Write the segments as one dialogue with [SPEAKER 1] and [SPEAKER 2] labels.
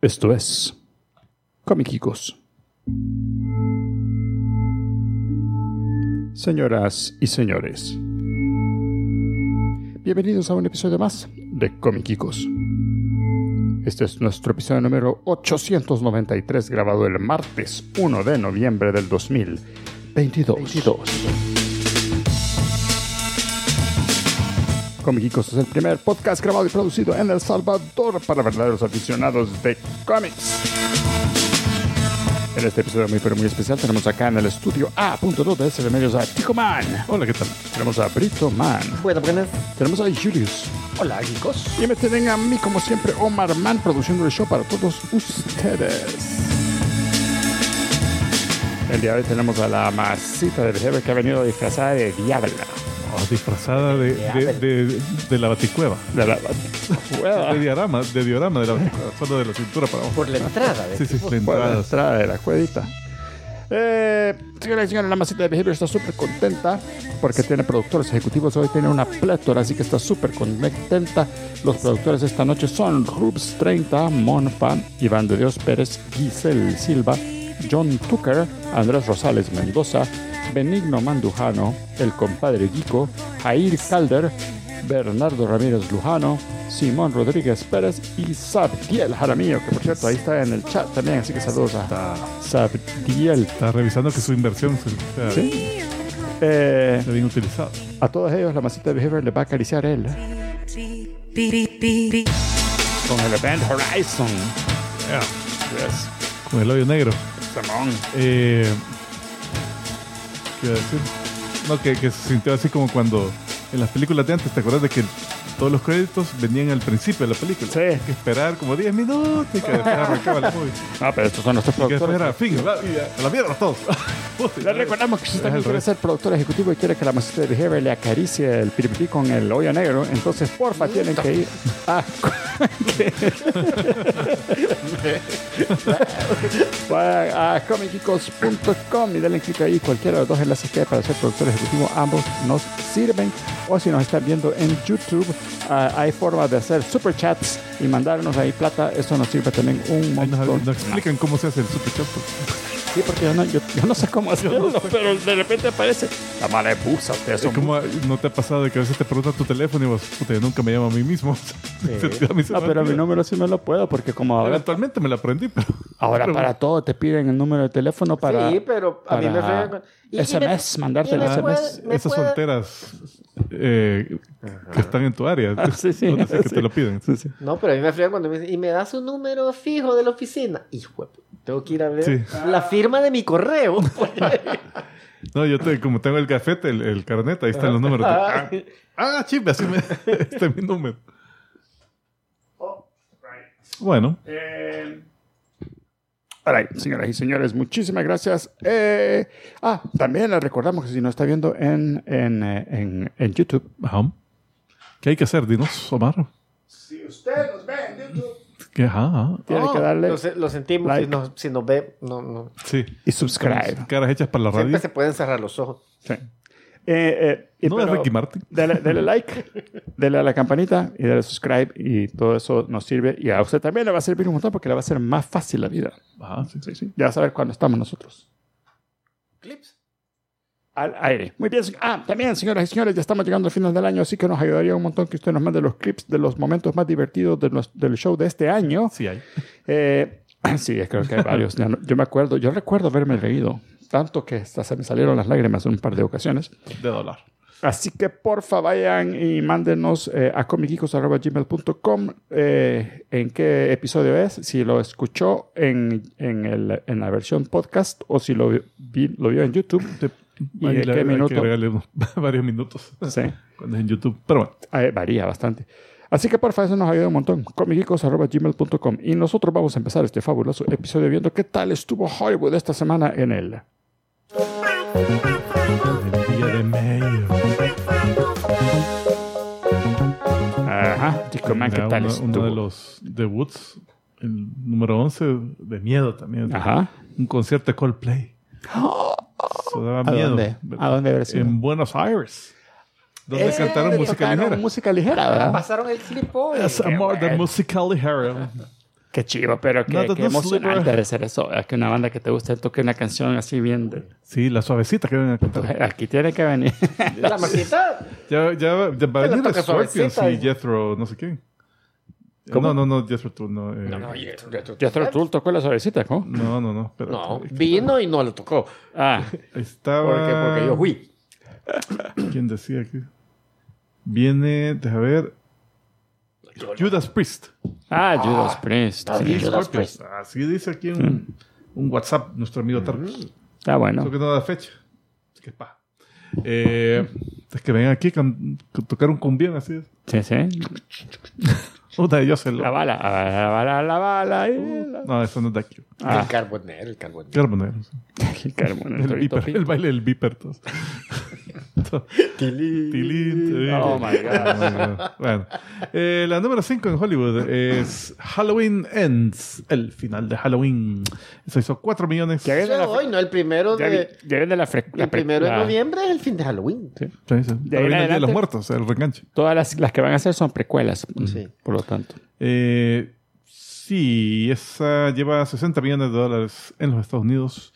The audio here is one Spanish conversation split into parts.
[SPEAKER 1] Esto es Comiquicos. Señoras y señores, bienvenidos a un episodio más de Comiquicos. Este es nuestro episodio número 893 grabado el martes 1 de noviembre del 2022. Comiquicos es el primer podcast grabado y producido en El Salvador para verdaderos aficionados de cómics. En este episodio muy pero muy especial tenemos acá en el estudio A.2 de SB Medios a Tico Man.
[SPEAKER 2] Hola, ¿qué tal?
[SPEAKER 1] Tenemos a Brito Man.
[SPEAKER 3] Bueno, buenas.
[SPEAKER 1] Tenemos a Julius.
[SPEAKER 3] Hola, chicos.
[SPEAKER 1] Y me tienen a mí, como siempre, Omar Man, produciendo el show para todos ustedes. El día de hoy tenemos a la masita del jefe que ha venido disfrazada de diabla.
[SPEAKER 2] Oh, disfrazada de, de, de- de la baticueva.
[SPEAKER 1] De la
[SPEAKER 2] De
[SPEAKER 1] cueva.
[SPEAKER 2] diorama, de diorama de la baticueva. Solo de la cintura para abajo.
[SPEAKER 3] Por la entrada. de
[SPEAKER 2] Sí, sí,
[SPEAKER 1] Por
[SPEAKER 3] tipo-
[SPEAKER 2] la
[SPEAKER 1] la
[SPEAKER 2] entrada.
[SPEAKER 1] entrada de la cuevita. Eh, señoras y señores, la masita de Behavior está súper contenta porque tiene productores ejecutivos. Hoy tiene una plétora, así que está súper contenta. Los productores esta noche son Rubs 30, Monfan, Iván de Dios Pérez, Giselle Silva, John Tucker, Andrés Rosales Mendoza, Benigno Mandujano, el compadre Guico, Jair Calder, Bernardo Ramírez Lujano, Simón Rodríguez Pérez y Sabdiel Jaramillo, que por cierto ahí está en el chat también, así que saludos a
[SPEAKER 2] Está,
[SPEAKER 1] Sabdiel.
[SPEAKER 2] está revisando que su inversión se- sea,
[SPEAKER 1] ¿Sí? Eh,
[SPEAKER 2] sea bien utilizada.
[SPEAKER 1] a todos ellos la masita de Behavior le va a acariciar él ¿eh? con el Event Horizon.
[SPEAKER 2] Yeah.
[SPEAKER 1] Yes,
[SPEAKER 2] Con el hoyo negro.
[SPEAKER 1] Simón.
[SPEAKER 2] Eh, ¿Qué iba a decir? No, que, que se sintió así como cuando en las películas de antes, ¿te acuerdas de que todos los créditos venían al principio de la película?
[SPEAKER 1] Sí.
[SPEAKER 2] Hay que esperar como 10 minutos y que después arrancaba la movie.
[SPEAKER 1] Ah, pero estos son nuestros
[SPEAKER 2] Y que después
[SPEAKER 1] productores.
[SPEAKER 2] era fin, ¿verdad? Y a- a la mierda todos.
[SPEAKER 1] Les recordamos que si
[SPEAKER 2] Es
[SPEAKER 1] también
[SPEAKER 2] el
[SPEAKER 1] quiere
[SPEAKER 2] revés.
[SPEAKER 1] ser productor ejecutivo y quiere que la masita de Behavior le acaricie el piripí con el hoyo negro, entonces porfa tienen que ir a... Vaya a comicicos.com y denle clic ahí cualquiera de los dos enlaces que hay para ser productor ejecutivo. Ambos nos sirven. O si nos están viendo en YouTube, ah, hay forma de hacer super chats y mandarnos ahí plata. Eso nos sirve también un
[SPEAKER 2] Ahí nos,
[SPEAKER 1] montón.
[SPEAKER 2] nos explican cómo se hace el super chat.
[SPEAKER 1] Sí, porque yo no, yo, yo no sé cómo hacerlo, pero de repente aparece. La mala busa, ustedes
[SPEAKER 2] Es
[SPEAKER 1] son
[SPEAKER 2] como, eh, ¿No te ha pasado de que a veces te preguntan tu teléfono y vos, puta, yo nunca me llamo a mí mismo? a mí se
[SPEAKER 1] Ah,
[SPEAKER 2] me
[SPEAKER 1] pero mi
[SPEAKER 2] olvida.
[SPEAKER 1] número sí me lo puedo, porque como ahora,
[SPEAKER 2] Eventualmente me la aprendí, pero.
[SPEAKER 1] ahora para todo te piden el número de teléfono para.
[SPEAKER 3] sí, pero a mí me
[SPEAKER 1] para
[SPEAKER 3] fue.
[SPEAKER 1] SMS, mandarte el
[SPEAKER 3] me
[SPEAKER 1] SMS.
[SPEAKER 3] puede- me
[SPEAKER 2] Esas
[SPEAKER 3] puede-
[SPEAKER 2] solteras eh, que están en tu área.
[SPEAKER 1] Ah, sí, sí,
[SPEAKER 2] ¿dónde es que
[SPEAKER 1] sí.
[SPEAKER 2] te lo piden?
[SPEAKER 1] Sí, sí.
[SPEAKER 3] No, pero a mí me fría cuando me dicen, y me da su número fijo de la oficina. Hijo, de pu- tengo que ir a ver
[SPEAKER 2] Sí.
[SPEAKER 3] la firma de mi correo.
[SPEAKER 2] No, yo te- como tengo el gafete, el, el carnet, ahí están los números. Ah, ah chisme, así me. este es mi número. Bueno,
[SPEAKER 1] Alright, señoras y señores, muchísimas gracias. Eh, ah, también les recordamos que si nos está viendo en, en, eh, en, en YouTube,
[SPEAKER 2] ajá. ¿qué hay que hacer? Dinos, Omar.
[SPEAKER 4] Si usted nos ve en YouTube,
[SPEAKER 2] ¿Qué? Ajá, ajá.
[SPEAKER 1] tiene
[SPEAKER 3] No,
[SPEAKER 1] que darle
[SPEAKER 3] Lo, se- lo sentimos,
[SPEAKER 1] like.
[SPEAKER 3] si, nos, si nos ve, no, no.
[SPEAKER 2] Sí.
[SPEAKER 1] y subscribe.
[SPEAKER 2] Caras hechas para la radio.
[SPEAKER 3] Siempre se pueden cerrar los ojos.
[SPEAKER 1] Sí. Eh, eh, y
[SPEAKER 2] No es
[SPEAKER 1] pero-
[SPEAKER 2] Ricky Martin.
[SPEAKER 1] Dale, dale like, dale a la campanita y dale subscribe y todo eso nos sirve. Y a usted también le va a servir un montón porque le va a ser más fácil la vida.
[SPEAKER 2] Ajá, sí, sí, sí.
[SPEAKER 1] Ya va a saber cuándo estamos nosotros.
[SPEAKER 3] Clips.
[SPEAKER 1] al aire. Muy bien. se- Ah, también, señoras y señores, ya estamos llegando al final del año, así que nos ayudaría un montón que usted nos mande los clips de los momentos más divertidos de nos- del show de este año.
[SPEAKER 2] Sí hay.
[SPEAKER 1] Eh, sí, creo que hay varios. Ya no- yo me acuerdo, yo recuerdo haberme reído, tanto que hasta se me salieron las lágrimas en un par de ocasiones.
[SPEAKER 2] De dólar.
[SPEAKER 1] Así que porfa vayan y mándenos eh, a comicicos.gmail.com eh, en qué episodio es, si lo escuchó en, en el- en la versión podcast o si lo, vi- lo vio en YouTube. ¿Y de qué minuto?
[SPEAKER 2] varios minutos
[SPEAKER 1] Sí.
[SPEAKER 2] cuando es en YouTube. Pero bueno,
[SPEAKER 1] Eh, varía bastante. Así que porfa, eso nos ayuda un montón. comicicos.gmail.com Y nosotros vamos a empezar este fabuloso episodio viendo qué tal estuvo Hollywood esta semana en el...
[SPEAKER 2] el día de mayo.
[SPEAKER 1] Ajá, Tico Man, qué
[SPEAKER 2] Mira,
[SPEAKER 1] tal
[SPEAKER 2] uno, uno de
[SPEAKER 1] estuvo.
[SPEAKER 2] los debuts, el número 11, de miedo también.
[SPEAKER 1] Ajá.
[SPEAKER 2] Un concierto de Coldplay. Eso daba
[SPEAKER 1] ¿A
[SPEAKER 2] miedo.
[SPEAKER 1] dónde? ¿A dónde habrá sido?
[SPEAKER 2] En Buenos Aires. Donde
[SPEAKER 1] Eh,
[SPEAKER 2] cantaron
[SPEAKER 1] le
[SPEAKER 2] música
[SPEAKER 1] tocaron
[SPEAKER 2] ligera.
[SPEAKER 1] Ah. música ligera, ¿verdad?
[SPEAKER 3] Pasaron el clip hoy.
[SPEAKER 2] Yes, I'm more than
[SPEAKER 1] bueno.
[SPEAKER 2] musical ligera.
[SPEAKER 1] Qué chivo, pero qué,
[SPEAKER 2] No, no,
[SPEAKER 1] qué
[SPEAKER 2] no,
[SPEAKER 1] emocionante
[SPEAKER 2] super-
[SPEAKER 1] debe ser eso. Es que una banda que te gusta toque una canción así bien. de-
[SPEAKER 2] Sí, la suavecita que van a cantar.
[SPEAKER 1] Aquí tiene que venir.
[SPEAKER 3] La marquita.
[SPEAKER 2] Ya, ya, ya va a
[SPEAKER 3] Que la
[SPEAKER 2] venir
[SPEAKER 3] toque
[SPEAKER 2] Scorpions
[SPEAKER 3] suavecita.
[SPEAKER 2] y Jethro, no sé quién.
[SPEAKER 1] ¿Cómo?
[SPEAKER 2] No, no, no, Jethro tú, no. eh,
[SPEAKER 3] No, no,
[SPEAKER 2] no,
[SPEAKER 3] oye,
[SPEAKER 1] Jethro Tull tocó la suavecita, ¿no?
[SPEAKER 2] no, no, espérate.
[SPEAKER 3] No, vino y no lo tocó.
[SPEAKER 1] Ah,
[SPEAKER 2] Estaba.
[SPEAKER 3] Porque, porque yo fui.
[SPEAKER 2] ¿Quién decía que? Viene, déjame ver. Judas Priest.
[SPEAKER 1] ah, Judas Priest.
[SPEAKER 3] está
[SPEAKER 1] sí.
[SPEAKER 3] bien. Judas
[SPEAKER 2] Scorpions. Así dice aquí un, un WhatsApp nuestro amigo Tarkus.
[SPEAKER 1] Está Ah, bueno.
[SPEAKER 2] Solo que no da fecha. Es que pa. Eh, es que vengan aquí can- con tocar un cumbión así. es.
[SPEAKER 1] Sí, sí.
[SPEAKER 2] Puta, yo se
[SPEAKER 1] La
[SPEAKER 2] lo.
[SPEAKER 1] bala, la bala, la bala, la bala. eh, la-
[SPEAKER 2] No, eso no es de aquí.
[SPEAKER 1] Ah.
[SPEAKER 3] El carbonero, el carbonero.
[SPEAKER 2] Carbonero.
[SPEAKER 1] El carbón, el
[SPEAKER 2] El,
[SPEAKER 1] torito
[SPEAKER 2] viper,
[SPEAKER 1] pink.
[SPEAKER 2] el baile del viper. todos.
[SPEAKER 3] Tilín.
[SPEAKER 2] Tilín, tilín.
[SPEAKER 1] Oh my God.
[SPEAKER 2] eh. bueno, Eh, la número 5 en Hollywood es Halloween Ends, el final de Halloween. Se hizo 4 millones.
[SPEAKER 1] Ya viene
[SPEAKER 3] Eso
[SPEAKER 1] la,
[SPEAKER 3] es hoy, ¿no? El primero
[SPEAKER 1] ya vi-
[SPEAKER 3] de...
[SPEAKER 1] ya viene la, fre- la
[SPEAKER 3] El
[SPEAKER 1] pre-
[SPEAKER 3] primero de
[SPEAKER 1] la-
[SPEAKER 3] noviembre es el fin de Halloween.
[SPEAKER 2] Sí, sí. Ahora
[SPEAKER 1] De ahí en
[SPEAKER 2] viene el Día de los
[SPEAKER 1] adelante.
[SPEAKER 2] Muertos, el reenganche.
[SPEAKER 1] Todas las, las que van a hacer son precuelas, mm,
[SPEAKER 3] Pues Sí.
[SPEAKER 1] por lo tanto.
[SPEAKER 2] Eh, sí, esa lleva 60 millones de dólares en los Estados Unidos.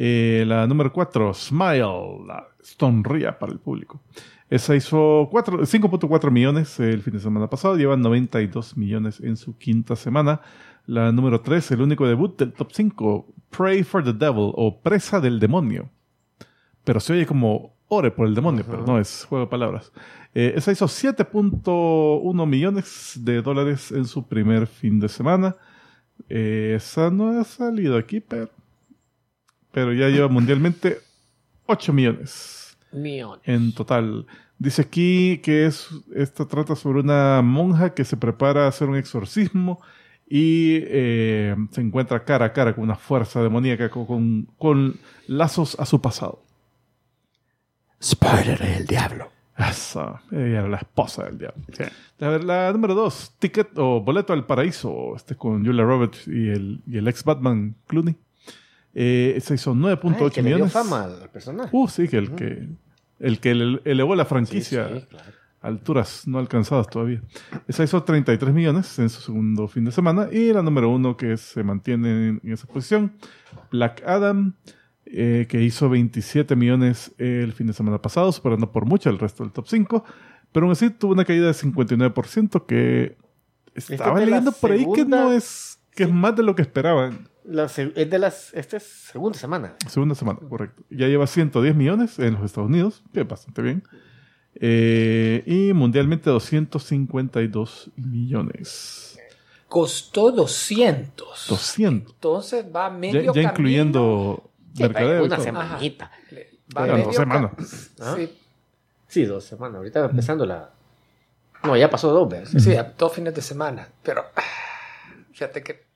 [SPEAKER 2] Eh, la número 4, Smile, la sonría para el público. Esa hizo cuatro- 5.4 millones el fin de semana pasado, lleva 92 millones en su quinta semana. La número 3, el único debut del top 5, Pray for the Devil o Presa del Demonio. Pero se oye como Ore por el Demonio, pero no es juego de palabras. Eh, esa hizo 7.1 millones de dólares en su primer fin de semana. Eh, esa no ha salido aquí, pero, pero ya lleva mundialmente 8 millones
[SPEAKER 3] Neon.
[SPEAKER 2] en total. Dice aquí que es, esta trata sobre una monja que se prepara a hacer un exorcismo y eh, se encuentra cara a cara con una fuerza demoníaca con, con- con lazos a su pasado.
[SPEAKER 1] Spider es el diablo.
[SPEAKER 2] Esa, ella era la esposa del diablo.
[SPEAKER 1] Sí.
[SPEAKER 2] A ver, la número dos, Ticket o Boleto al Paraíso, este con Julia Roberts y el, y el ex Batman Clooney. Eh, se hizo
[SPEAKER 3] Ah, el
[SPEAKER 2] 9.8
[SPEAKER 3] que le dio
[SPEAKER 2] millones.
[SPEAKER 3] fama al personaje.
[SPEAKER 2] Uh, sí, que el que, el que ele- elevó la franquicia
[SPEAKER 3] Sí, sí, claro.
[SPEAKER 2] alturas no alcanzadas todavía. Esa hizo 33 millones en su segundo fin de semana. Y la número uno que se mantiene en, en esa posición, Black Adam, eh, que hizo 27 millones el fin de semana pasado, superando por mucho el resto del top 5. Pero aún así tuvo una caída de 59% que estaba
[SPEAKER 3] de la
[SPEAKER 2] leyendo por ahí que no
[SPEAKER 3] segunda-
[SPEAKER 2] es que es más de lo que esperaban.
[SPEAKER 3] La se- es de las... Esta es segunda semana.
[SPEAKER 2] Segunda semana, correcto. Ya lleva 110 millones en los Estados Unidos, que es bastante bien. Eh, y mundialmente 252 millones.
[SPEAKER 5] Costó 200.
[SPEAKER 2] 200.
[SPEAKER 5] Entonces va a
[SPEAKER 2] Ya,
[SPEAKER 5] medio
[SPEAKER 2] ya
[SPEAKER 5] camino.
[SPEAKER 2] incluyendo
[SPEAKER 3] Sí,
[SPEAKER 2] mercadeo. y
[SPEAKER 3] una
[SPEAKER 2] todo.
[SPEAKER 3] semanita.
[SPEAKER 5] Va a
[SPEAKER 2] Eran
[SPEAKER 5] medio
[SPEAKER 2] dos
[SPEAKER 5] ca-
[SPEAKER 2] semanas.
[SPEAKER 3] ¿Ah?
[SPEAKER 5] Sí,
[SPEAKER 3] Sí, dos semanas. Ahorita va empezando la... No, ya pasó dos veces.
[SPEAKER 5] sí, a dos fines de semana. Pero ah, fíjate que.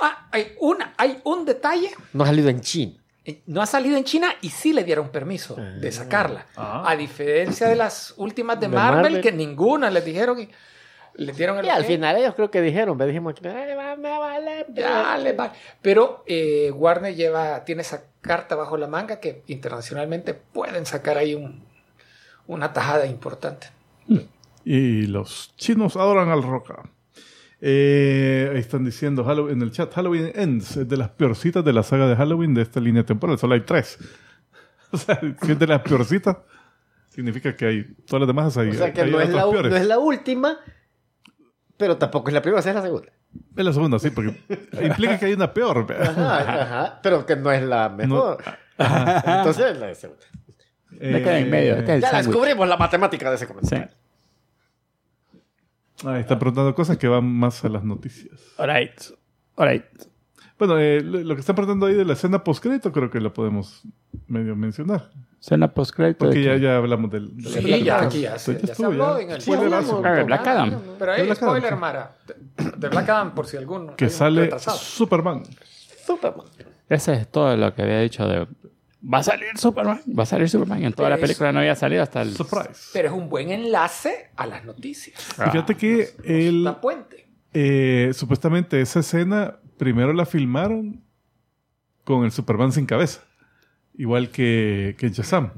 [SPEAKER 5] Ah, hay, una, hay un detalle.
[SPEAKER 3] No ha salido en China.
[SPEAKER 5] eh, No ha salido en China y sí le dieron permiso de sacarla.
[SPEAKER 2] Ah.
[SPEAKER 5] A diferencia de las últimas de,
[SPEAKER 3] De
[SPEAKER 5] Marvel,
[SPEAKER 3] Marvel.
[SPEAKER 5] que ninguna les dijeron que les dieron el
[SPEAKER 3] Y al
[SPEAKER 5] ok.
[SPEAKER 3] final ellos creo que dijeron, ve, dijimos, "Ay, va, me vale,
[SPEAKER 5] Ya
[SPEAKER 3] eh,
[SPEAKER 5] le va. Pero eh, Warner lleva, tiene esa carta bajo la manga que internacionalmente pueden sacar ahí un, una tajada importante.
[SPEAKER 2] Y los chinos adoran al roca. Eh, ahí están diciendo Hallow- en el chat Halloween Ends, es de las peorcitas de la saga de Halloween de esta línea temporal. Solo hay tres. O sea, si es de las peorcitas, significa que hay todas las demás. Hay,
[SPEAKER 3] O sea que
[SPEAKER 2] hay
[SPEAKER 3] no es,
[SPEAKER 2] otras
[SPEAKER 3] la, u-
[SPEAKER 2] peores.
[SPEAKER 3] no es la última, pero tampoco es la primera, esa es la segunda.
[SPEAKER 2] Es la segunda, sí, porque implica que hay una peor. ¿verdad?
[SPEAKER 3] Ajá, ajá, pero que no es la mejor. Entonces es la de segunda.
[SPEAKER 1] Me queda en medio. este es el
[SPEAKER 3] Ya
[SPEAKER 1] sándwich.
[SPEAKER 3] descubrimos la matemática de ese
[SPEAKER 1] Sí.
[SPEAKER 3] comentario.
[SPEAKER 2] Ah, están preguntando cosas que van más a las noticias.
[SPEAKER 1] All right. All right.
[SPEAKER 2] Bueno, eh, lo lo que están preguntando ahí de la escena postcrédito creo que lo podemos medio mencionar.
[SPEAKER 1] Cena post-crédito.
[SPEAKER 2] Porque
[SPEAKER 1] de
[SPEAKER 2] ya,
[SPEAKER 1] que-
[SPEAKER 2] ya hablamos del... del-
[SPEAKER 5] Sí,
[SPEAKER 2] del-
[SPEAKER 5] ya,
[SPEAKER 2] del-
[SPEAKER 5] aquí ya se-
[SPEAKER 2] del-
[SPEAKER 5] ya se
[SPEAKER 2] Pues estuvo,
[SPEAKER 5] habló en el-
[SPEAKER 2] Spoilerazo.
[SPEAKER 1] Ah, de Black Adam.
[SPEAKER 5] Pero
[SPEAKER 2] De
[SPEAKER 5] ahí,
[SPEAKER 2] Black Adam,
[SPEAKER 5] spoiler,
[SPEAKER 2] sí.
[SPEAKER 5] Mara. De- De Black Adam, por si alguno.
[SPEAKER 2] Que
[SPEAKER 5] hay un
[SPEAKER 2] sale
[SPEAKER 5] retrasado.
[SPEAKER 2] Superman.
[SPEAKER 3] Superman.
[SPEAKER 1] Ese es todo lo que había dicho de... Va a salir Superman. Va a salir Superman. En toda la
[SPEAKER 5] Pero es-
[SPEAKER 1] película no había salido hasta el...
[SPEAKER 2] Surprise.
[SPEAKER 5] Pero es un buen enlace a las noticias.
[SPEAKER 1] Ah.
[SPEAKER 2] Fíjate que el,
[SPEAKER 5] La puente.
[SPEAKER 2] eh, supuestamente esa escena primero la filmaron con el Superman sin cabeza. Igual que, que en Shazam.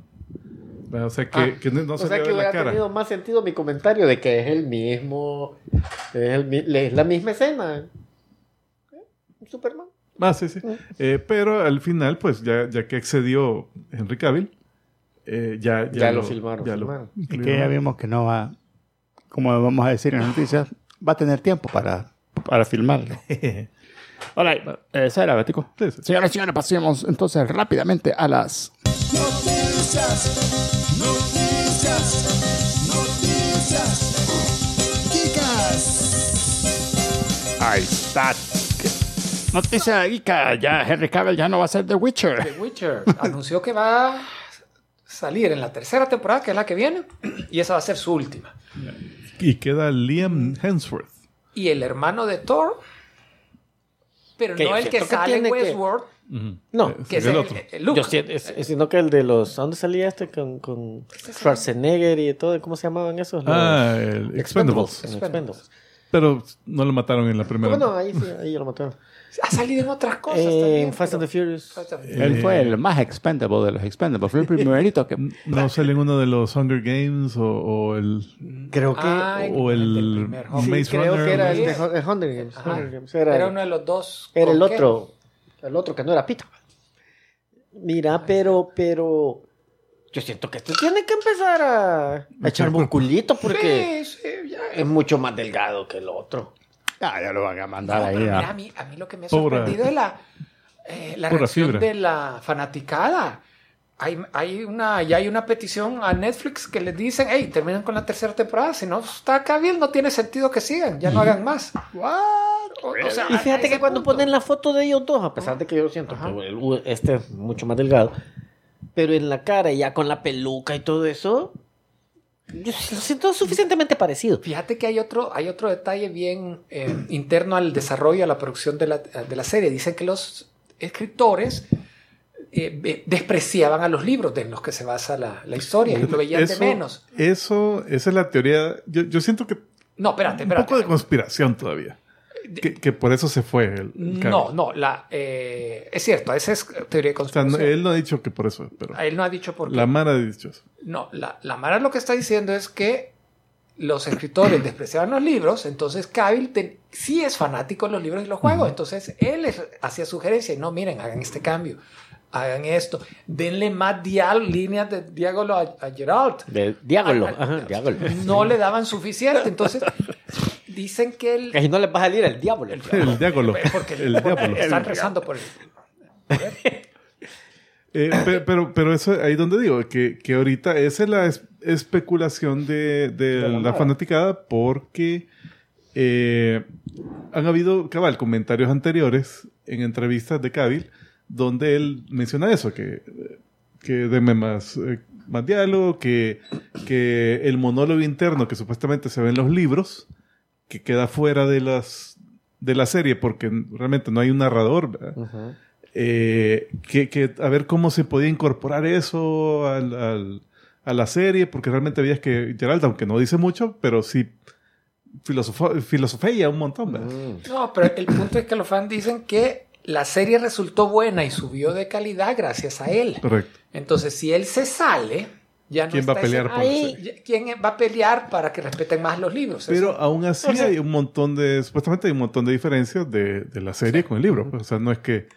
[SPEAKER 2] O sea, que,
[SPEAKER 3] Ah.
[SPEAKER 2] que no se
[SPEAKER 3] o sea
[SPEAKER 2] le
[SPEAKER 3] que
[SPEAKER 2] ve la
[SPEAKER 3] hubiera
[SPEAKER 2] cara.
[SPEAKER 3] tenido más sentido mi comentario de que es el mismo. Es, el mi- es la misma escena. ¿Eh? Superman.
[SPEAKER 2] Ah, sí, sí.
[SPEAKER 3] Mm.
[SPEAKER 2] Eh, pero al final, pues ya, ya que excedió Henry Cavill, eh, ya,
[SPEAKER 3] Ya lo filmaron,
[SPEAKER 2] ya lo
[SPEAKER 3] filmaron.
[SPEAKER 1] Y
[SPEAKER 2] incluyeron.
[SPEAKER 1] que ya vimos que no va, como vamos a decir en las noticias, va a tener tiempo para, para filmarlo. All right. eh, Esa era, Bético.
[SPEAKER 2] Sí, sí.
[SPEAKER 1] Señoras y señores, pasemos entonces rápidamente a las
[SPEAKER 6] Noticias, noticias, noticias. Chicas,
[SPEAKER 1] Ahí está. Noticia geeka. Ya Henry Cavill ya no va a ser The Witcher.
[SPEAKER 5] The Witcher anunció que va a salir en la tercera temporada, que es la que viene, y esa va a ser su última.
[SPEAKER 2] Y queda Liam Hemsworth.
[SPEAKER 5] Y el hermano de Thor, pero
[SPEAKER 3] Que
[SPEAKER 5] no
[SPEAKER 3] yo
[SPEAKER 5] el que
[SPEAKER 3] siento que
[SPEAKER 5] sale en
[SPEAKER 3] tiene que-
[SPEAKER 5] Westworld,
[SPEAKER 2] Ujú.
[SPEAKER 3] No.
[SPEAKER 5] que es
[SPEAKER 2] Eh, el
[SPEAKER 5] el,
[SPEAKER 2] otro.
[SPEAKER 5] el Luke.
[SPEAKER 3] Yo sí, es- es- sino que el de los. ¿A dónde salía este con, con Schwarzenegger y todo? ¿Cómo se llamaban esos? Los-
[SPEAKER 2] Ah, el Expendables.
[SPEAKER 3] Los Expendables.
[SPEAKER 2] Pero no lo mataron en la primera.
[SPEAKER 3] Bueno, ahí sí, ahí lo mataron.
[SPEAKER 5] Ha salido en otras cosas.
[SPEAKER 3] Eh,
[SPEAKER 5] también,
[SPEAKER 3] en Fast and
[SPEAKER 5] pero-
[SPEAKER 3] the Furious.
[SPEAKER 5] Fast and the Furious.
[SPEAKER 1] Él fue el más expendable de los expendables. Fue el primerito que.
[SPEAKER 2] no sale en uno de los Hunger Games o, o el,
[SPEAKER 3] Creo que.
[SPEAKER 5] Ah,
[SPEAKER 2] o
[SPEAKER 5] el
[SPEAKER 2] el
[SPEAKER 5] del primer Hulk.
[SPEAKER 2] Maze
[SPEAKER 3] sí, creo
[SPEAKER 2] Runner,
[SPEAKER 3] que era este,
[SPEAKER 2] ¿no?
[SPEAKER 3] el de
[SPEAKER 5] ¿no?
[SPEAKER 3] Hun- el Hunger Games.
[SPEAKER 5] Ajá.
[SPEAKER 3] Hunger Games. Era,
[SPEAKER 5] Era uno de los dos.
[SPEAKER 3] era el
[SPEAKER 5] ¿Con qué?
[SPEAKER 3] otro. El otro que no era Pito. Mira, pero, pero. Yo siento que esto tiene que empezar a, a echar musculito porque
[SPEAKER 5] Sí, sí, ya.
[SPEAKER 3] es mucho más delgado que el otro.
[SPEAKER 1] Ah, ya lo van a mandar
[SPEAKER 5] No, pero
[SPEAKER 1] ahí.
[SPEAKER 5] mira, a,
[SPEAKER 1] A...
[SPEAKER 5] mí, a mí lo que me ha
[SPEAKER 2] Pura-
[SPEAKER 5] sorprendido es la, eh, la
[SPEAKER 2] pura
[SPEAKER 5] reacción
[SPEAKER 2] fibra.
[SPEAKER 5] de la fanaticada. Hay, hay una, ya hay una petición a Netflix que les dicen, hey, terminen con la tercera temporada, si no está acá bien, no tiene sentido que sigan, ya no hagan más. O- o sea,
[SPEAKER 3] Y
[SPEAKER 5] a
[SPEAKER 3] fíjate
[SPEAKER 5] ese
[SPEAKER 3] que cuando
[SPEAKER 5] punto.
[SPEAKER 3] ponen la foto de ellos dos, a pesar de que yo siento
[SPEAKER 5] Ajá.
[SPEAKER 3] que el- u- este es mucho más delgado, pero en la cara, ya con la peluca y todo eso, yo sí lo siento suficientemente parecido.
[SPEAKER 5] Fíjate que hay otro, hay otro detalle bien eh, interno al desarrollo, a la producción de la, de la serie. Dicen que los escritores eh, ve- despreciaban a los libros de los que se basa la, la historia y lo veían
[SPEAKER 2] Eso-
[SPEAKER 5] de menos.
[SPEAKER 2] Eso, esa es la teoría. Yo, yo siento que
[SPEAKER 5] No, espérate,
[SPEAKER 2] un
[SPEAKER 5] espérate.
[SPEAKER 2] poco de conspiración todavía. Que, que por eso se fue. El, el
[SPEAKER 5] No,
[SPEAKER 2] Cavill.
[SPEAKER 5] no, la, eh, es cierto, esa es teoría de
[SPEAKER 2] O sea, no-
[SPEAKER 5] conspiración.
[SPEAKER 2] él no ha dicho que por eso, pero
[SPEAKER 5] él no ha dicho por qué.
[SPEAKER 2] la Mara ha dicho eso.
[SPEAKER 5] No, la, la Mara lo que está diciendo es que los escritores despreciaban los libros, entonces Cavill ten- sí es fanático de los libros y los juegos, entonces él les hacía sugerencias, no, miren, hagan este cambio, hagan esto, denle más dial, líneas de diálogo a, a Geralt.
[SPEAKER 3] De diálogo,
[SPEAKER 5] Al- al-
[SPEAKER 3] ajá, diálogo.
[SPEAKER 5] No le daban suficiente, entonces dicen que él...
[SPEAKER 3] Casi no les va a salir el diablo.
[SPEAKER 2] El diablo.
[SPEAKER 5] Porque
[SPEAKER 2] El diablo.
[SPEAKER 5] están rezando por él.
[SPEAKER 2] Eh, pe- pero, pero, eso ahí donde digo, que, que ahorita esa es la es- especulación de, de la, fanaticada porque eh, han habido, cabal, comentarios anteriores en entrevistas de Cavill donde él menciona eso, que, que denme más, eh, más diálogo, que, que el monólogo interno que supuestamente se ve en los libros, que queda fuera de, las, de la serie porque realmente no hay un narrador, ¿verdad? eh, que, que a ver cómo se podía incorporar eso al- al- a la serie, porque realmente veías que Geralt, aunque no dice mucho, pero sí filosofo- filosofía un montón. ¿verdad?
[SPEAKER 5] No, pero el punto es que los fans dicen que la serie resultó buena y subió de calidad gracias a él.
[SPEAKER 2] Correcto.
[SPEAKER 5] Entonces, si él se sale, ya no
[SPEAKER 2] ¿Quién va a
[SPEAKER 5] está ese-
[SPEAKER 2] pelear por
[SPEAKER 5] Ahí,
[SPEAKER 2] la
[SPEAKER 5] ya- ¿Quién va a pelear para que respeten más los libros?
[SPEAKER 2] Pero
[SPEAKER 5] Eso-
[SPEAKER 2] aún así hay un montón de, supuestamente hay un montón de diferencias de, de la serie con el libro. pues. O sea, no es que,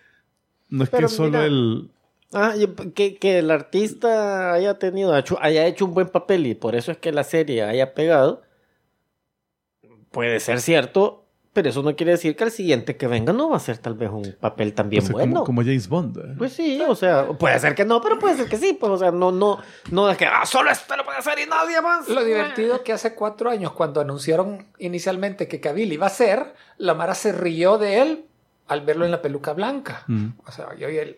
[SPEAKER 2] no es
[SPEAKER 3] Pero
[SPEAKER 2] que solo
[SPEAKER 3] mira.
[SPEAKER 2] el...
[SPEAKER 3] Ah, y que, que el artista haya tenido, ha hecho- haya hecho un buen papel y por eso es que la serie haya pegado. Puede ser cierto, pero eso no quiere decir que el siguiente que venga no va a ser tal vez un papel tan bien
[SPEAKER 2] o sea, como-
[SPEAKER 3] bueno.
[SPEAKER 2] como, James Bond. ¿verdad?
[SPEAKER 3] Pues sí, o sea, puede ser que no, pero puede ser que sí, pues, o sea, no, no, no es que ah, solo esto lo puede hacer y nadie más.
[SPEAKER 5] Lo divertido que hace cuatro años, cuando anunciaron inicialmente que Kabil iba a ser, la Mara se rió de él al verlo en la peluca blanca.
[SPEAKER 2] Mm.
[SPEAKER 5] O sea, yo y él,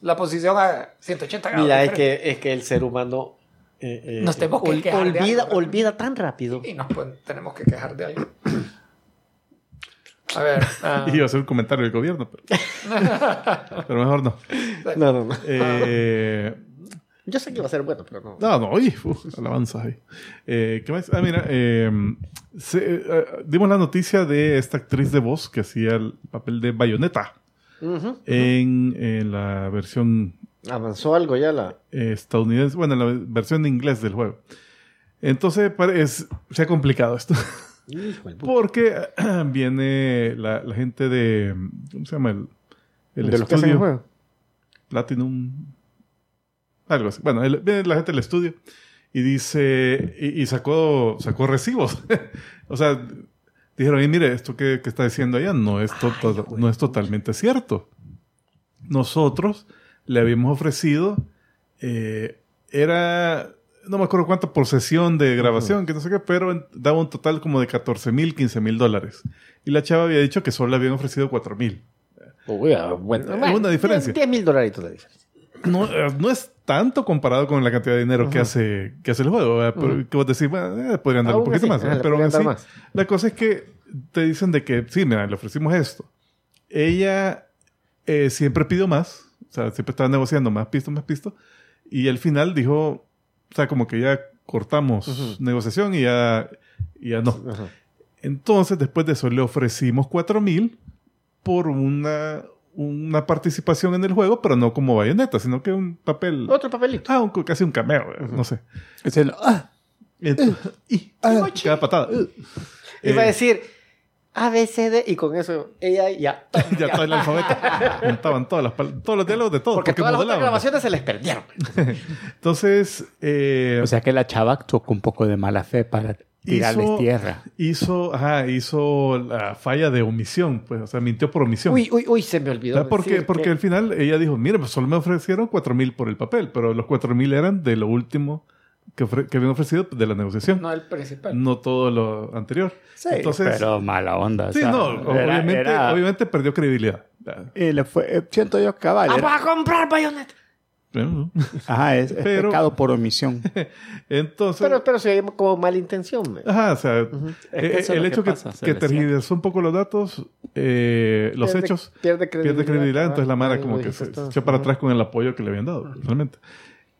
[SPEAKER 5] la posición a 180 grados.
[SPEAKER 3] Mira, es
[SPEAKER 5] diferente.
[SPEAKER 3] que, es que el ser humano eh, eh,
[SPEAKER 5] Nos tenemos que
[SPEAKER 3] ol-
[SPEAKER 5] quejar de
[SPEAKER 3] olvida,
[SPEAKER 5] algo, ¿verdad?
[SPEAKER 3] olvida tan rápido.
[SPEAKER 5] Y nos pueden- tenemos que quejar de algo. A ver. ah,
[SPEAKER 2] Y iba a hacer un comentario del gobierno, pero, pero mejor no.
[SPEAKER 3] No, no, no.
[SPEAKER 2] Eh,
[SPEAKER 3] Yo sé que va a ser bueno, pero no.
[SPEAKER 2] No, no, oye, uf, alabanzas ahí. Eh, ¿Qué más? Ah, mira, eh, se- eh, dimos la noticia de esta actriz de voz que hacía el papel de Bayonetta
[SPEAKER 3] Ujú.
[SPEAKER 2] en, en la versión
[SPEAKER 3] Avanzó algo ya la.
[SPEAKER 2] eh, estadounidense, bueno, la versión en inglés del juego. Entonces pare- es- se ha complicado esto.
[SPEAKER 3] Hijo del pu-
[SPEAKER 2] Porque viene la, la gente de. ¿Cómo se llama? El, el
[SPEAKER 1] de los que hacen el
[SPEAKER 2] estudio.
[SPEAKER 1] juego.
[SPEAKER 2] Platinum. Algo así. Bueno, el- viene la gente del estudio y dice. Y, y sacó, sacó recibos. o sea, dijeron: "Ey, mire, esto que, que está diciendo allá no es, to- to- no es totalmente cierto. Nosotros le habíamos ofrecido. eh, era. No me acuerdo cuánto por sesión de grabación, que no sé qué, pero en- daba un total como de 14 mil, 15 mil dólares. Y la chava había dicho que solo le habían ofrecido 4 mil.
[SPEAKER 3] Uy, ah, bueno,
[SPEAKER 2] Es una diferencia.
[SPEAKER 3] 10 mil dolaritos de diferencia.
[SPEAKER 2] no, eh, no es tanto comparado con la cantidad de dinero que hace que hace el juego. eh, ¿verdad? Pero Que vos decís, bueno, eh, podrían dar un
[SPEAKER 3] Aún
[SPEAKER 2] poquito
[SPEAKER 3] así,
[SPEAKER 2] más.
[SPEAKER 3] ajá,
[SPEAKER 2] ¿verdad?
[SPEAKER 3] le
[SPEAKER 2] Pero aún así,
[SPEAKER 3] podrían dar
[SPEAKER 2] la cosa es que te dicen de que, sí, mira, le ofrecimos esto. Ella eh, siempre pidió más. O sea, siempre estaba negociando más pisto, más pisto. Y al final dijo, o sea, como que ya cortamos
[SPEAKER 3] Ujú.
[SPEAKER 2] negociación y ya, y ya no.
[SPEAKER 3] Ajá.
[SPEAKER 2] Entonces, después de eso, le ofrecimos 4000 por una, una participación en el juego, pero no como bayoneta, sino que un papel.
[SPEAKER 3] Otro papelito.
[SPEAKER 2] Ah, un- casi un cameo, eh, no sé.
[SPEAKER 1] Es el, ah,
[SPEAKER 2] Entonces, y, cada patada. eh.
[SPEAKER 3] Ah. Uh. Iba a
[SPEAKER 2] Eh,
[SPEAKER 3] decir A, B, C, D, y con eso ella ya.
[SPEAKER 2] ya todo el alfabeto. Montaban todas las, pal- todos los diálogos de todo.
[SPEAKER 3] Porque todas las otras
[SPEAKER 2] modelaban. pues.
[SPEAKER 3] grabaciones se les perdieron.
[SPEAKER 2] Entonces, eh,
[SPEAKER 1] o sea que la chava actuó con un poco de mala fe para tirarles
[SPEAKER 2] Hizo-
[SPEAKER 1] tierra.
[SPEAKER 2] hizo, ajá, hizo la falla de omisión, pues, o sea, mintió por omisión.
[SPEAKER 3] Uy, uy, uy, se me
[SPEAKER 2] O
[SPEAKER 3] olvidó.
[SPEAKER 2] sea, Porque,
[SPEAKER 3] decir
[SPEAKER 2] porque
[SPEAKER 3] que-
[SPEAKER 2] al final ella dijo, mire, pues solo me ofrecieron 4.000 por el papel, pero los 4.000 eran de lo último que, ofre- que habían ofrecido de la negociación, no,
[SPEAKER 5] ah, No el principal.
[SPEAKER 2] todo lo anterior.
[SPEAKER 1] Sí,
[SPEAKER 2] Entonces-
[SPEAKER 1] pero mala onda. o
[SPEAKER 2] Sí,
[SPEAKER 1] sea,
[SPEAKER 2] no,
[SPEAKER 1] era-
[SPEAKER 2] obviamente,
[SPEAKER 1] era-
[SPEAKER 2] obviamente perdió credibilidad. Ah,
[SPEAKER 1] eh, le fue, eh, siento yo cabal.
[SPEAKER 3] ¡Ah,
[SPEAKER 1] era-
[SPEAKER 3] vas a comprar Bayonetta!
[SPEAKER 2] Bueno,
[SPEAKER 1] Ajá, es, es
[SPEAKER 2] Pero-
[SPEAKER 1] pecado por omisión.
[SPEAKER 2] Entonces,
[SPEAKER 3] Pero, pero se ve como mala intención. man.
[SPEAKER 2] ajá, o sea,
[SPEAKER 1] Es que
[SPEAKER 2] eh,
[SPEAKER 1] eso es
[SPEAKER 2] el
[SPEAKER 1] lo
[SPEAKER 2] hecho
[SPEAKER 1] que
[SPEAKER 2] que,
[SPEAKER 1] pasa, se
[SPEAKER 2] que
[SPEAKER 1] le siente.
[SPEAKER 2] tergiversó un poco los datos, eh, los
[SPEAKER 3] Pierde-
[SPEAKER 2] hechos,
[SPEAKER 3] Pierde
[SPEAKER 2] pierde credibilidad,
[SPEAKER 3] cabal.
[SPEAKER 2] entonces la mara
[SPEAKER 3] Ahí
[SPEAKER 2] como
[SPEAKER 3] lo
[SPEAKER 2] que
[SPEAKER 3] dijiste
[SPEAKER 2] se
[SPEAKER 3] todo.
[SPEAKER 2] echó para
[SPEAKER 3] Ajá.
[SPEAKER 2] atrás con el apoyo que le habían dado, realmente.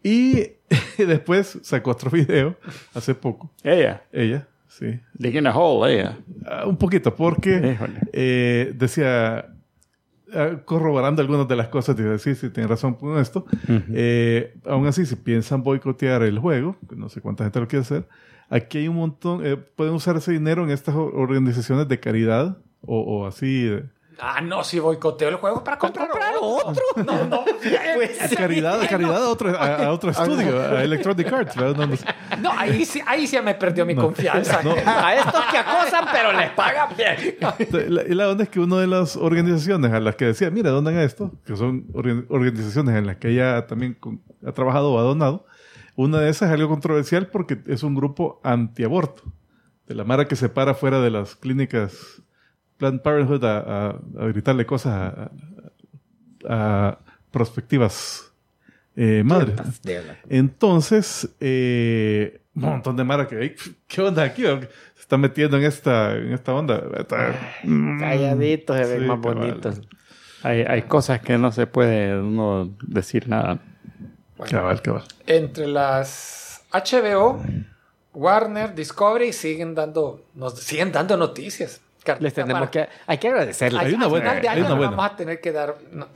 [SPEAKER 2] Y después sacó otro video hace poco,
[SPEAKER 1] Ella,
[SPEAKER 2] ella, sí,
[SPEAKER 1] digging a hole, ella.
[SPEAKER 2] Ah, un poquito, porque
[SPEAKER 1] Híjole.
[SPEAKER 2] eh, decía, ah, corroborando algunas de las cosas, dice, sí, sí, tienen razón con esto. Eh, aún así, si piensan boicotear el juego, que no sé cuánta gente lo quiere hacer, aquí hay un montón, eh, pueden usar ese dinero en estas o- organizaciones de caridad o, o así. eh,
[SPEAKER 5] Ah, no, si boicoteo el juego es para comprar, otro. No, no.
[SPEAKER 3] Pues
[SPEAKER 5] Ese-
[SPEAKER 2] caridad caridad a otro, a, a otro estudio, a Electronic Arts. ¿verdad? No, no sé.
[SPEAKER 5] No, ahí sí, ahí sí me perdió mi confianza.
[SPEAKER 3] A estos que acosan, pero les pagan bien.
[SPEAKER 2] La, la onda es que una de las organizaciones a las que decía, mira, donan a esto, que son orga- organizaciones en las que ella también con- ha trabajado o ha donado, una de esas es algo controversial porque es un grupo antiaborto, de la mara que se para fuera de las clínicas Planned Parenthood a, a- a gritarle cosas a, a- a prospectivas eh, madres. Entonces, eh, un montón de mara que, "Ey, ¿qué onda aquí? Se está metiendo en esta, en esta onda. Está- mm,
[SPEAKER 3] Calladitos se ven
[SPEAKER 2] Sí,
[SPEAKER 3] más
[SPEAKER 2] cabal.
[SPEAKER 3] bonitos.
[SPEAKER 1] Hay, hay cosas que no se puede uno decir nada.
[SPEAKER 2] Cabal, cabal.
[SPEAKER 5] Entre las HBO, Warner, Discovery siguen dando, nos siguen dando noticias.
[SPEAKER 3] Les
[SPEAKER 5] Carlita,
[SPEAKER 3] tenemos
[SPEAKER 5] para-
[SPEAKER 3] que... Hay que agradecerles.
[SPEAKER 5] Al-
[SPEAKER 2] Hay una
[SPEAKER 5] al
[SPEAKER 2] buena,
[SPEAKER 5] final de
[SPEAKER 2] hay
[SPEAKER 5] año
[SPEAKER 2] una
[SPEAKER 5] le
[SPEAKER 2] buena.
[SPEAKER 5] vamos a tener que dar no,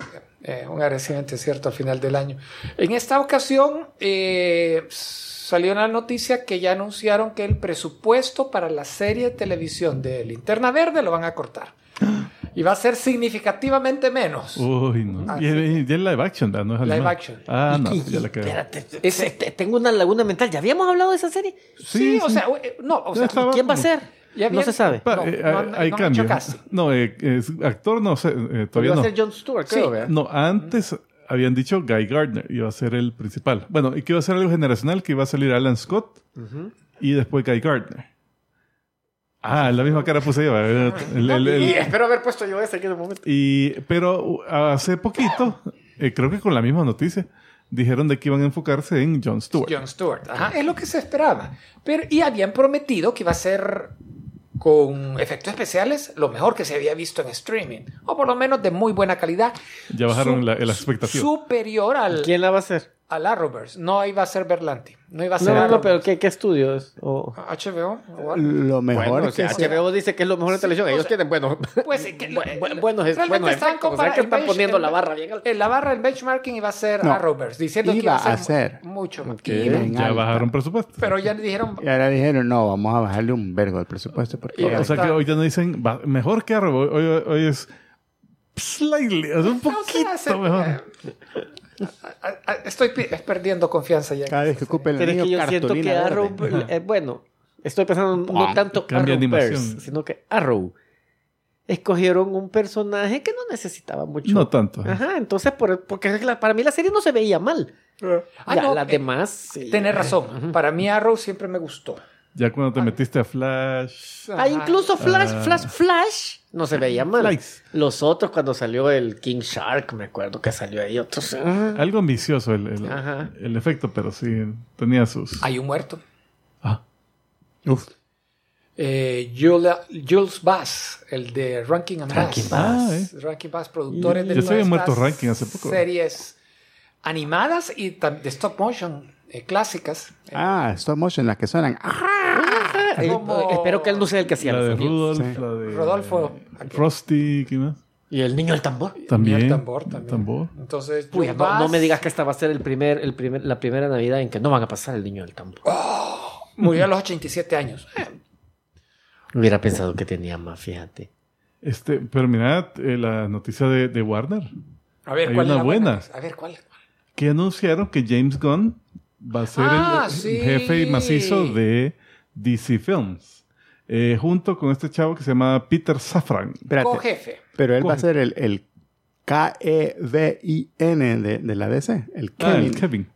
[SPEAKER 5] eh, un agradecimiento, ¿cierto? Al final del año. En esta ocasión eh, salió una noticia que ya anunciaron que el presupuesto para la serie de televisión de Linterna Verde lo van a cortar. Y va a ser significativamente menos.
[SPEAKER 2] Uy, no.
[SPEAKER 5] Ah,
[SPEAKER 2] y, es- y es live action, ¿verdad? ¿no? Es
[SPEAKER 5] Live
[SPEAKER 2] animada.
[SPEAKER 5] action.
[SPEAKER 2] Ah, no,
[SPEAKER 3] Y-
[SPEAKER 2] ya la cagué.
[SPEAKER 3] espérate, espérate, tengo una laguna mental. ¿Ya habíamos hablado de esa serie?
[SPEAKER 5] Sí,
[SPEAKER 2] Sí,
[SPEAKER 5] o
[SPEAKER 2] sí.
[SPEAKER 5] sea, eh, no, o
[SPEAKER 2] Ya
[SPEAKER 5] sea,
[SPEAKER 2] estaba
[SPEAKER 3] ¿Quién va a
[SPEAKER 2] como-
[SPEAKER 3] ser?
[SPEAKER 5] Ya
[SPEAKER 3] No
[SPEAKER 5] bien-
[SPEAKER 3] se sabe.
[SPEAKER 2] Pa-
[SPEAKER 5] No,
[SPEAKER 2] eh,
[SPEAKER 5] no,
[SPEAKER 2] hay-
[SPEAKER 5] no
[SPEAKER 2] hay
[SPEAKER 5] han
[SPEAKER 2] cambio.
[SPEAKER 5] hecho casi.
[SPEAKER 2] No, eh, es- actor no sé, eh, todavía
[SPEAKER 3] Pues Iba
[SPEAKER 2] no.
[SPEAKER 3] a ser John Stewart, creo,
[SPEAKER 5] Sí.
[SPEAKER 3] ¿verdad?
[SPEAKER 2] No, antes habían dicho Guy Gardner iba a ser el principal. Bueno, y que iba a ser algo generacional, que iba a salir Alan Scott y después Guy Gardner. Ah, la misma cara puse yo. eh, el- el- el-
[SPEAKER 3] Y espero haber puesto yo ese aquí en el momento.
[SPEAKER 2] Y, pero uh, hace poquito, eh, creo que con la misma noticia, dijeron de que iban a enfocarse en Jon Stewart.
[SPEAKER 5] John Stewart, ajá, es lo que se esperaba. Pero, y habían prometido que iba a ser con efectos especiales lo mejor que se había visto en streaming, o por lo menos de muy buena calidad.
[SPEAKER 2] Ya bajaron
[SPEAKER 5] Su-
[SPEAKER 2] la, la expectativa.
[SPEAKER 5] Superior al,
[SPEAKER 3] ¿Quién la va a hacer?
[SPEAKER 5] al Arrowverse. No iba a ser Berlanti. No iba a ser
[SPEAKER 3] No, no, no,
[SPEAKER 5] Arrowverse.
[SPEAKER 3] pero ¿qué, qué estudio es? O-
[SPEAKER 5] HBO. o algo.
[SPEAKER 1] Lo mejor
[SPEAKER 3] Bueno, o
[SPEAKER 1] que
[SPEAKER 3] sea,
[SPEAKER 1] sea-
[SPEAKER 3] HBO dice que es lo mejor de televisión. Ellos tienen buenos.
[SPEAKER 5] Pues eh, que-
[SPEAKER 3] bu- bu-
[SPEAKER 5] eh,
[SPEAKER 3] buenos es-
[SPEAKER 5] realmente
[SPEAKER 3] buenos efectos, o
[SPEAKER 5] estaban
[SPEAKER 3] sea,
[SPEAKER 5] comparando-
[SPEAKER 3] que están
[SPEAKER 5] el
[SPEAKER 3] poniendo
[SPEAKER 5] bench-
[SPEAKER 3] la barra bien alta.
[SPEAKER 5] eh, La barra, el benchmarking iba a ser
[SPEAKER 1] No.
[SPEAKER 5] Arrowverse, diciendo que
[SPEAKER 1] Iba
[SPEAKER 5] iba a
[SPEAKER 1] a
[SPEAKER 5] ser,
[SPEAKER 1] ser.
[SPEAKER 5] mu- mucho más.
[SPEAKER 1] Que
[SPEAKER 5] Iba-
[SPEAKER 1] en
[SPEAKER 2] Ya
[SPEAKER 1] alta.
[SPEAKER 2] bajaron presupuesto.
[SPEAKER 5] Pero ya le dijeron,
[SPEAKER 1] Y ahora dijeron, no, vamos a bajarle un vergo el presupuesto. Porque
[SPEAKER 5] Y-
[SPEAKER 2] o sea que hoy ya no dicen "Va- mejor que Arrow. Hoy, hoy- hoy es slightly, o sea, un
[SPEAKER 5] "No, o sea,
[SPEAKER 2] poquito
[SPEAKER 5] se-
[SPEAKER 2] mejor.
[SPEAKER 5] Eh, a- a- a- estoy pi- perdiendo confianza ya.
[SPEAKER 1] cada vez que ocupen el
[SPEAKER 3] Pero es
[SPEAKER 1] niño
[SPEAKER 3] que yo siento que
[SPEAKER 1] cartulina
[SPEAKER 3] Arrow.
[SPEAKER 1] verde.
[SPEAKER 3] eh, bueno, estoy pensando
[SPEAKER 1] Ah,
[SPEAKER 3] no tanto
[SPEAKER 2] cambia
[SPEAKER 3] Arrowverse,
[SPEAKER 2] animación.
[SPEAKER 3] sino que Arrow. Escogieron un personaje que no necesitaba mucho.
[SPEAKER 2] No tanto.
[SPEAKER 3] Ajá, entonces, por- porque es que la- para mí la serie no se veía mal.
[SPEAKER 5] Ah,
[SPEAKER 3] La-
[SPEAKER 5] no,
[SPEAKER 3] las
[SPEAKER 5] eh,
[SPEAKER 3] demás. sí.
[SPEAKER 5] Tenés razón. Para mí Arrow siempre me gustó.
[SPEAKER 2] Ya cuando te metiste a Flash.
[SPEAKER 3] Ah, incluso Flash,
[SPEAKER 2] Ah.
[SPEAKER 3] Flash, Flash no se veía mal.
[SPEAKER 2] Flies.
[SPEAKER 3] Los otros, cuando salió el King Shark, me acuerdo que salió ahí otros. ah.
[SPEAKER 2] Algo ambicioso el, el,
[SPEAKER 3] Ajá.
[SPEAKER 2] el efecto, pero sí tenía sus.
[SPEAKER 5] Hay un muerto.
[SPEAKER 2] Ah,
[SPEAKER 5] Eh, Julia- Jules Bass, el de Ranking and
[SPEAKER 3] Rankin
[SPEAKER 5] Bass.
[SPEAKER 2] Bass.
[SPEAKER 5] Bass. Rankin Bass, productores de
[SPEAKER 2] Ya se había
[SPEAKER 5] todas
[SPEAKER 2] muerto
[SPEAKER 5] estas
[SPEAKER 2] Rankin hace poco.
[SPEAKER 5] Series animadas y tam- de stop motion eh, clásicas. Eh,
[SPEAKER 1] Ah, stop motion, las que suenan. Ah,
[SPEAKER 3] Eh,
[SPEAKER 5] como-
[SPEAKER 3] Espero que él no sea el que hacía
[SPEAKER 2] la
[SPEAKER 3] los
[SPEAKER 2] de
[SPEAKER 3] sonidos.
[SPEAKER 2] Rudolph,
[SPEAKER 1] Sí.
[SPEAKER 2] la de.
[SPEAKER 5] Rodolfo.
[SPEAKER 2] Frosty, ¿qué más?
[SPEAKER 3] Y el niño del tambor.
[SPEAKER 2] También.
[SPEAKER 5] Y el tambor también.
[SPEAKER 2] Tambor.
[SPEAKER 5] Entonces,
[SPEAKER 3] Puya,
[SPEAKER 5] Jules
[SPEAKER 3] no, no
[SPEAKER 5] Bass,
[SPEAKER 3] me digas que esta va a ser el primer, el primer, la primera Navidad en que no van a pasar el niño del tambor.
[SPEAKER 5] Murió a los 87 años. Eh,
[SPEAKER 3] Hubiera pensado que tenía más, fíjate.
[SPEAKER 2] Este, pero mirad eh, la noticia de, de Warner,
[SPEAKER 5] A ver,
[SPEAKER 2] Hay
[SPEAKER 5] ¿cuál es
[SPEAKER 2] una
[SPEAKER 5] la buena?
[SPEAKER 2] buena.
[SPEAKER 5] A ver, ¿cuál?
[SPEAKER 2] que anunciaron que James Gunn va a ser
[SPEAKER 5] Ah,
[SPEAKER 2] el
[SPEAKER 5] sí.
[SPEAKER 2] jefe macizo de DC Films, eh, junto con este chavo que se llama Peter Safran.
[SPEAKER 1] espérate.
[SPEAKER 5] Co-jefe.
[SPEAKER 1] Pero él va a
[SPEAKER 2] Coge.
[SPEAKER 1] ser el, el E K-E-V-I-N de, de la DC. El
[SPEAKER 2] Ah,
[SPEAKER 1] Kevin.
[SPEAKER 2] el Kevin.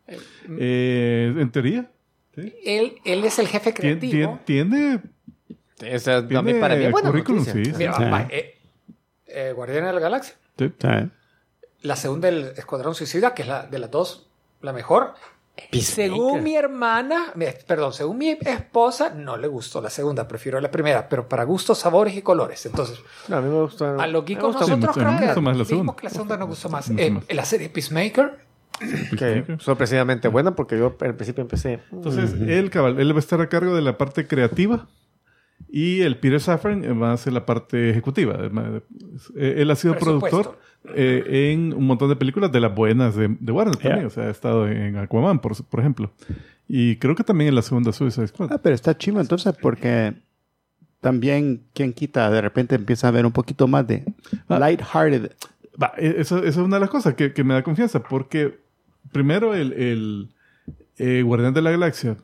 [SPEAKER 2] Eh, en teoría, ¿sí?
[SPEAKER 5] Él, él es el jefe
[SPEAKER 2] Tien-
[SPEAKER 5] creativo.
[SPEAKER 2] tien- tiene,
[SPEAKER 3] Esa,
[SPEAKER 2] tiene, currículum, sí. sí,
[SPEAKER 5] Mira,
[SPEAKER 2] sí.
[SPEAKER 5] va, eh, eh, Guardianes de la Galaxia.
[SPEAKER 2] Sí.
[SPEAKER 1] ¿Sabes?
[SPEAKER 5] La segunda del Escuadrón Suicida, que es la de las dos, la mejor. Según mi hermana, mi- perdón, según mi esposa, no le gustó la segunda, prefiero la primera, pero para gustos, sabores y colores. Entonces,
[SPEAKER 3] a mí me gusta.
[SPEAKER 5] a lo que con
[SPEAKER 2] Sí,
[SPEAKER 5] nosotros
[SPEAKER 2] mucho-
[SPEAKER 5] creo
[SPEAKER 2] me
[SPEAKER 5] que
[SPEAKER 2] gusta más la
[SPEAKER 5] dijimos
[SPEAKER 2] segunda.
[SPEAKER 5] que la segunda nos gustó más.
[SPEAKER 2] Mucho
[SPEAKER 5] Eh,
[SPEAKER 2] más.
[SPEAKER 5] la serie Peacemaker,
[SPEAKER 3] que sorpresivamente buena porque yo al principio empecé.
[SPEAKER 2] Entonces, eh, él, cabal, él va a estar a cargo de la parte creativa y el Peter Safran eh, va a ser la parte ejecutiva. Además, eh, Él ha sido productor
[SPEAKER 5] Presupuesto.
[SPEAKER 2] eh, en un montón de películas de las buenas de, de Warner
[SPEAKER 1] Yeah.
[SPEAKER 2] también. O sea, ha estado en Aquaman, por, su- por ejemplo. Y creo que también en la segunda Suicide Squad.
[SPEAKER 1] Ah, pero está chivo entonces porque también, quien quita, de repente empieza a ver un poquito más de
[SPEAKER 2] Ah.
[SPEAKER 1] lighthearted.
[SPEAKER 2] Va, eh, eso, eso es una de las cosas que, que me da confianza, porque primero el, el, eh, Guardián de la Galaxia,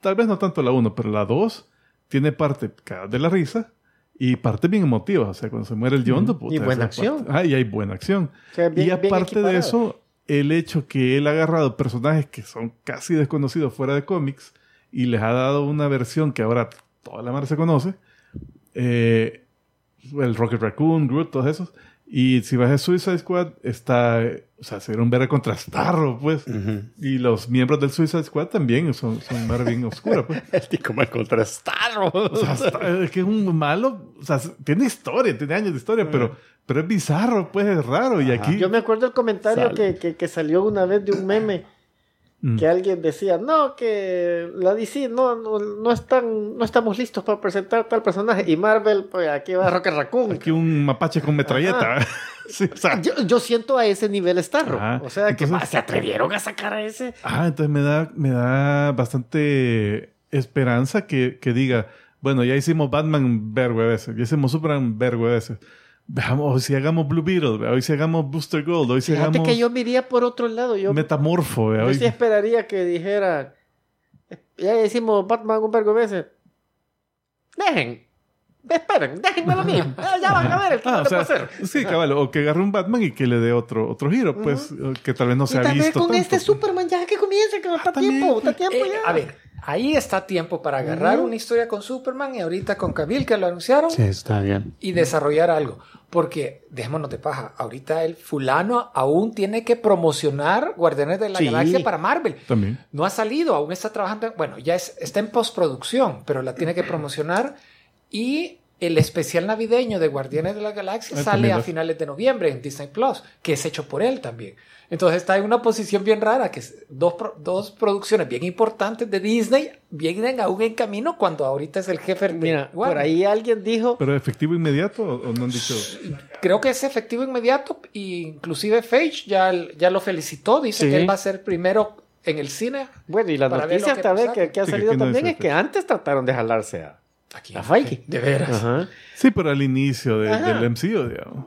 [SPEAKER 2] tal vez no tanto la 1, pero la 2 tiene parte cagada de la risa y parte bien emotiva. O sea, cuando se muere el Yondo, puta,
[SPEAKER 3] Y buena
[SPEAKER 2] esa
[SPEAKER 3] acción.
[SPEAKER 2] parte- ah, y hay buena acción.
[SPEAKER 3] O sea, bien-
[SPEAKER 2] y
[SPEAKER 3] bien
[SPEAKER 2] aparte de
[SPEAKER 3] equiparada.
[SPEAKER 2] eso, el hecho que él ha agarrado personajes que son casi desconocidos fuera de cómics y les ha dado una versión que ahora toda la mar se conoce. eh, el Rocket Raccoon, Groot, todos esos. Y si vas a Suicide Squad, está. eh, O sea, se dieron ver a contrastarro, pues. Y los miembros del Suicide Squad también son, son mera bien oscura, pues.
[SPEAKER 1] como el contrastarro.
[SPEAKER 2] O sea, está- es que es un malo. O sea, tiene historia, tiene años de historia, pero, pero es bizarro, pues, es raro. Y aquí.
[SPEAKER 3] Mm. Yo me acuerdo el comentario
[SPEAKER 1] Sale.
[SPEAKER 3] que, que- que salió una vez de un meme
[SPEAKER 2] Mm.
[SPEAKER 3] que alguien decía, no, que la DC no, no, no están, no estamos listos para presentar tal personaje. Y Marvel, pues aquí va Rocket Raccoon.
[SPEAKER 2] Aquí un mapache con metralleta. Sí, o sea,
[SPEAKER 3] Yo, yo siento a ese nivel estarro.
[SPEAKER 2] Ajá.
[SPEAKER 3] O sea, que
[SPEAKER 2] Entonces-
[SPEAKER 3] ah, se atrevieron a sacar a ese.
[SPEAKER 2] Ah, entonces me da, me da bastante esperanza que, que diga, bueno, ya hicimos Batman un vergo de veces, ya hicimos Superman un vergo de veces. Veamos, hoy si hagamos Blue Beetle, vea, hoy si hagamos Booster Gold, hoy si
[SPEAKER 3] Fíjate
[SPEAKER 2] hagamos
[SPEAKER 3] que yo miría por otro lado. Yo,
[SPEAKER 2] Metamorfo, vea,
[SPEAKER 3] yo
[SPEAKER 2] hoy-
[SPEAKER 3] sí esperaría que dijeran, ya decimos Batman un vergo de veces. Dejen. Esperen, déjenmelo a mí. Ya ya van a ver el que
[SPEAKER 2] Ah,
[SPEAKER 3] no
[SPEAKER 2] o
[SPEAKER 3] le puedo
[SPEAKER 2] sea,
[SPEAKER 3] hacer.
[SPEAKER 2] sí, cabal, o que agarre un Batman y que le dé otro, otro giro, pues, que tal vez no se
[SPEAKER 3] y
[SPEAKER 2] ha
[SPEAKER 3] tal vez
[SPEAKER 2] visto.
[SPEAKER 3] con
[SPEAKER 2] tanto.
[SPEAKER 3] este Superman ya que comience, que no está
[SPEAKER 2] Ah, también,
[SPEAKER 3] tiempo, está tiempo
[SPEAKER 5] Eh,
[SPEAKER 3] ya.
[SPEAKER 5] a ver, ahí está tiempo para agarrar una historia con Superman y ahorita con Cavill, que lo anunciaron.
[SPEAKER 1] Sí, está bien.
[SPEAKER 5] y desarrollar algo. Porque, dejémonos de paja, ahorita el fulano aún tiene que promocionar Guardianes de la
[SPEAKER 3] Sí.
[SPEAKER 5] Galaxia para Marvel.
[SPEAKER 2] También.
[SPEAKER 5] No ha salido, aún está trabajando, bueno, ya es- está en postproducción, pero la tiene que promocionar y el especial navideño de Guardianes de la Galaxia
[SPEAKER 2] Ah,
[SPEAKER 5] sale
[SPEAKER 2] también
[SPEAKER 5] a
[SPEAKER 2] es.
[SPEAKER 5] finales de noviembre en Disney Plus, que es hecho por él también. Entonces está en una posición bien rara, que es dos, pro- dos producciones bien importantes de Disney vienen aún en camino cuando ahorita es el jefe de
[SPEAKER 3] Mira, por
[SPEAKER 5] Warner.
[SPEAKER 3] ahí alguien dijo.
[SPEAKER 2] ¿Pero efectivo inmediato o o no han dicho?
[SPEAKER 5] Creo que es efectivo inmediato e inclusive Feige ya, ya lo felicitó, dice
[SPEAKER 3] Sí.
[SPEAKER 5] que él va a ser primero en el cine.
[SPEAKER 3] Bueno, y la
[SPEAKER 5] Para ver lo
[SPEAKER 3] noticia
[SPEAKER 5] que
[SPEAKER 3] esta vez
[SPEAKER 5] pasa.
[SPEAKER 3] que, que ha
[SPEAKER 2] Sí, que
[SPEAKER 3] salido
[SPEAKER 2] aquí no
[SPEAKER 3] también
[SPEAKER 2] dice
[SPEAKER 3] es que antes trataron de jalarse a,
[SPEAKER 5] Aquí.
[SPEAKER 3] a Feige.
[SPEAKER 5] De veras.
[SPEAKER 3] Ajá.
[SPEAKER 2] Sí, pero al inicio de-
[SPEAKER 3] Ajá.
[SPEAKER 2] del MCU, digamos.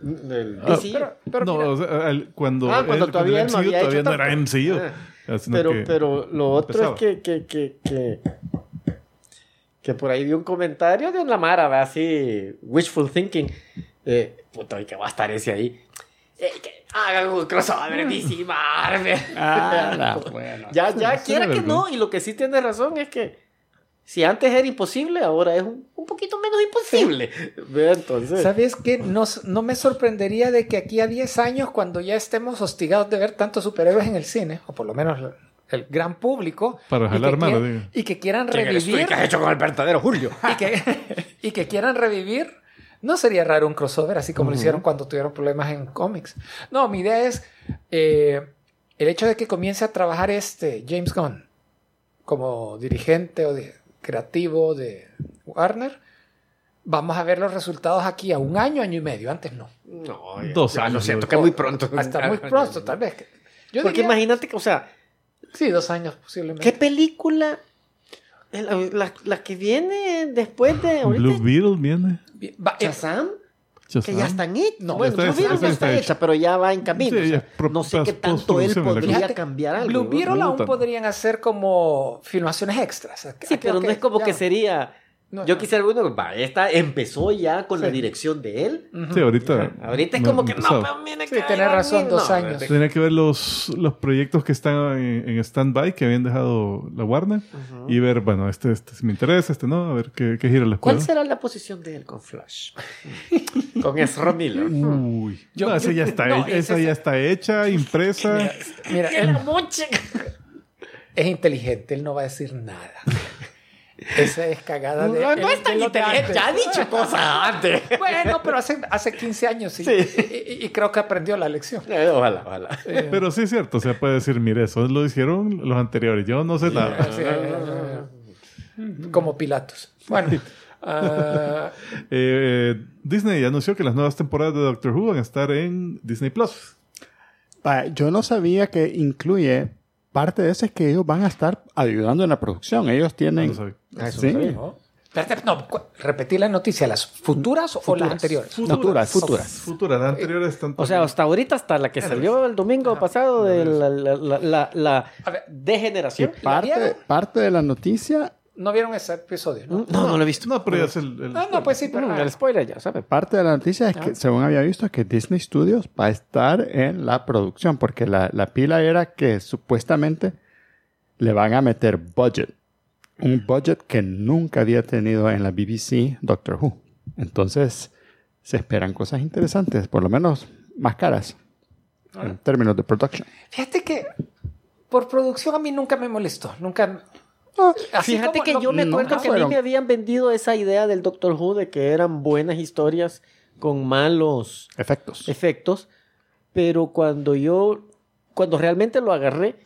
[SPEAKER 3] Del
[SPEAKER 2] Ah,
[SPEAKER 3] DC.
[SPEAKER 5] Pero, pero
[SPEAKER 2] no,
[SPEAKER 5] mira,
[SPEAKER 2] o sea, al- cuando,
[SPEAKER 3] Ah, cuando todavía
[SPEAKER 2] el
[SPEAKER 3] no había
[SPEAKER 2] todavía
[SPEAKER 3] hecho
[SPEAKER 2] no era
[SPEAKER 3] tanto.
[SPEAKER 2] MCU.
[SPEAKER 3] Ah.
[SPEAKER 2] Ah, sino
[SPEAKER 3] pero,
[SPEAKER 2] que-
[SPEAKER 3] pero lo otro
[SPEAKER 2] empezaba.
[SPEAKER 3] es que, que, que, que, que por ahí vi un comentario de una Mara, ¿verdad? así, wishful thinking. Eh, puta, ¿y qué va a estar ese ahí? Eh, que hagan un
[SPEAKER 2] Mm.
[SPEAKER 3] crossover DC y Marvel.
[SPEAKER 1] Ah, la buena.
[SPEAKER 3] ya, ya,
[SPEAKER 2] Sí,
[SPEAKER 3] quiera
[SPEAKER 2] la
[SPEAKER 3] que
[SPEAKER 2] verdad.
[SPEAKER 3] no. Y lo que sí tiene razón es que si antes era imposible, ahora es un, un poquito menos imposible. Ve, Entonces,
[SPEAKER 5] ¿Sabes qué? No, s- no me sorprendería de que aquí a 10 años, cuando ya estemos hostigados de ver tantos superhéroes en el cine, o por lo menos la- el gran público,
[SPEAKER 2] Para
[SPEAKER 5] y que
[SPEAKER 2] jalar mano,
[SPEAKER 5] quieran-
[SPEAKER 2] digo.
[SPEAKER 5] y que quieran
[SPEAKER 3] ¿quién eres tú y
[SPEAKER 5] revivir
[SPEAKER 3] ¿qué has hecho con el verdadero Julio?
[SPEAKER 5] y que, y que quieran revivir, no sería raro un crossover, así como lo hicieron cuando tuvieron problemas en cómics. No, mi idea es eh, el hecho de que comience a trabajar este James Gunn como dirigente o de- creativo de Warner. Vamos a ver los resultados aquí a un año, año y medio. Antes no.
[SPEAKER 3] No, ya-
[SPEAKER 2] Dos
[SPEAKER 3] ya lo
[SPEAKER 2] años,
[SPEAKER 3] siento,
[SPEAKER 2] yo-
[SPEAKER 3] que muy pronto.
[SPEAKER 5] Hasta muy pronto, tal vez. Yo
[SPEAKER 3] Porque
[SPEAKER 5] diría-
[SPEAKER 3] imagínate que, o sea,
[SPEAKER 5] Sí, dos años posiblemente.
[SPEAKER 3] ¿Qué película? eh, La, la- la que viene después de
[SPEAKER 2] Blue
[SPEAKER 3] ahorita
[SPEAKER 2] Beetle viene.
[SPEAKER 5] Bien, va, eh,
[SPEAKER 3] Shazam,
[SPEAKER 2] Shazam.
[SPEAKER 3] que Pues ya están hechas.
[SPEAKER 5] No,
[SPEAKER 3] bueno,
[SPEAKER 2] ya está
[SPEAKER 3] Blue
[SPEAKER 2] hecha,
[SPEAKER 3] Beetle
[SPEAKER 2] esa
[SPEAKER 3] ya
[SPEAKER 2] ya
[SPEAKER 3] está
[SPEAKER 2] está
[SPEAKER 3] hecha, pero ya va en camino.
[SPEAKER 2] Sí,
[SPEAKER 3] o sea,
[SPEAKER 2] ya pro-
[SPEAKER 3] no sé
[SPEAKER 2] pas-
[SPEAKER 3] qué tanto él
[SPEAKER 2] postproducción, la
[SPEAKER 3] podría
[SPEAKER 5] Fíjate,
[SPEAKER 3] cambiar algo.
[SPEAKER 5] Blue
[SPEAKER 3] ¿no?
[SPEAKER 5] Beetle aún
[SPEAKER 2] Newton.
[SPEAKER 5] podrían hacer como filmaciones extras.
[SPEAKER 3] Sí,
[SPEAKER 5] Aquello
[SPEAKER 3] Ah, pero no es como
[SPEAKER 5] ya
[SPEAKER 3] que
[SPEAKER 5] no.
[SPEAKER 3] sería.
[SPEAKER 5] No,
[SPEAKER 3] Yo
[SPEAKER 5] no.
[SPEAKER 3] quisiera alguno. Va, esta empezó ya con la
[SPEAKER 5] Sí.
[SPEAKER 3] dirección de él.
[SPEAKER 5] Ujú.
[SPEAKER 2] Sí, ahorita.
[SPEAKER 3] Ahorita es
[SPEAKER 2] no-
[SPEAKER 3] como que no,
[SPEAKER 2] empezado.
[SPEAKER 3] pero mira
[SPEAKER 5] Sí,
[SPEAKER 3] que.
[SPEAKER 5] tenés
[SPEAKER 3] ahí va
[SPEAKER 5] razón,
[SPEAKER 3] bien,
[SPEAKER 5] dos
[SPEAKER 3] no,
[SPEAKER 5] años.
[SPEAKER 3] vete.
[SPEAKER 2] Tendría que ver los, los proyectos que están en, en stand-by que habían dejado la Warner
[SPEAKER 3] Ujú.
[SPEAKER 2] y ver, bueno, este, este sí me interesa, este no, a ver qué, qué gira la escuela.
[SPEAKER 3] ¿Cuál será la posición de él con Flash? con Ezra Miller.
[SPEAKER 2] Uy,
[SPEAKER 5] Yo-
[SPEAKER 2] no, esa ya está,
[SPEAKER 5] no,
[SPEAKER 2] he- esa
[SPEAKER 5] ese-
[SPEAKER 2] ya está hecha, impresa.
[SPEAKER 5] Mira,
[SPEAKER 3] ¡Que la
[SPEAKER 5] él
[SPEAKER 3] moche!
[SPEAKER 5] es inteligente, él no va a decir nada. Esa es cagada de.
[SPEAKER 3] No, no
[SPEAKER 5] él-
[SPEAKER 3] es tan
[SPEAKER 5] de lo de
[SPEAKER 3] inteligente.
[SPEAKER 5] antes.
[SPEAKER 3] Ya ha dicho cosas antes.
[SPEAKER 5] Bueno, pero hace, hace 15 años sí.
[SPEAKER 3] Sí.
[SPEAKER 5] Y, y- y creo que aprendió la lección.
[SPEAKER 3] Eh, Ojalá, ojalá.
[SPEAKER 2] Pero sí es cierto, o sea, puede decir, mire, eso lo hicieron los anteriores, yo no sé nada.
[SPEAKER 5] Así, eh, como Pilatos. Bueno, ah,
[SPEAKER 2] Eh, Disney anunció que las nuevas temporadas de Doctor Who van a estar en Disney Plus.
[SPEAKER 1] Vaya, Yo no sabía que incluye parte de eso es que ellos van a estar ayudando en la producción. Ellos
[SPEAKER 2] Ah, No
[SPEAKER 1] tienen.
[SPEAKER 2] lo sabía.
[SPEAKER 1] Sí.
[SPEAKER 5] ¿no? ah, Espérate, no, cu- repetí la noticia, ¿las futuras, o las anteriores?
[SPEAKER 1] Futuras, futuras.
[SPEAKER 2] Futuras, las anteriores están.
[SPEAKER 3] O sea, hasta ahorita, hasta la que salió el domingo pasado de la, la, la, la- la
[SPEAKER 5] A ver.
[SPEAKER 1] Que
[SPEAKER 3] degeneración.
[SPEAKER 1] parte,
[SPEAKER 5] vieron?
[SPEAKER 1] parte de la noticia,
[SPEAKER 5] No vieron ese episodio, ¿no?
[SPEAKER 3] No, no lo he visto.
[SPEAKER 2] No, pero ya es el. el-
[SPEAKER 5] No, no, pues sí, pero.
[SPEAKER 3] Mm, El spoiler ya, ¿sabes?
[SPEAKER 1] parte de la noticia es que, según había visto, es que Disney Studios va a estar en la producción, porque la, la pila era que supuestamente le van a meter budget. Un budget que nunca había tenido en la BBC Doctor Who. Entonces, se esperan cosas interesantes, por lo menos más caras en términos de production.
[SPEAKER 5] Fíjate que por producción a mí nunca me molestó, nunca. Así
[SPEAKER 3] Fíjate
[SPEAKER 5] como-
[SPEAKER 3] que
[SPEAKER 5] no-
[SPEAKER 3] yo me
[SPEAKER 1] no
[SPEAKER 3] acuerdo que a mí
[SPEAKER 1] fueron.
[SPEAKER 3] me habían vendido esa idea del Doctor Who de que eran buenas historias con malos
[SPEAKER 1] Efectos.
[SPEAKER 3] Eh, efectos, pero cuando yo, cuando realmente lo agarré,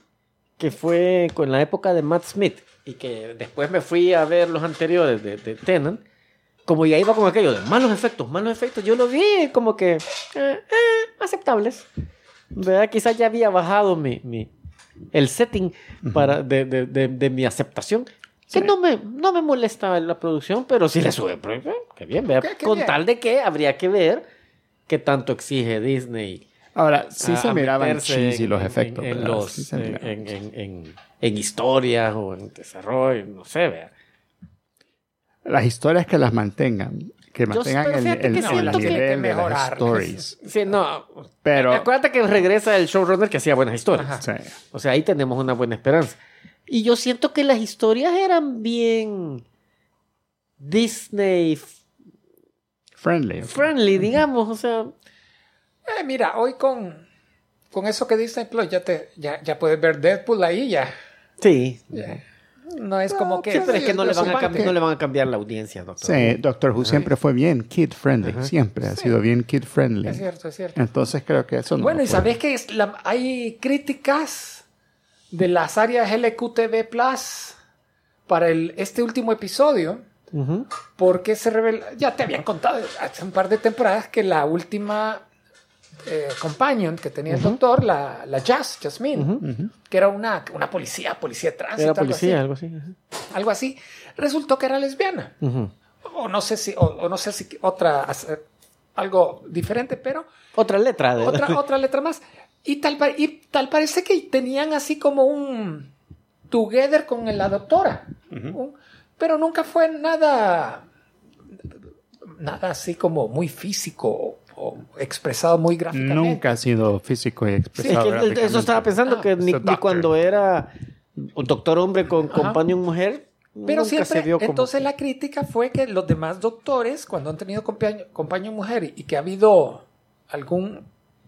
[SPEAKER 3] que fue con la época de Matt Smith, y que después me fui a ver los anteriores de, de Tennant, como ya iba con aquello de malos efectos, malos efectos, yo lo vi como que eh, eh, aceptables. ¿Verdad? Quizás ya había bajado mi, mi- el setting para, de, de- de- de mi aceptación. Que no, me, no me molesta la producción, pero sí le sube. pero, eh, Qué bien, ¿verdad?
[SPEAKER 5] Qué- qué
[SPEAKER 3] con
[SPEAKER 5] bien.
[SPEAKER 3] tal de que habría que ver qué tanto exige Disney.
[SPEAKER 1] Ahora, sí
[SPEAKER 3] a-
[SPEAKER 1] se
[SPEAKER 3] a
[SPEAKER 1] miraban
[SPEAKER 3] meterse
[SPEAKER 1] cheesy
[SPEAKER 3] en-
[SPEAKER 1] los
[SPEAKER 3] en-
[SPEAKER 1] efectos.
[SPEAKER 3] En,
[SPEAKER 1] ¿verdad?
[SPEAKER 3] los- eh,
[SPEAKER 1] Sí se
[SPEAKER 3] en-
[SPEAKER 1] miraban.
[SPEAKER 3] en- en- en- en historias o en desarrollo, no sé, ¿verdad?
[SPEAKER 1] las historias que las mantengan, que mantengan
[SPEAKER 3] pero
[SPEAKER 1] el,
[SPEAKER 3] fíjate
[SPEAKER 1] el-
[SPEAKER 3] que
[SPEAKER 1] el
[SPEAKER 3] siento que hay que
[SPEAKER 1] nivel de las
[SPEAKER 5] mejorar.
[SPEAKER 1] stories.
[SPEAKER 3] Sí, no.
[SPEAKER 1] Pero,
[SPEAKER 3] Acuérdate que regresa el showrunner que hacía buenas historias.
[SPEAKER 5] Ajá.
[SPEAKER 1] sí.
[SPEAKER 3] O sea, ahí tenemos una buena esperanza. Y yo siento que las historias eran bien Disney f-
[SPEAKER 1] friendly.
[SPEAKER 3] friendly, digamos. O sea,
[SPEAKER 5] Eh, mira, hoy con, con eso que Disney Plus ya, te, ya, ya puedes ver Deadpool ahí, ya.
[SPEAKER 3] sí.
[SPEAKER 5] ya. no es como que.
[SPEAKER 1] Sí,
[SPEAKER 3] Pero pues, es que no le, van a
[SPEAKER 5] preocupante.
[SPEAKER 3] cambiar, no le van a cambiar la audiencia, doctor.
[SPEAKER 1] Sí, Doctor Who siempre fue bien kid friendly, siempre ha sido bien kid friendly.
[SPEAKER 5] Es cierto, es cierto.
[SPEAKER 1] Entonces creo que eso no.
[SPEAKER 5] bueno,
[SPEAKER 1] lo
[SPEAKER 3] pues.
[SPEAKER 5] y
[SPEAKER 1] puede-
[SPEAKER 5] sabes que es la- hay críticas de las áreas LQTB Plus para el, este último episodio.
[SPEAKER 3] Ujú.
[SPEAKER 5] Porque se revela. Ya te habían contado hace un par de temporadas que la última eh, companion que tenía el doctor, la, la Jazz, Jasmine, que era una, una policía, policía de tránsito,
[SPEAKER 3] Era
[SPEAKER 5] algo
[SPEAKER 3] policía,
[SPEAKER 5] así,
[SPEAKER 3] algo así. ajá.
[SPEAKER 5] algo así, resultó que era lesbiana.
[SPEAKER 3] Ujú.
[SPEAKER 5] O no sé si, o, o no sé si otra, hacer algo diferente, pero
[SPEAKER 3] Otra letra. De...
[SPEAKER 5] otra, otra letra más. Y tal, pa- y tal parece que tenían así como un together con la doctora. Un- pero nunca fue nada, nada así como muy físico o, o expresado muy gráficamente.
[SPEAKER 1] Nunca ha sido físico y
[SPEAKER 3] Sí, es
[SPEAKER 1] expresado.
[SPEAKER 3] que el-
[SPEAKER 1] gráficamente.
[SPEAKER 3] eso estaba pensando,
[SPEAKER 5] Ah,
[SPEAKER 3] que
[SPEAKER 1] it's
[SPEAKER 3] ni,
[SPEAKER 1] a
[SPEAKER 3] ni
[SPEAKER 1] doctor.
[SPEAKER 3] cuando era un doctor hombre con
[SPEAKER 5] Ajá.
[SPEAKER 3] companion mujer,
[SPEAKER 5] Pero
[SPEAKER 3] nunca
[SPEAKER 5] siempre,
[SPEAKER 3] se vio como...
[SPEAKER 5] entonces la crítica fue que los demás doctores, cuando han tenido compañero, compañero mujer y que ha habido algún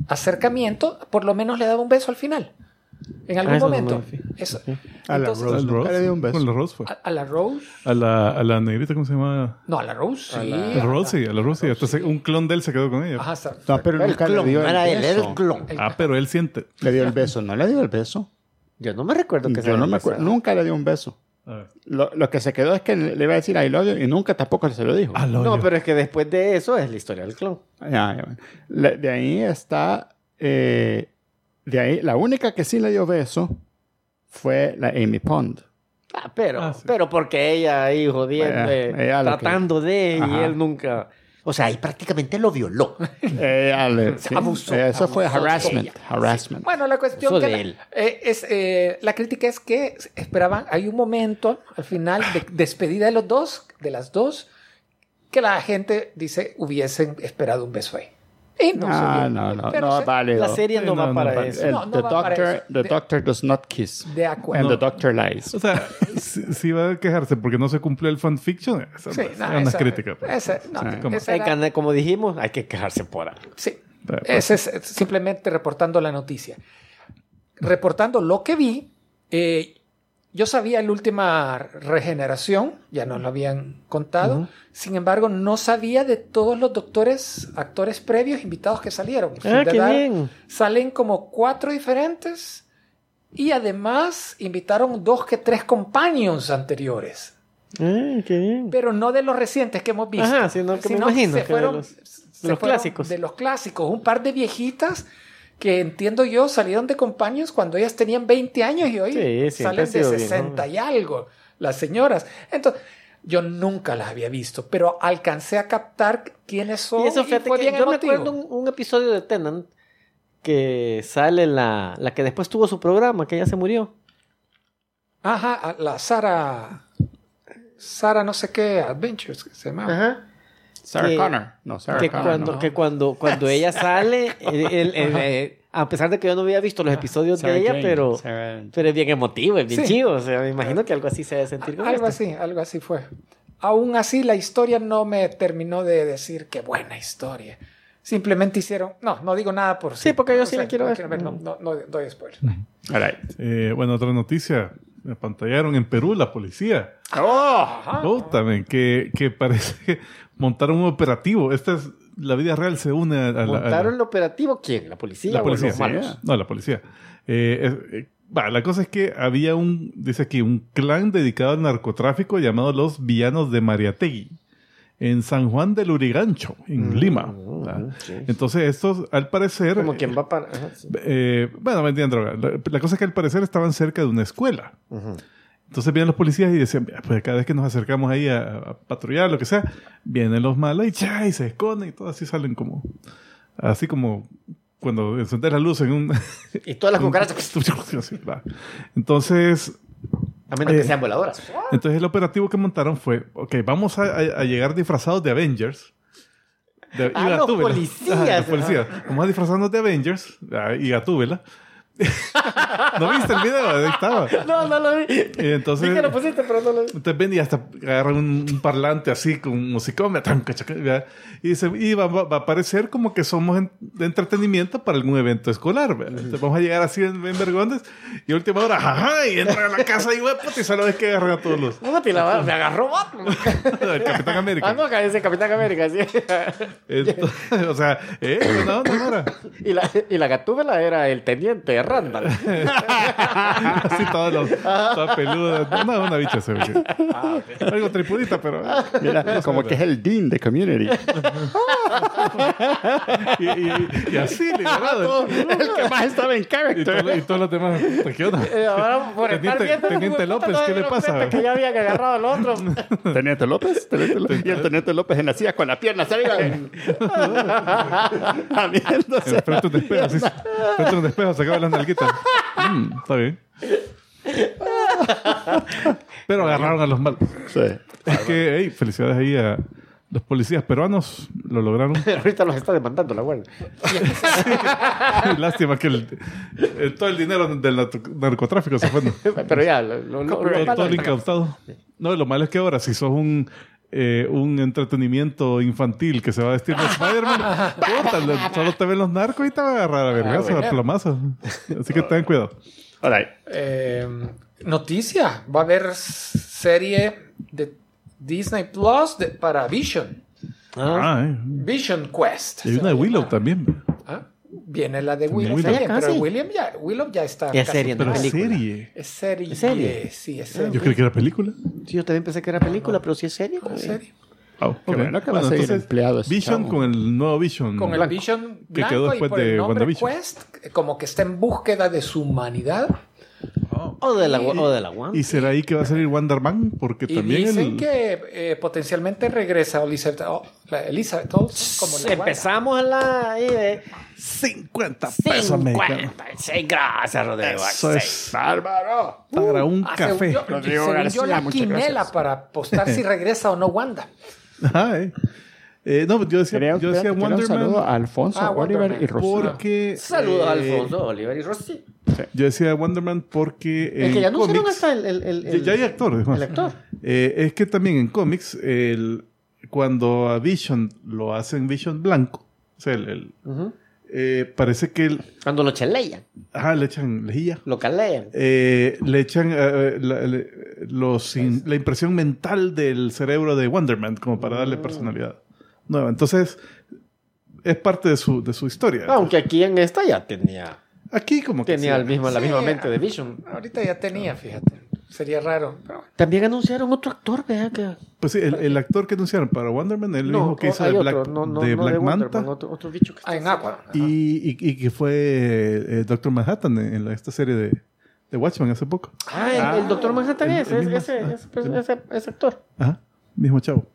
[SPEAKER 5] acercamiento, por lo menos le daba un beso al final. En algún
[SPEAKER 3] Ah, eso no me
[SPEAKER 5] momento.
[SPEAKER 3] fui.
[SPEAKER 5] Eso-
[SPEAKER 1] A la
[SPEAKER 5] entonces-
[SPEAKER 1] Rose,
[SPEAKER 2] Al Ross.
[SPEAKER 1] nunca le dio un beso.
[SPEAKER 2] Con la Rose fue.
[SPEAKER 5] a, a la Rose.
[SPEAKER 2] A la, a la negrita, ¿cómo se llama?
[SPEAKER 5] No, a la Rose. Sí,
[SPEAKER 2] A la Rose, a la Rose. Hasta se- un clon de él se quedó con ella.
[SPEAKER 5] Ajá, sa-
[SPEAKER 1] No, pero
[SPEAKER 3] El
[SPEAKER 1] nunca le
[SPEAKER 3] clon,
[SPEAKER 1] dio el
[SPEAKER 3] era él, era
[SPEAKER 1] beso.
[SPEAKER 3] el clon.
[SPEAKER 5] el-
[SPEAKER 2] Ah, pero él siente.
[SPEAKER 1] Le dio el beso, no le dio el beso.
[SPEAKER 3] Yo no me recuerdo que se
[SPEAKER 1] Yo no
[SPEAKER 3] haya
[SPEAKER 1] me acuerdo,
[SPEAKER 3] pasado.
[SPEAKER 1] nunca le dio un beso.
[SPEAKER 2] A ver.
[SPEAKER 1] Lo, lo que se quedó es que le iba a decir I love you y nunca tampoco se lo dijo.
[SPEAKER 2] Al
[SPEAKER 3] No,
[SPEAKER 2] hoyo.
[SPEAKER 3] pero es que después de eso es la historia del clon.
[SPEAKER 1] Ya, ya, bueno. Le- de ahí está. eh, de ahí, la única que sí le dio beso fue la Amy Pond.
[SPEAKER 3] Ah, pero,
[SPEAKER 2] Ah, sí.
[SPEAKER 3] pero porque ella ahí jodiendo,
[SPEAKER 1] Bueno,
[SPEAKER 3] eh,
[SPEAKER 1] ella lo que-
[SPEAKER 3] tratando de, y
[SPEAKER 1] Ajá.
[SPEAKER 3] él nunca... O sea, ahí prácticamente lo violó.
[SPEAKER 1] Ella le- Eh, sí,
[SPEAKER 5] abusó,
[SPEAKER 1] eh, eso
[SPEAKER 5] abusó
[SPEAKER 1] fue
[SPEAKER 5] de
[SPEAKER 1] harassment.
[SPEAKER 5] ella.
[SPEAKER 1] Harassment.
[SPEAKER 5] Bueno, la cuestión
[SPEAKER 3] Eso
[SPEAKER 5] que
[SPEAKER 3] de
[SPEAKER 5] la,
[SPEAKER 3] él.
[SPEAKER 5] eh, es, eh, la crítica es que esperaban, hay un momento al final de despedida de los dos, de las dos, que la gente dice hubiesen esperado un beso ahí. Y no, se
[SPEAKER 1] Ah,
[SPEAKER 5] dio.
[SPEAKER 1] no, no,
[SPEAKER 5] Pero
[SPEAKER 1] no
[SPEAKER 5] se-
[SPEAKER 1] es válido.
[SPEAKER 3] La serie
[SPEAKER 2] Sí,
[SPEAKER 3] no, va
[SPEAKER 2] no, no,
[SPEAKER 3] para
[SPEAKER 2] no,
[SPEAKER 3] eso.
[SPEAKER 1] El-
[SPEAKER 5] No, no
[SPEAKER 1] the
[SPEAKER 5] va para
[SPEAKER 1] doctor,
[SPEAKER 5] eso.
[SPEAKER 1] the
[SPEAKER 5] De-
[SPEAKER 1] doctor does not kiss.
[SPEAKER 5] De
[SPEAKER 1] And
[SPEAKER 5] acuerdo.
[SPEAKER 1] the doctor lies.
[SPEAKER 2] O sea, si, si va a quejarse porque no se cumplió el fanfiction, esa
[SPEAKER 5] Sí,
[SPEAKER 2] es
[SPEAKER 5] no,
[SPEAKER 2] una
[SPEAKER 5] esa-
[SPEAKER 2] crítica. pues.
[SPEAKER 5] esa- no,
[SPEAKER 1] Sí,
[SPEAKER 2] ¿cómo?
[SPEAKER 5] esa era-
[SPEAKER 3] Hay que- como dijimos, hay que quejarse por algo.
[SPEAKER 5] sí,
[SPEAKER 2] Pero, pues,
[SPEAKER 5] Ese es, es simplemente reportando la noticia. Reportando lo que vi, eh, yo sabía la última regeneración, ya nos lo habían contado. Sin embargo, no sabía de todos los doctores, actores previos invitados que salieron.
[SPEAKER 3] Ah,
[SPEAKER 5] De
[SPEAKER 3] qué
[SPEAKER 5] verdad,
[SPEAKER 3] bien.
[SPEAKER 5] Salen como cuatro diferentes y además invitaron dos que tres companions anteriores
[SPEAKER 3] Ah, qué bien.
[SPEAKER 5] pero no de los recientes que hemos visto.
[SPEAKER 3] Ajá, sino que me imagino
[SPEAKER 5] se
[SPEAKER 3] que
[SPEAKER 5] fueron,
[SPEAKER 3] de los-
[SPEAKER 5] se
[SPEAKER 3] los
[SPEAKER 5] fueron
[SPEAKER 3] clásicos.
[SPEAKER 5] De los clásicos, un par de viejitas que entiendo yo salieron de compañeros cuando ellas tenían 20 años y hoy
[SPEAKER 3] Sí, siempre
[SPEAKER 5] salen
[SPEAKER 3] ha
[SPEAKER 5] de
[SPEAKER 3] sido bien,
[SPEAKER 5] 60
[SPEAKER 3] ¿no?
[SPEAKER 5] y algo, las señoras. Entonces, yo nunca las había visto, pero alcancé a captar quiénes son.
[SPEAKER 3] Y eso fíjate
[SPEAKER 5] fue
[SPEAKER 3] que
[SPEAKER 5] bien
[SPEAKER 3] yo me
[SPEAKER 5] emotivo.
[SPEAKER 3] acuerdo un, un episodio de Tenant que sale la, la que después tuvo su programa, que ya se murió.
[SPEAKER 5] Ajá, a la Sara. Sara, no sé qué, Adventures, que se llama.
[SPEAKER 3] Ajá.
[SPEAKER 1] Sarah
[SPEAKER 3] que-
[SPEAKER 1] Connor. No, Sarah
[SPEAKER 3] Que
[SPEAKER 1] Connor.
[SPEAKER 3] cuando,
[SPEAKER 1] no.
[SPEAKER 3] que cuando, cuando ella sale, el- el- el- eh, a pesar de que yo no había visto los episodios
[SPEAKER 1] Sarah
[SPEAKER 3] de ella,
[SPEAKER 1] Jane,
[SPEAKER 3] pero,
[SPEAKER 1] Sarah-
[SPEAKER 3] pero es bien emotivo, es bien
[SPEAKER 5] Sí.
[SPEAKER 3] chido. O sea, me imagino que algo así se debe sentir con
[SPEAKER 5] Algo
[SPEAKER 3] esto.
[SPEAKER 5] así, algo así fue. Aún así, la historia no me terminó de decir qué buena historia. Simplemente hicieron. No, no digo nada por
[SPEAKER 3] Sí, porque yo sí la quiero ver. Mm.
[SPEAKER 5] No, no, no doy spoiler.
[SPEAKER 1] All right.
[SPEAKER 2] eh, bueno, otra noticia. Me apantallaron en Perú la policía.
[SPEAKER 5] Ajá.
[SPEAKER 2] Oh, también, que, que parece que montaron un operativo. Esta es la vida real, se une a, a la- a la-
[SPEAKER 3] ¿Montaron el operativo quién? ¿La policía?
[SPEAKER 2] la
[SPEAKER 3] o
[SPEAKER 2] policía.
[SPEAKER 3] los malos?
[SPEAKER 2] No, la policía. Eh, es- eh, va, la cosa es que había un, dice aquí, un clan dedicado al narcotráfico llamado los villanos de Mariategui, en San Juan del Urigancho,
[SPEAKER 3] Mm.
[SPEAKER 2] en Lima. ¿verdad? Entonces, estos, al parecer.
[SPEAKER 3] Como quien va para... ajá, sí.
[SPEAKER 2] eh, bueno, vendían droga. La, la cosa es que al parecer estaban cerca de una escuela.
[SPEAKER 3] Ujú.
[SPEAKER 2] Entonces vienen los policías y decían, "Mira, pues cada vez que nos acercamos ahí a, a patrullar, lo que sea, vienen los malos y, ya, y se esconden y todo así salen como, así como cuando encendes la luz en un...
[SPEAKER 3] Y todas las cucarachas,
[SPEAKER 2] Así, va. Entonces,
[SPEAKER 3] a menos que
[SPEAKER 2] Eh.
[SPEAKER 3] sean voladoras.
[SPEAKER 2] entonces el operativo que montaron fue, ok, vamos a, a- a llegar disfrazados de Avengers. De,
[SPEAKER 3] Ah, los
[SPEAKER 2] Gatúbela.
[SPEAKER 3] policías,
[SPEAKER 2] Ajá, los
[SPEAKER 3] ajá.
[SPEAKER 2] policías. Vamos a disfrazarnos de Avengers ah, y Gatúbela. ¿No viste el video? Ahí estaba.
[SPEAKER 3] No, no lo vi.
[SPEAKER 2] Y entonces-
[SPEAKER 3] Sí que lo pusiste, pero no lo vi.
[SPEAKER 2] Entonces ven y hasta agarran un, un parlante así con musicómetro tan, cachaca, ¿verdad? y dice, y va, va- va a parecer como que somos en- de entretenimiento para algún evento escolar. ¿verdad? Entonces vamos a llegar así en, en vergones y a última hora, jaja, y entran a la casa y huevo, y solo ves que agarran a todos los.
[SPEAKER 3] Puta, y la va- me agarró vato.
[SPEAKER 2] El Capitán América.
[SPEAKER 3] Ah, no, acá dice Capitán América, sí.
[SPEAKER 2] Entonces, o sea, ¿eh? No, no, ahora.
[SPEAKER 3] Y la, y la gatúbela era el teniente Randall.
[SPEAKER 2] Así todos los. Toda peluda. No, una bicha se ve.
[SPEAKER 3] Ah,
[SPEAKER 2] que- Algo tripudita, pero. ¿eh?
[SPEAKER 1] Mira, como que es el Dean de Community.
[SPEAKER 2] Y, y- y así,
[SPEAKER 3] Ah,
[SPEAKER 2] liberado.
[SPEAKER 1] el que más estaba en
[SPEAKER 2] Y todo lo-
[SPEAKER 1] character.
[SPEAKER 2] y todos los demás, "Puta, ¿qué onda?
[SPEAKER 3] Eh, Ahora, por estar
[SPEAKER 2] Teniente-
[SPEAKER 3] viendo,
[SPEAKER 2] Teniente
[SPEAKER 3] puta,
[SPEAKER 2] López,
[SPEAKER 3] no
[SPEAKER 2] ¿qué
[SPEAKER 3] me
[SPEAKER 2] le
[SPEAKER 3] dieron
[SPEAKER 2] pasa?
[SPEAKER 3] cuenta Que ya habían agarrado al otro.
[SPEAKER 1] Teniente López, Teniente López. Y el Teniente López en la silla con la pierna arriba.
[SPEAKER 5] Ah,
[SPEAKER 1] Lamiéndose.
[SPEAKER 2] Enfrente de un espejo, sí. Enfrente de un espejo, sacaba las nalguitas. Mm, está bien. Pero agarraron a los malos.
[SPEAKER 1] Sí.
[SPEAKER 2] Es que, hey, felicidades ahí a los policías peruanos. Lo lograron.
[SPEAKER 3] Pero ahorita los está demandando la buena.
[SPEAKER 2] Lástima que el- eh, todo el dinero del narco- narcotráfico se fue. ¿no?
[SPEAKER 3] Pero ya, lo, lo, lo- lo
[SPEAKER 2] Todo,
[SPEAKER 3] malo-
[SPEAKER 2] todo lo incautado. No, lo malo es que ahora, si sos un, eh, un entretenimiento infantil que se va a vestir de Spider-Man, puta, le- solo te ven los narcos y te van a
[SPEAKER 3] Ah,
[SPEAKER 2] agarrar a vergas, a plomazos. Así que ten cuidado.
[SPEAKER 1] All right.
[SPEAKER 5] Eh, noticia. Va a haber s- serie de Disney Plus de- para Vision.
[SPEAKER 3] Ah,
[SPEAKER 2] Ah, eh.
[SPEAKER 5] Vision Quest.
[SPEAKER 2] Y hay una de Willow también.
[SPEAKER 5] Ah, Viene la de Willow.
[SPEAKER 2] Willow.
[SPEAKER 5] también,
[SPEAKER 3] Ya
[SPEAKER 5] pero
[SPEAKER 3] casi.
[SPEAKER 5] William ya, Willow ya está.
[SPEAKER 3] Ya es
[SPEAKER 5] casi-
[SPEAKER 3] serie, ¿no?
[SPEAKER 2] Pero
[SPEAKER 3] Una película.
[SPEAKER 2] serie.
[SPEAKER 5] Es serie.
[SPEAKER 3] ¿Es serie?
[SPEAKER 5] Sí, es serie.
[SPEAKER 2] Yo creí que era película.
[SPEAKER 3] sí, yo también pensé que era película, pero sí es serie. güey.
[SPEAKER 5] Es serie.
[SPEAKER 2] Ah, ok.
[SPEAKER 1] bueno que va a seguir empleado ese
[SPEAKER 2] Vision
[SPEAKER 1] chavo.
[SPEAKER 2] con el nuevo Vision.
[SPEAKER 5] Con el Vision
[SPEAKER 2] Que
[SPEAKER 5] blanco
[SPEAKER 2] quedó
[SPEAKER 5] y
[SPEAKER 2] después
[SPEAKER 5] por el
[SPEAKER 2] de
[SPEAKER 5] nombre
[SPEAKER 2] WandaVision.
[SPEAKER 5] Quest, eh, como que está en búsqueda de su humanidad.
[SPEAKER 3] O de la, o de la One.
[SPEAKER 2] ¿Y será ahí que va a salir Wonder Man? Porque
[SPEAKER 5] Y
[SPEAKER 2] también
[SPEAKER 5] dicen
[SPEAKER 2] el...
[SPEAKER 5] que eh, potencialmente regresa Elizabeth, oh, la Elizabeth Olsen como la Wanda.
[SPEAKER 3] Empezamos la ahí de
[SPEAKER 2] 50 pesos americanos.
[SPEAKER 3] 56. Gracias, Rodrigo.
[SPEAKER 2] Eso es
[SPEAKER 1] ¡Bárbaro!
[SPEAKER 2] para un
[SPEAKER 5] Ah,
[SPEAKER 2] café.
[SPEAKER 5] Según yo,
[SPEAKER 1] Rodrigo
[SPEAKER 5] según yo,
[SPEAKER 1] García,
[SPEAKER 5] la
[SPEAKER 1] muchas
[SPEAKER 5] quinela
[SPEAKER 1] gracias.
[SPEAKER 5] para apostar si regresa o no Wanda.
[SPEAKER 2] Ajá, eh. Eh, no, yo decía,
[SPEAKER 1] Quería,
[SPEAKER 2] yo decía
[SPEAKER 1] quería un
[SPEAKER 2] Wonder
[SPEAKER 1] saludo
[SPEAKER 2] Man
[SPEAKER 1] a Alfonso,
[SPEAKER 5] Ah, Wonder
[SPEAKER 1] Oliver
[SPEAKER 5] Man.
[SPEAKER 1] y Rosita.
[SPEAKER 2] porque...
[SPEAKER 3] Saludos,
[SPEAKER 2] eh,
[SPEAKER 3] a Alfonso, Oliver y Rossi.
[SPEAKER 2] Yo decía Wonder Man porque...
[SPEAKER 3] El que
[SPEAKER 2] en
[SPEAKER 3] ya anunciaron
[SPEAKER 2] cómics-
[SPEAKER 3] hasta el, el, el,
[SPEAKER 2] Ya-
[SPEAKER 3] el-
[SPEAKER 2] ya hay actores.
[SPEAKER 3] el actor.
[SPEAKER 2] Eh, es que también en cómics, el, cuando a Vision lo hacen Vision blanco, o sea, el, el-
[SPEAKER 3] Ujú.
[SPEAKER 2] eh, parece que el-
[SPEAKER 3] Cuando lo chelean,
[SPEAKER 2] ajá, le echan lejía.
[SPEAKER 3] lo calean.
[SPEAKER 2] Eh, le echan eh, la, le- los in- la impresión mental del cerebro de Wonderman como para
[SPEAKER 3] Ah.
[SPEAKER 2] darle personalidad nueva. Entonces, es parte de su, de su historia.
[SPEAKER 3] Aunque aquí en esta ya tenía,
[SPEAKER 2] Aquí como que...
[SPEAKER 3] Ah, tenía
[SPEAKER 2] sí.
[SPEAKER 3] el mismo, la
[SPEAKER 5] Sí,
[SPEAKER 3] misma
[SPEAKER 5] ah.
[SPEAKER 3] mente de Vision.
[SPEAKER 5] Ahorita ya tenía, fíjate. Sería raro. pero bueno.
[SPEAKER 3] También anunciaron otro actor, vea que.
[SPEAKER 2] Pues sí, el, el actor que anunciaron para Wonderman, el mismo que
[SPEAKER 3] o-
[SPEAKER 2] hizo
[SPEAKER 3] hay
[SPEAKER 2] de Black,
[SPEAKER 3] otro, no, no,
[SPEAKER 2] de
[SPEAKER 3] no
[SPEAKER 2] Black
[SPEAKER 3] Wonder
[SPEAKER 2] Manta.
[SPEAKER 3] Man, otro, otro bicho que está.
[SPEAKER 5] Ah, en Aqua. Ajá.
[SPEAKER 2] Y, y, y que fue eh, Doctor Manhattan en, en la- esta serie de, de Watchmen hace poco.
[SPEAKER 3] Ah, el, el Doctor Manhattan
[SPEAKER 2] el-
[SPEAKER 3] es,
[SPEAKER 2] el
[SPEAKER 3] es-
[SPEAKER 2] mismo-
[SPEAKER 3] ese,
[SPEAKER 2] ah,
[SPEAKER 3] ese, ese- ese actor.
[SPEAKER 2] Ajá, mismo chavo.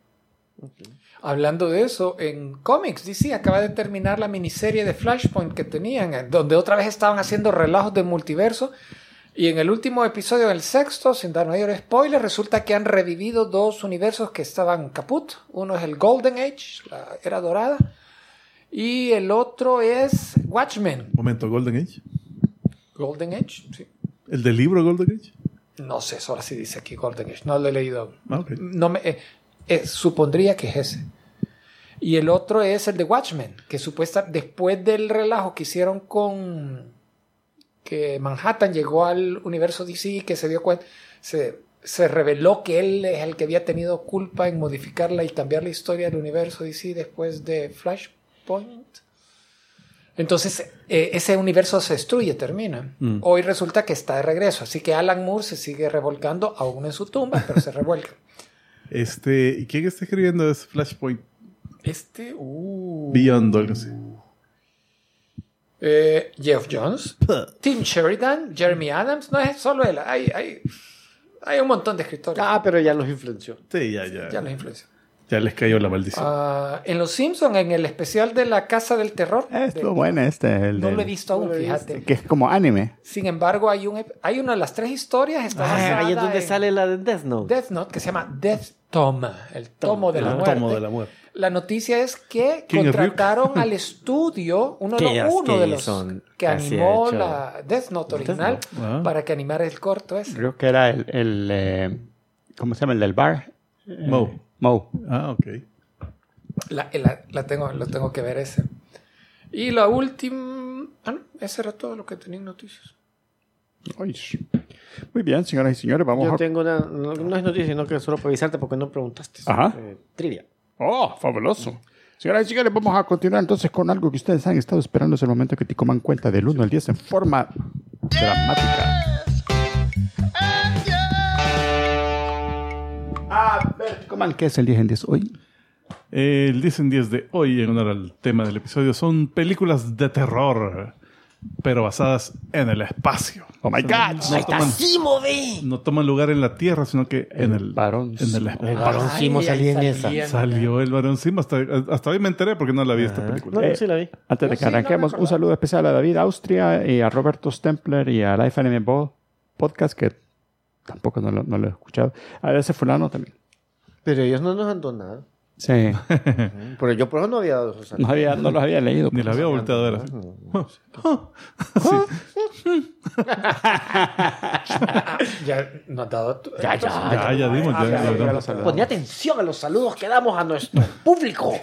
[SPEAKER 5] Hablando de eso, en cómics, DC acaba de terminar la miniserie de Flashpoint que tenían, eh, donde otra vez estaban haciendo relajos de multiverso. Y en el último episodio, en el sexto, sin dar mayor spoiler, resulta que han revivido dos universos que estaban caput. Uno es el Golden Age, la era dorada, y el otro es Watchmen.
[SPEAKER 2] Momento, Golden Age.
[SPEAKER 5] Golden Age, sí.
[SPEAKER 2] ¿El del libro Golden Age?
[SPEAKER 5] No sé, eso ahora sí dice aquí Golden Age. No lo he leído aún.
[SPEAKER 2] Ah, ok.
[SPEAKER 5] No me, eh, eh, supondría que es ese. Y el otro es el de Watchmen, que supuesta después del relajo que hicieron con que Manhattan llegó al universo DC y que se dio cuenta, se, se reveló que él es el que había tenido culpa en modificarla y cambiar la historia del universo DC después de Flashpoint. Entonces, eh, ese universo se destruye, termina. Hoy resulta que está de regreso, así que Alan Moore se sigue revolcando aún en su tumba, pero se revuelca.
[SPEAKER 2] Este, ¿y quién está escribiendo es Flashpoint
[SPEAKER 5] Este, uh,
[SPEAKER 2] Beyond o algo así?
[SPEAKER 5] eh, Jeff Jones, Tim Sheridan, Jeremy Adams, no es solo él, hay, hay, hay un montón de escritores.
[SPEAKER 3] Ah, pero ya los influenció.
[SPEAKER 2] Sí, ya, ya.
[SPEAKER 5] ya
[SPEAKER 2] Ya,
[SPEAKER 5] los influenció.
[SPEAKER 2] les cayó la maldición.
[SPEAKER 5] Ah, en Los Simpsons, en el especial de la Casa del Terror,
[SPEAKER 7] Ah,
[SPEAKER 5] de-
[SPEAKER 1] Esto bueno este. El
[SPEAKER 5] no
[SPEAKER 1] del-
[SPEAKER 5] lo he visto aún, fíjate.
[SPEAKER 1] Que es como anime.
[SPEAKER 5] Sin embargo, hay, un, ep- hay una de las tres historias, está basada
[SPEAKER 3] Ah, ahí es donde
[SPEAKER 5] en
[SPEAKER 3] sale la de Death Note.
[SPEAKER 5] Death Note, que se llama Death Tome, el tomo de la
[SPEAKER 2] El
[SPEAKER 5] muerte.
[SPEAKER 2] tomo de la muerte.
[SPEAKER 5] La noticia es que
[SPEAKER 2] ¿Quién es Ryuk?
[SPEAKER 5] contrataron al estudio, uno de
[SPEAKER 3] Que
[SPEAKER 5] los,
[SPEAKER 3] ya-
[SPEAKER 5] uno
[SPEAKER 3] que
[SPEAKER 5] de los
[SPEAKER 3] son-
[SPEAKER 5] que
[SPEAKER 3] casi
[SPEAKER 5] animó
[SPEAKER 3] hecho.
[SPEAKER 5] la Death Note
[SPEAKER 3] Death
[SPEAKER 5] original
[SPEAKER 3] Note.
[SPEAKER 2] Ah.
[SPEAKER 5] para que animara el corto ese.
[SPEAKER 1] Creo que era el, el, eh, ¿cómo se llama? El del bar. Eh,
[SPEAKER 2] Moe.
[SPEAKER 1] Moe.
[SPEAKER 2] Ah, ok.
[SPEAKER 5] La, eh, la- la tengo, lo tengo que ver ese. Y la última... Ah, no, ese era todo lo que tenía en noticias.
[SPEAKER 1] Ay, sh- Pues, Muy bien, señoras y señores, vamos
[SPEAKER 3] Yo
[SPEAKER 1] a...
[SPEAKER 3] tengo una. No, no es noticia, sino que solo para avisarte porque no preguntaste.
[SPEAKER 1] Ajá.
[SPEAKER 3] Eh, trivia.
[SPEAKER 1] Oh, fabuloso. Señoras y señores, vamos a continuar entonces con algo que ustedes han estado esperando es el momento que te coman cuenta del 1 al 10 en forma dramática. A ver, coman, ¿qué es el 10 en 10 hoy?
[SPEAKER 2] El 10 en 10 de hoy, en honor al tema del episodio, son películas de terror, pero basadas en el espacio.
[SPEAKER 1] Oh my God.
[SPEAKER 2] No toman, no toman lugar en la Tierra, sino que en el,
[SPEAKER 1] varón
[SPEAKER 2] en el
[SPEAKER 1] Simo.
[SPEAKER 2] espacio.
[SPEAKER 3] varón Simo
[SPEAKER 5] ahí
[SPEAKER 3] salía en
[SPEAKER 5] salían, ¿no?
[SPEAKER 2] Salió el varón Simo. Hasta, hasta hoy me enteré porque no la vi esta película.
[SPEAKER 3] No, yo sí la vi.
[SPEAKER 1] Antes de que arranquemos, un saludo especial a David Austria y a Roberto Stempler y al Life Anime Bo- Podcast, que tampoco no lo, no lo he escuchado. A ese fulano también.
[SPEAKER 3] Pero ellos no nos han donado.
[SPEAKER 1] Sí,
[SPEAKER 3] Pero yo por eso no había dado esos
[SPEAKER 1] no, había, no los había leído.
[SPEAKER 2] Ni la había volteado a ver.
[SPEAKER 5] Ah, Ya no has dado... tu-
[SPEAKER 3] Ya, ya.
[SPEAKER 2] Ah, Ya, ya dimos. ya, ya, ya.
[SPEAKER 3] Ponía atención a los saludos que damos a nuestro público.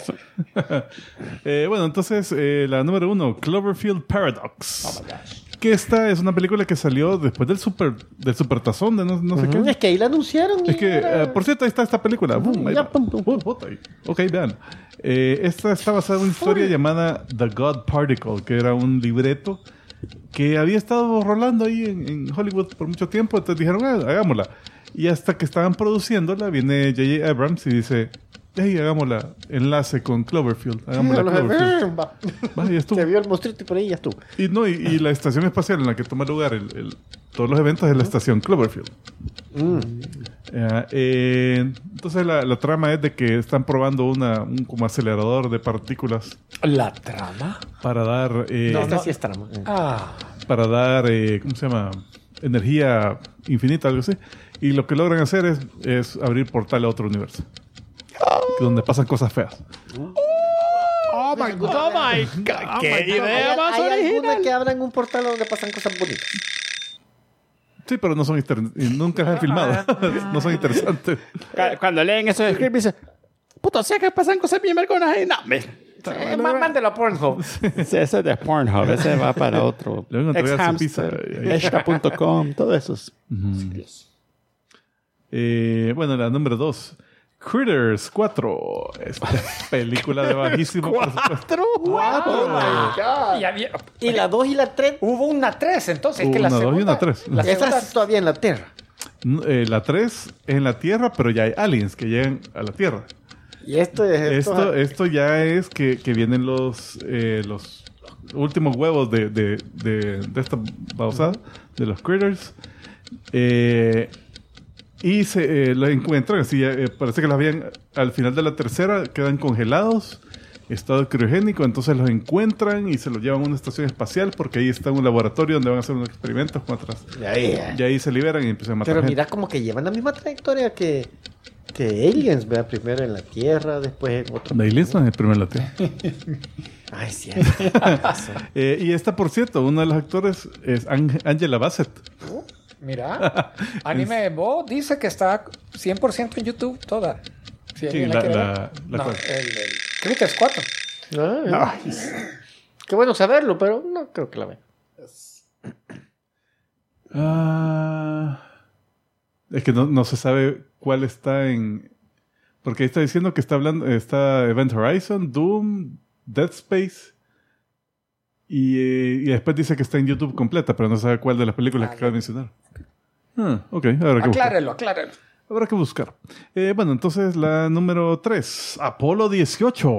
[SPEAKER 2] Eh, bueno, entonces eh, la número uno, Cloverfield Paradox. que esta es una película que salió después del super del supertazón de no, no sé qué.
[SPEAKER 3] Es que ahí la anunciaron. y
[SPEAKER 2] Es que,
[SPEAKER 3] era-
[SPEAKER 2] eh, por cierto, ahí está esta película. Boom, ahí
[SPEAKER 3] Ya,
[SPEAKER 2] va.
[SPEAKER 3] pum, pum, pum.
[SPEAKER 2] Puta, ahí. Ok, vean. Eh, esta está basada en una historia llamada The God Particle, que era un libreto que había estado rolando ahí en, en Hollywood por mucho tiempo. Entonces dijeron, "Ah, hagámosla. Y hasta que estaban produciéndola, viene J.J. Abrams y dice, hey, hagámosla. Enlace con Cloverfield. Hagámosla
[SPEAKER 3] Los
[SPEAKER 2] Cloverfield.
[SPEAKER 3] jefes, va.
[SPEAKER 2] Va, y estuvo.
[SPEAKER 3] Se vio el monstruito y por ahí ya estuvo.
[SPEAKER 2] Y, no, y, y la estación espacial en la que toma lugar el- el- todos los eventos es la estación Cloverfield. Ya, eh, entonces la, la trama es de que están probando una, un como acelerador de partículas
[SPEAKER 5] La trama.
[SPEAKER 2] para dar, eh,
[SPEAKER 3] Esta sí es trama.
[SPEAKER 5] Ah,
[SPEAKER 2] para dar eh, ¿cómo se llama? Energía infinita, algo así. Y lo que logran hacer es, es abrir portal a otro universo. Donde pasan cosas feas.
[SPEAKER 1] Oh my God. Oh my God. Qué idea más
[SPEAKER 3] ¿Hay alguna
[SPEAKER 1] original.
[SPEAKER 3] que abran un portal donde pasan cosas bonitas?
[SPEAKER 2] Sí, pero no son inter- y nunca las han filmado. no son interesantes.
[SPEAKER 1] Cu- Cuando leen eso de script dicen, puto, sé que pasan cosas bien merconas ahí. No, me.
[SPEAKER 5] eh, má- mándelo a Pornhub.
[SPEAKER 1] Sí, Ese es de Pornhub, ese va para otro.
[SPEAKER 2] Le voy a entregar su
[SPEAKER 1] Ex-hamster,
[SPEAKER 2] pizza.
[SPEAKER 1] extra.com, todo eso. es-
[SPEAKER 2] Eh, bueno, la número dos. Critters 4. Esta película de bajísimo presupuesto.
[SPEAKER 1] Cuatro.
[SPEAKER 2] Oh
[SPEAKER 5] Y había-
[SPEAKER 3] Y la 2 y la 3.
[SPEAKER 2] Uh,
[SPEAKER 5] Hubo una 3, entonces. que la
[SPEAKER 2] Una dos y
[SPEAKER 5] segunda,
[SPEAKER 2] una tres.
[SPEAKER 5] La segunda-
[SPEAKER 3] Esa es todavía en la Tierra.
[SPEAKER 2] No, eh, la 3 es en la Tierra, pero ya hay aliens que llegan a la Tierra.
[SPEAKER 3] Y esto es.
[SPEAKER 2] Esto, esto ya es que, que vienen los, eh, los últimos huevos de, de, de, de esta babosada, de los critters. Eh, y se eh, los encuentran, así, eh, parece que los habían, al final de la tercera, quedan congelados, estado criogénico, entonces los encuentran y se los llevan a una estación espacial porque ahí está un laboratorio donde van a hacer unos experimentos con otras.
[SPEAKER 3] Ahí, eh. ahí.
[SPEAKER 2] Y ahí se liberan y empiezan a matar
[SPEAKER 3] Pero
[SPEAKER 2] gente.
[SPEAKER 3] mira, como que llevan la misma trayectoria que, que Aliens, vea Primero en la Tierra, después en otro.
[SPEAKER 2] De aliens no es el primer latino.
[SPEAKER 3] Ay, cierto.
[SPEAKER 2] Eh, y esta, por cierto, uno de los actores es Ang- Angela Bassett.
[SPEAKER 5] Mira, Anime Bo dice que está 100% en YouTube toda. Si alguien
[SPEAKER 2] la-
[SPEAKER 5] quiere ver.
[SPEAKER 2] la- la
[SPEAKER 5] No,
[SPEAKER 2] cual.
[SPEAKER 5] el, el Critters 4.
[SPEAKER 3] Ah, Qué bueno saberlo, pero no creo que la vean.
[SPEAKER 2] Ah, es que no, no se sabe cuál está en. Porque ahí está diciendo que está hablando. Está Event Horizon, Doom, Dead Space. Y, eh, y después dice que está en YouTube completa, pero no sabe cuál de las películas que acaba de mencionar. Ah, ok, ahora que buscar.
[SPEAKER 5] Aclárelo, aclárelo.
[SPEAKER 2] Habrá que buscar. Eh, bueno, entonces la número 3, Apolo 18.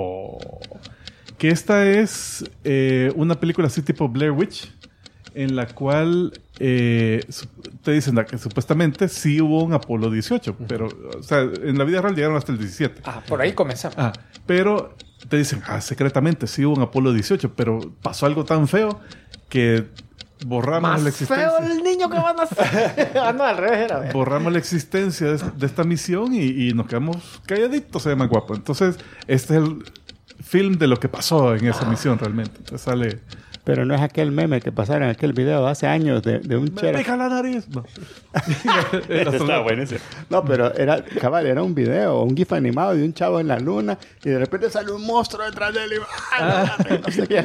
[SPEAKER 2] Que esta es eh, una película así tipo Blair Witch, en la cual eh, su- te dicen que supuestamente sí hubo un Apolo 18, pero o sea, en la vida real llegaron hasta el 17.
[SPEAKER 5] Ah, por ahí comenzamos.
[SPEAKER 2] Ah, pero te dicen, ah, secretamente sí hubo un Apolo 18, pero pasó algo tan feo que borramos
[SPEAKER 3] Más
[SPEAKER 2] la
[SPEAKER 3] feo
[SPEAKER 2] existencia.
[SPEAKER 3] el niño que van a hacer. ah, no, al revés era. vea.
[SPEAKER 2] Borramos la existencia de, de esta misión y, y nos quedamos calladitos, se llama guapo. Entonces, este es el film de lo que pasó en esa misión realmente. Entonces sale.
[SPEAKER 1] Pero no es aquel meme que pasaron en aquel video hace años de, de un
[SPEAKER 2] ¡Me
[SPEAKER 1] chero.
[SPEAKER 2] pica la nariz! No.
[SPEAKER 8] Está bueno ese.
[SPEAKER 1] No, pero era, cabal, era un video, un gif animado de un chavo en la luna y de repente sale un monstruo detrás de él y va. ¡Ah! No sé qué.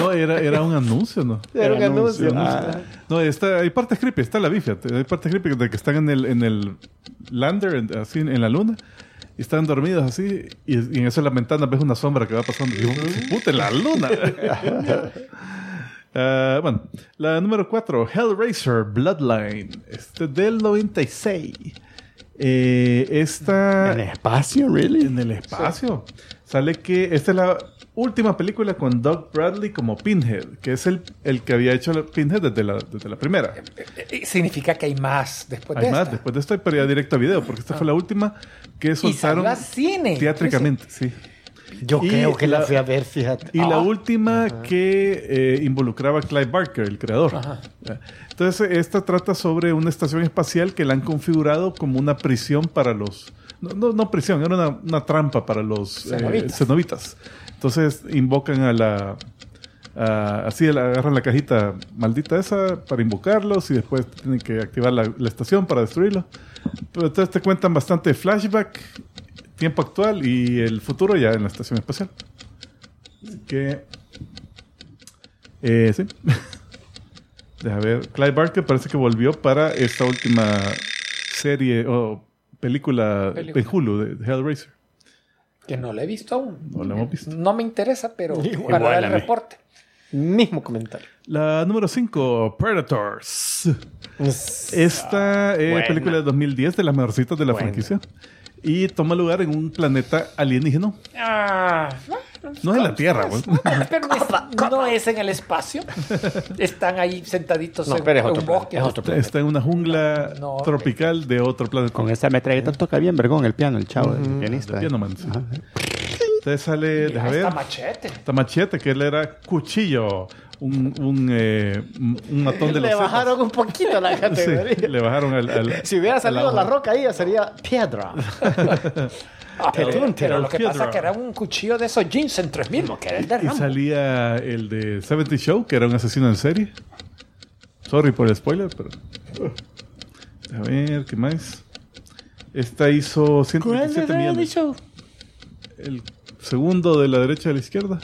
[SPEAKER 2] No, era, era un anuncio, ¿no?
[SPEAKER 3] Era un anuncio.
[SPEAKER 1] Ah,
[SPEAKER 2] No, está, hay partes creepy, está la bifia. Hay partes creepy de que están en el, en el lander, en- así en la luna, y están dormidos así, y, y en eso en la ventana ves una sombra que va pasando. Y digo, ¡puta, la luna! Ah, bueno, la número 4, Hellraiser Bloodline, este del 96. Eh, esta
[SPEAKER 1] ¿En el espacio, really?
[SPEAKER 2] en el espacio. Sale que esta es la última película con Doug Bradley como Pinhead, que es el, el que había hecho la- Pinhead desde la, desde la primera.
[SPEAKER 5] Eh, Significa que hay más después
[SPEAKER 2] Hay
[SPEAKER 5] de
[SPEAKER 2] más,
[SPEAKER 5] esta. Ah.
[SPEAKER 2] después de esto hay pero ya directo a video, porque esta fue la última que
[SPEAKER 5] y
[SPEAKER 2] soltaron
[SPEAKER 5] salió a cine.
[SPEAKER 2] teátricamente. Sí.
[SPEAKER 3] Yo
[SPEAKER 2] Y
[SPEAKER 3] creo que la
[SPEAKER 2] la-
[SPEAKER 3] fui a ver, fíjate.
[SPEAKER 2] Y la última que eh, involucraba a Clive Barker, el creador. Entonces, esta trata sobre una estación espacial que la han configurado como una prisión para los... No, no, no prisión, era una, una trampa para los eh,
[SPEAKER 5] Cenobitas.
[SPEAKER 2] cenobitas. Entonces, invocan a la... a- así la- agarran la cajita maldita esa para invocarlos y después tienen que activar la, la estación para destruirlo. Pero entonces te cuentan bastante flashback, tiempo actual y el futuro ya en la estación espacial. Así que. Eh, sí. Deja ver. Clive Barker parece que volvió para esta última serie o película,
[SPEAKER 5] Película.
[SPEAKER 2] de Hulu de, de Hellraiser.
[SPEAKER 5] Que no la he visto aún.
[SPEAKER 2] No la hemos visto.
[SPEAKER 5] No me interesa, pero
[SPEAKER 8] Igual
[SPEAKER 5] para dar
[SPEAKER 8] a
[SPEAKER 5] el
[SPEAKER 8] mí.
[SPEAKER 5] reporte.
[SPEAKER 3] Mismo comentario.
[SPEAKER 2] La número 5, Predators. Esta eh,
[SPEAKER 8] buena.
[SPEAKER 2] película de 2010 de las mejorcitas de la
[SPEAKER 3] Buena.
[SPEAKER 2] franquicia. Y toma lugar en un planeta alienígena. No es en la Tierra, pues. güey.
[SPEAKER 5] Ah, Pero no es- no es en el espacio. Están ahí sentaditos
[SPEAKER 3] No,
[SPEAKER 5] en,
[SPEAKER 3] pero es
[SPEAKER 5] en
[SPEAKER 3] otro
[SPEAKER 5] un
[SPEAKER 3] plan,
[SPEAKER 5] bosque.
[SPEAKER 3] es otro plan.
[SPEAKER 2] Está en una jungla
[SPEAKER 5] No, ok.
[SPEAKER 2] tropical de otro planeta.
[SPEAKER 1] Con esa metralleta toca bien, vergón, el piano, el chavo, el
[SPEAKER 2] De
[SPEAKER 1] pianista. eh.
[SPEAKER 2] Piano Man, sí. Entonces sale,
[SPEAKER 5] Mira,
[SPEAKER 2] deja ver,
[SPEAKER 5] está machete.
[SPEAKER 2] esta machete que él era cuchillo, un, un, eh, un matón de los
[SPEAKER 3] Le
[SPEAKER 2] cepas.
[SPEAKER 3] bajaron un poquito la
[SPEAKER 2] Sí,
[SPEAKER 3] categoría.
[SPEAKER 2] le bajaron al, al-
[SPEAKER 3] Si hubiera salido
[SPEAKER 2] a
[SPEAKER 3] la roca ahí, ya sería piedra.
[SPEAKER 5] Ah, pero,
[SPEAKER 2] Tetún,
[SPEAKER 5] pero
[SPEAKER 2] tetún,
[SPEAKER 5] lo que
[SPEAKER 2] piedra.
[SPEAKER 5] pasa es que era un cuchillo de esos Jensen 3000, que era el de
[SPEAKER 2] Y
[SPEAKER 5] Rambo.
[SPEAKER 2] salía el de 70 Show, que era un asesino en serie. Sorry por el spoiler, pero. A ver, ¿qué más? Esta hizo 127 millones. El segundo de la derecha a la izquierda.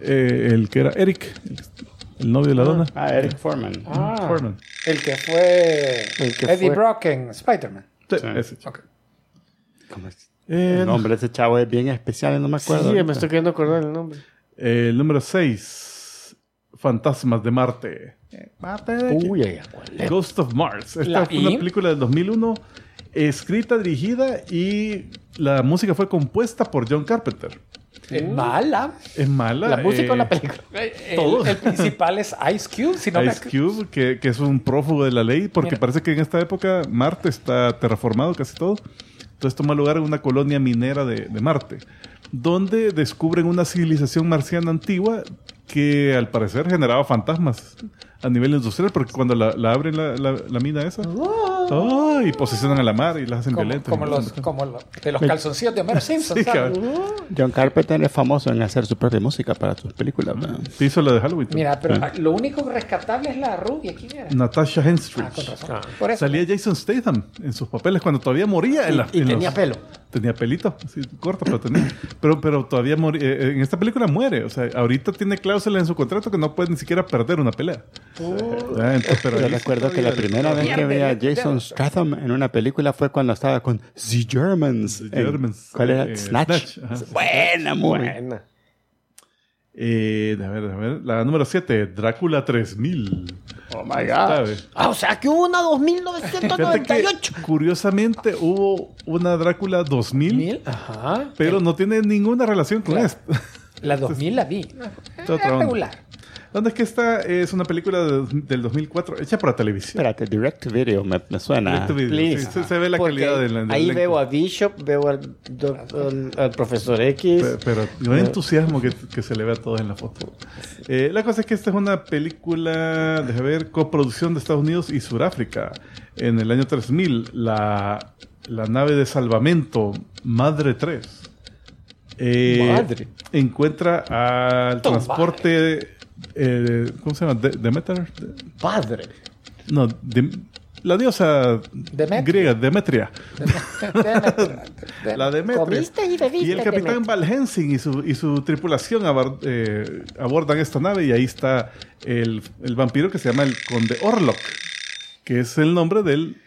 [SPEAKER 2] Eh, el que era Eric, el, el novio de la dona.
[SPEAKER 1] Ah, Eric Foreman.
[SPEAKER 5] Ah,
[SPEAKER 2] Foreman.
[SPEAKER 5] el que fue
[SPEAKER 3] El que
[SPEAKER 5] Eddie
[SPEAKER 3] fue.
[SPEAKER 5] Brock en Spider-Man.
[SPEAKER 2] Sí, ese.
[SPEAKER 5] Ok.
[SPEAKER 1] ¿Cómo es?
[SPEAKER 2] Eh,
[SPEAKER 1] El nombre de ese chavo es bien especial, no me acuerdo.
[SPEAKER 3] Sí, me
[SPEAKER 1] ahorita.
[SPEAKER 3] estoy queriendo acordar el nombre.
[SPEAKER 2] El número 6. Fantasmas de Marte.
[SPEAKER 3] Uy, ay, ¿cuál es?
[SPEAKER 2] Ghost of Mars. Esta
[SPEAKER 5] La-
[SPEAKER 2] fue una
[SPEAKER 5] ¿y?
[SPEAKER 2] película del 2001 escrita, dirigida y la música fue compuesta por John Carpenter.
[SPEAKER 5] Es Eh, mala.
[SPEAKER 2] Es mala.
[SPEAKER 3] ¿La música o
[SPEAKER 2] eh,
[SPEAKER 3] la película?
[SPEAKER 5] Eh,
[SPEAKER 2] Todo.
[SPEAKER 5] El, el principal es Ice Cube, si no me
[SPEAKER 2] Ice Cube, que, que es un prófugo de la ley, porque
[SPEAKER 5] Mira.
[SPEAKER 2] parece que en esta época Marte está terraformado casi todo. Entonces toma lugar en una colonia minera de, de Marte, donde descubren una civilización marciana antigua que al parecer generaba fantasmas a nivel industrial, porque cuando la, la abren la, la- la mina esa, ¡oh! y posicionan a la mar y las hacen
[SPEAKER 5] como,
[SPEAKER 2] violentas.
[SPEAKER 5] como los, como lo- de los calzoncillos de Homer Simpson.
[SPEAKER 2] Sí,
[SPEAKER 5] ¿sabes?
[SPEAKER 2] cabrón.
[SPEAKER 1] John Carpenter es famoso en hacer su propia música para sus películas. ¿verdad?
[SPEAKER 2] Sí, hizo la de Halloween.
[SPEAKER 5] Mira, pero lo único rescatable es la rubia. ¿Quién era?
[SPEAKER 2] Natasha Henstridge.
[SPEAKER 5] Ah, con razón. Por eso.
[SPEAKER 2] Salía Jason Statham en sus papeles cuando todavía moría. en la-
[SPEAKER 3] Y
[SPEAKER 2] en
[SPEAKER 3] tenía
[SPEAKER 2] los-
[SPEAKER 3] pelo.
[SPEAKER 2] Tenía pelito, sí, corto, pero tenía. Pero, pero todavía mori- eh, eh, en esta película muere. O sea, ahorita tiene cláusula en su contrato que no puede ni siquiera perder una pelea. Ah, entonces, pero
[SPEAKER 1] Yo
[SPEAKER 2] ahí sí
[SPEAKER 1] recuerdo que la
[SPEAKER 2] todavía le-
[SPEAKER 1] primera vez que vi a Jason Statham en una película fue cuando estaba con The Germans.
[SPEAKER 2] The
[SPEAKER 1] en-
[SPEAKER 2] Germans.
[SPEAKER 1] ¿Cuál era?
[SPEAKER 2] Eh,
[SPEAKER 1] Snatch.
[SPEAKER 2] Snatch, ajá.
[SPEAKER 1] Buena movie.
[SPEAKER 3] Buena.
[SPEAKER 2] Eh, a ver, a ver. La número 7, Drácula 3000.
[SPEAKER 1] Oh my
[SPEAKER 2] ¿Sabes?
[SPEAKER 3] Ah, o sea que hubo una
[SPEAKER 2] Fíjate que,
[SPEAKER 3] 2998.
[SPEAKER 2] curiosamente hubo una Drácula 2000,
[SPEAKER 5] ¿Mil? Ajá.
[SPEAKER 2] pero no tiene ninguna relación con
[SPEAKER 5] Claro.
[SPEAKER 2] esta.
[SPEAKER 5] La 2000 la vi.
[SPEAKER 2] otra
[SPEAKER 5] Es
[SPEAKER 2] onda.
[SPEAKER 5] regular.
[SPEAKER 2] ¿Dónde es que esta es una película de- del 2004 hecha para televisión?
[SPEAKER 1] Espérate, direct video me, me suena.
[SPEAKER 2] Directo video.
[SPEAKER 3] please.
[SPEAKER 2] Sí, se, se ve la
[SPEAKER 3] Porque
[SPEAKER 2] calidad del, del
[SPEAKER 3] ahí
[SPEAKER 2] elenco.
[SPEAKER 3] veo a Bishop, veo al, do- al- al profesor X.
[SPEAKER 2] Pe- Pero, gran entusiasmo que, que se le ve a todos en la foto. Eh, la cosa es que esta es una película, déjame ver, coproducción de Estados Unidos y Sudáfrica. En el año 3000, la, la nave de salvamento Madre 3 eh,
[SPEAKER 3] Madre.
[SPEAKER 2] encuentra al
[SPEAKER 5] Toma.
[SPEAKER 2] transporte. eh, ¿Cómo se llama? De- Demeter. De-
[SPEAKER 3] Padre.
[SPEAKER 2] no, Dem- la diosa
[SPEAKER 5] Demetria.
[SPEAKER 2] griega, Demetria.
[SPEAKER 5] Demetria.
[SPEAKER 2] La Demetria.
[SPEAKER 3] Comiste y bebiste.
[SPEAKER 2] Y el capitán
[SPEAKER 3] Demetria.
[SPEAKER 2] Val Helsing y su, y su tripulación abar- eh, abordan esta nave y ahí está el, el vampiro que se llama el Conde Orlok, que es el nombre del,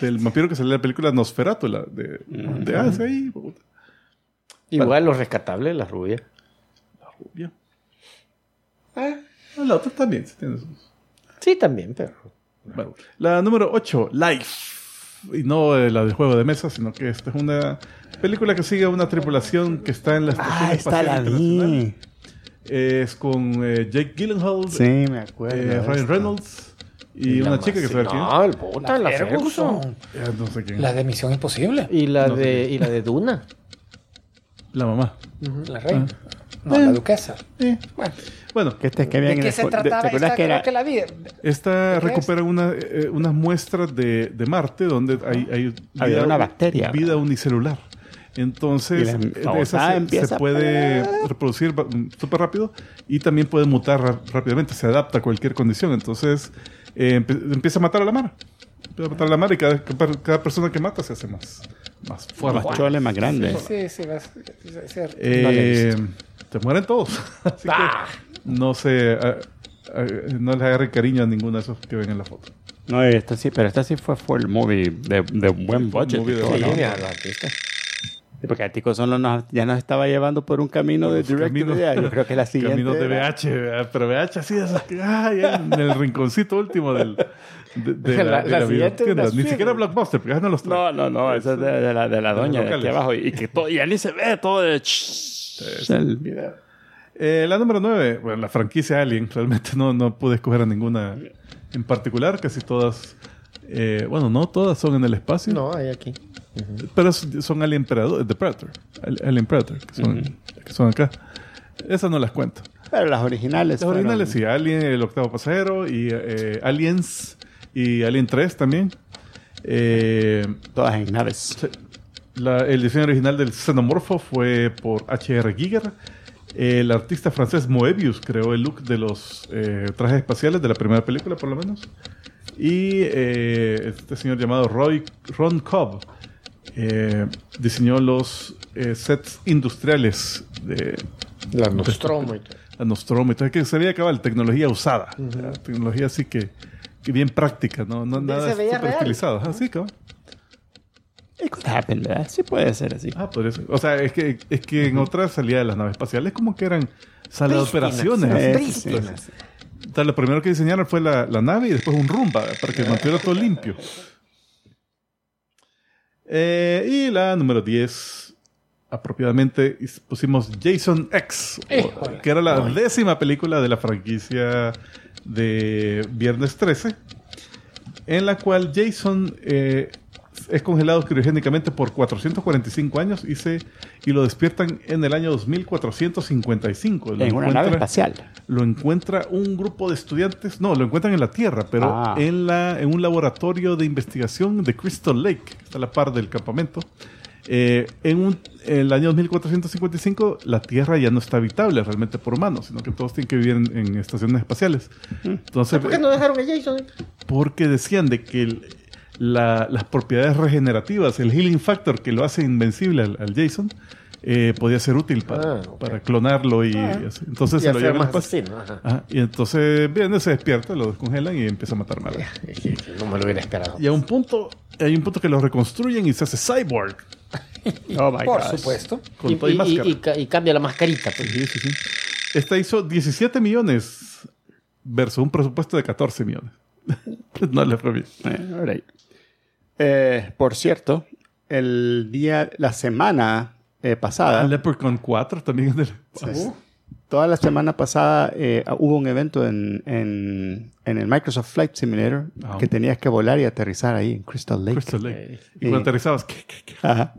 [SPEAKER 2] del vampiro que sale en la película Nosferatu, la de, de ah, sí, ahí, puta,
[SPEAKER 3] Igual los rescatables, la rubia.
[SPEAKER 2] la rubia.
[SPEAKER 3] Ah.
[SPEAKER 2] Eh, la otra también sí tiene sus-
[SPEAKER 3] Sí, también, pero.
[SPEAKER 2] bueno. La número 8, Life. Y no eh, la del juego de mesa, sino que esta es una película que sigue a una tripulación que está en la estación
[SPEAKER 1] Ah, está
[SPEAKER 2] espacial
[SPEAKER 1] la
[SPEAKER 2] internacional.
[SPEAKER 1] vi.
[SPEAKER 2] Es con eh, Jake Gyllenhaal,
[SPEAKER 1] Sí, me acuerdo.
[SPEAKER 2] eh,
[SPEAKER 1] de
[SPEAKER 2] Ryan
[SPEAKER 1] esta.
[SPEAKER 2] Reynolds y, una chica que se ve quién
[SPEAKER 3] No, el puta, la, Ferguson.
[SPEAKER 5] Ferguson.
[SPEAKER 2] es. Eh, No sé quién.
[SPEAKER 5] La
[SPEAKER 2] La,
[SPEAKER 5] de Misión Imposible.
[SPEAKER 3] Y la,
[SPEAKER 2] No sé
[SPEAKER 3] de, y la de Duna.
[SPEAKER 2] mamá.
[SPEAKER 5] La reina.
[SPEAKER 1] Ah.
[SPEAKER 5] No, la duquesa.
[SPEAKER 2] Eh,
[SPEAKER 5] Bueno,
[SPEAKER 2] Bueno,
[SPEAKER 1] Que este es que había
[SPEAKER 5] ¿de
[SPEAKER 1] en
[SPEAKER 5] qué
[SPEAKER 1] el
[SPEAKER 5] se
[SPEAKER 1] escu- de-
[SPEAKER 5] trataba
[SPEAKER 1] ¿Te acuerdas
[SPEAKER 5] esta?
[SPEAKER 1] que era?
[SPEAKER 5] Creo que la vi.
[SPEAKER 2] esta
[SPEAKER 5] ¿De qué
[SPEAKER 2] recupera una, eh, unas muestras de, de Marte donde hay, hay
[SPEAKER 1] Había una bacteria.
[SPEAKER 2] vida unicelular.
[SPEAKER 1] Y
[SPEAKER 2] Entonces,
[SPEAKER 1] la
[SPEAKER 2] eh,
[SPEAKER 1] babosada
[SPEAKER 2] esa se,
[SPEAKER 1] empieza
[SPEAKER 2] se
[SPEAKER 1] a-
[SPEAKER 2] puede reproducir ba- mm, súper rápido y también puede mutar ra- rápidamente, se adapta a cualquier condición. Entonces, eh, empe- empieza a matar a la mar. Empieza a matar a la mar y cada, cada persona que mata se hace más, más fuerte.
[SPEAKER 1] Más chole, más grande.
[SPEAKER 5] Sí, sí, vas- es cierto. No la he
[SPEAKER 2] Eh, te mueren todos. Así que no se. ah, ah, no les agarre cariño a ninguno de esos que ven en la foto.
[SPEAKER 1] No, esta sí, pero esta sí fue, fue el movie de, de buen budget.
[SPEAKER 2] movie de
[SPEAKER 1] todo,
[SPEAKER 2] buen
[SPEAKER 1] ¿no?
[SPEAKER 2] budget.
[SPEAKER 3] Mira, la artista.
[SPEAKER 1] Sí, Porque a Tico Solo nos- ya nos estaba llevando por un camino de
[SPEAKER 2] Los
[SPEAKER 1] direct
[SPEAKER 2] caminos-
[SPEAKER 1] video. Yo creo que la siguiente.
[SPEAKER 2] Caminos de
[SPEAKER 1] era-
[SPEAKER 2] VH, ¿verdad? pero VH así de esas que- ah, ya en el rinconcito último del. De, de la,
[SPEAKER 3] La-
[SPEAKER 2] de
[SPEAKER 3] la
[SPEAKER 2] la
[SPEAKER 3] siguiente
[SPEAKER 2] videotienda.
[SPEAKER 3] es la
[SPEAKER 2] Ni
[SPEAKER 3] Swing.
[SPEAKER 2] siquiera Blockbuster, porque ya no los trae.
[SPEAKER 1] No, no, no, esa es de, de la, de la
[SPEAKER 2] los
[SPEAKER 1] doña de aquí
[SPEAKER 2] locales.
[SPEAKER 1] abajo. Y que todo, y ni se ve todo de. el video.
[SPEAKER 2] Eh, la número 9, bueno, la franquicia Alien. Realmente no, no pude escoger a ninguna en particular. Casi todas. eh, bueno, no todas son en el espacio.
[SPEAKER 3] No, hay aquí.
[SPEAKER 2] Pero son son Alien Predator, The Predator. Al- Alien Predator, que son, que son acá. Esas no las cuento.
[SPEAKER 1] Pero las originales.
[SPEAKER 2] Las originales
[SPEAKER 1] fueron-
[SPEAKER 2] sí, Alien, el octavo pasajero, y eh, Aliens, y Alien 3 también. Eh,
[SPEAKER 1] Todas en naves.
[SPEAKER 2] la- el diseño original del xenomorfo fue por H.R. Giger. El artista francés Moebius creó el look de los eh, trajes espaciales de la primera película, por lo menos. Y eh, este señor llamado Roy, Ron Cobb eh, diseñó los eh, sets industriales de
[SPEAKER 3] La Nostromo y todo.
[SPEAKER 2] la Nostromo. Entonces, que se veía cabal, tecnología usada. ¿verdad? Tecnología así que, que bien práctica, no, no
[SPEAKER 3] Se
[SPEAKER 2] nada
[SPEAKER 3] veía
[SPEAKER 2] súper
[SPEAKER 3] real.
[SPEAKER 2] utilizado. Así, cabal.
[SPEAKER 1] It could happen, ¿verdad? Sí puede ser así.
[SPEAKER 2] Ah, podría ser. O sea, es que, es que en otras salidas de las naves espaciales como que eran salas de operaciones. así.
[SPEAKER 1] Sí, sí,
[SPEAKER 2] Entonces, entonces, lo primero que diseñaron fue la, la nave y después un rumba para que mantuviera todo limpio. Eh, y la número 10, apropiadamente is- pusimos Jason X, o-
[SPEAKER 5] Híjole.
[SPEAKER 2] que era la décima película de la franquicia de Viernes 13, en la cual Jason eh, es congelado criogénicamente por 445 años y, se, y lo despiertan en el año 2455. Lo
[SPEAKER 1] En una nave
[SPEAKER 2] encuentra-
[SPEAKER 1] espacial.
[SPEAKER 2] lo encuentra un grupo de estudiantes, no, lo encuentran en la Tierra, pero
[SPEAKER 1] Ah.
[SPEAKER 2] en, la, en un laboratorio de investigación de Crystal Lake, que está a la par del campamento. Eh, en, un- en el año 2455 la Tierra ya no está habitable realmente por humanos, sino que todos tienen que vivir en, en estaciones espaciales. Entonces,
[SPEAKER 3] ¿Por qué no dejaron a Jason?
[SPEAKER 2] porque decían de que el- la- las propiedades regenerativas, el healing factor que lo hace invencible al, al Jason, eh, podía ser útil para,
[SPEAKER 3] Ah, ok. Ah.
[SPEAKER 2] para clonarlo y, y así. entonces
[SPEAKER 3] Y
[SPEAKER 2] se lo
[SPEAKER 3] hacer
[SPEAKER 2] llevan al
[SPEAKER 3] más
[SPEAKER 2] espacio.
[SPEAKER 3] asesino, ajá.
[SPEAKER 2] Ajá, y entonces viene, se despierta, lo descongelan y empieza a matar malas.
[SPEAKER 3] No me lo hubiera esperado.
[SPEAKER 2] Y a un punto, hay un punto que lo reconstruyen y se hace cyborg.
[SPEAKER 1] Oh my
[SPEAKER 5] Por
[SPEAKER 1] gosh.
[SPEAKER 5] supuesto.
[SPEAKER 2] Con
[SPEAKER 3] y,
[SPEAKER 2] todo y,
[SPEAKER 3] y-
[SPEAKER 2] máscara.
[SPEAKER 3] y ca- y cambia la mascarita. pues.
[SPEAKER 2] Sí, sí, sí. Esta hizo 17 millones versus un presupuesto de 14 millones. no le fue bien.
[SPEAKER 1] Eh, all right. Eh, por cierto, el día, la semana eh, pasada,
[SPEAKER 7] Ah.
[SPEAKER 2] Leprechaun 4 también es del-
[SPEAKER 1] Uh.
[SPEAKER 7] Toda la semana pasada eh, hubo un evento en, en- en el Microsoft Flight Simulator
[SPEAKER 2] Ah.
[SPEAKER 7] que tenías que volar y aterrizar ahí en Crystal Lake.
[SPEAKER 2] Crystal Lake. Y
[SPEAKER 7] Sí.
[SPEAKER 2] cuando aterrizabas, ¿qué, qué, qué?
[SPEAKER 7] Ajá.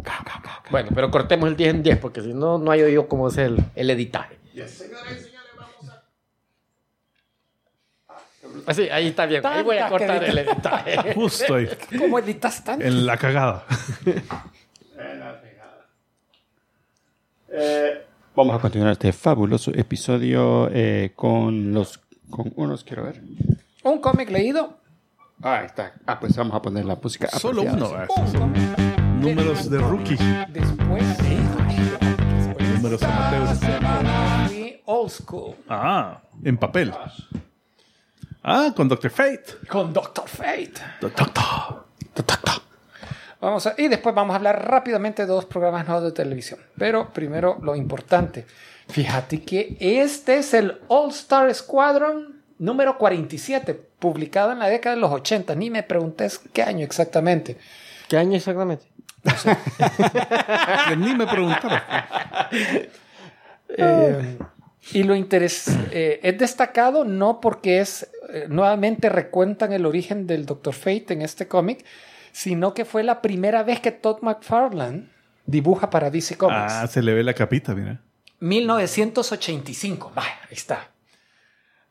[SPEAKER 3] Bueno, pero cortemos el 10 en 10 porque si no, no hay oído cómo hacer el, el editaje. Ah, sí, ahí está bien. Ahí voy a
[SPEAKER 5] Tanta que
[SPEAKER 3] cortar el
[SPEAKER 5] edita-
[SPEAKER 3] editaje.
[SPEAKER 2] Justo ahí,
[SPEAKER 5] ¿Cómo editas tanto?
[SPEAKER 2] en la cagada.
[SPEAKER 7] Vamos a continuar este fabuloso episodio eh, con los con unos quiero ver.
[SPEAKER 5] Un cómic leído.
[SPEAKER 7] Ah, ahí está. Ah, pues vamos a poner la música.
[SPEAKER 2] Solo
[SPEAKER 7] apropiada.
[SPEAKER 2] uno. ah, esos son Números de rookie.
[SPEAKER 5] Después. Después
[SPEAKER 2] Números amateos.
[SPEAKER 5] fui old school
[SPEAKER 2] Ah, en papel. Ah, con Dr. Fate.
[SPEAKER 5] con Doctor Fate.
[SPEAKER 2] Doctor. Doctor.
[SPEAKER 5] Vamos a- y después vamos a hablar rápidamente de dos programas nuevos de televisión. Pero primero lo importante. Fíjate que este es el All Star Squadron número 47, publicado en la década de los 80. Ni me preguntes qué año exactamente.
[SPEAKER 3] ¿Qué año exactamente?
[SPEAKER 2] Que ni me preguntaron.
[SPEAKER 5] Eh, y lo interes eh, es destacado no porque es eh, nuevamente recuentan el origen del Dr. Fate en este cómic, sino que fue la primera vez que Todd McFarlane dibuja para DC Comics.
[SPEAKER 2] Ah, se le ve la capita, mira.
[SPEAKER 5] 1985, vaya, ahí está.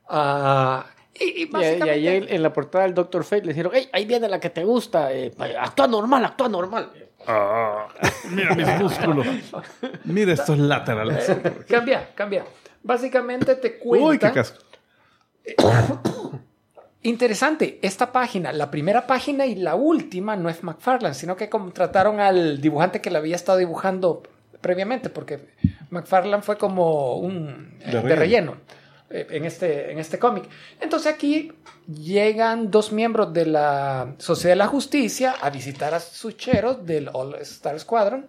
[SPEAKER 5] Ah, y, y
[SPEAKER 3] Y, ahí- y
[SPEAKER 5] básicamente,
[SPEAKER 3] ahí en- en la portada del Dr. Fate le dijeron, hey, ahí viene la que te gusta, eh, pa- actúa normal, actúa normal.
[SPEAKER 2] Ah. Mira mis músculos. Mira estos laterales.
[SPEAKER 5] cambia, cambia. Básicamente te Eh, cuenta.
[SPEAKER 2] Uy, qué casco.
[SPEAKER 5] Interesante, esta página, la primera página y la última no es McFarlane, sino que contrataron al dibujante que la había estado dibujando previamente, porque McFarlane fue como un eh, de,
[SPEAKER 2] relleno.
[SPEAKER 5] relleno eh, en este, en este cómic. Entonces aquí llegan dos miembros de la Sociedad de la Justicia a visitar a sus cheros del All Star Squadron.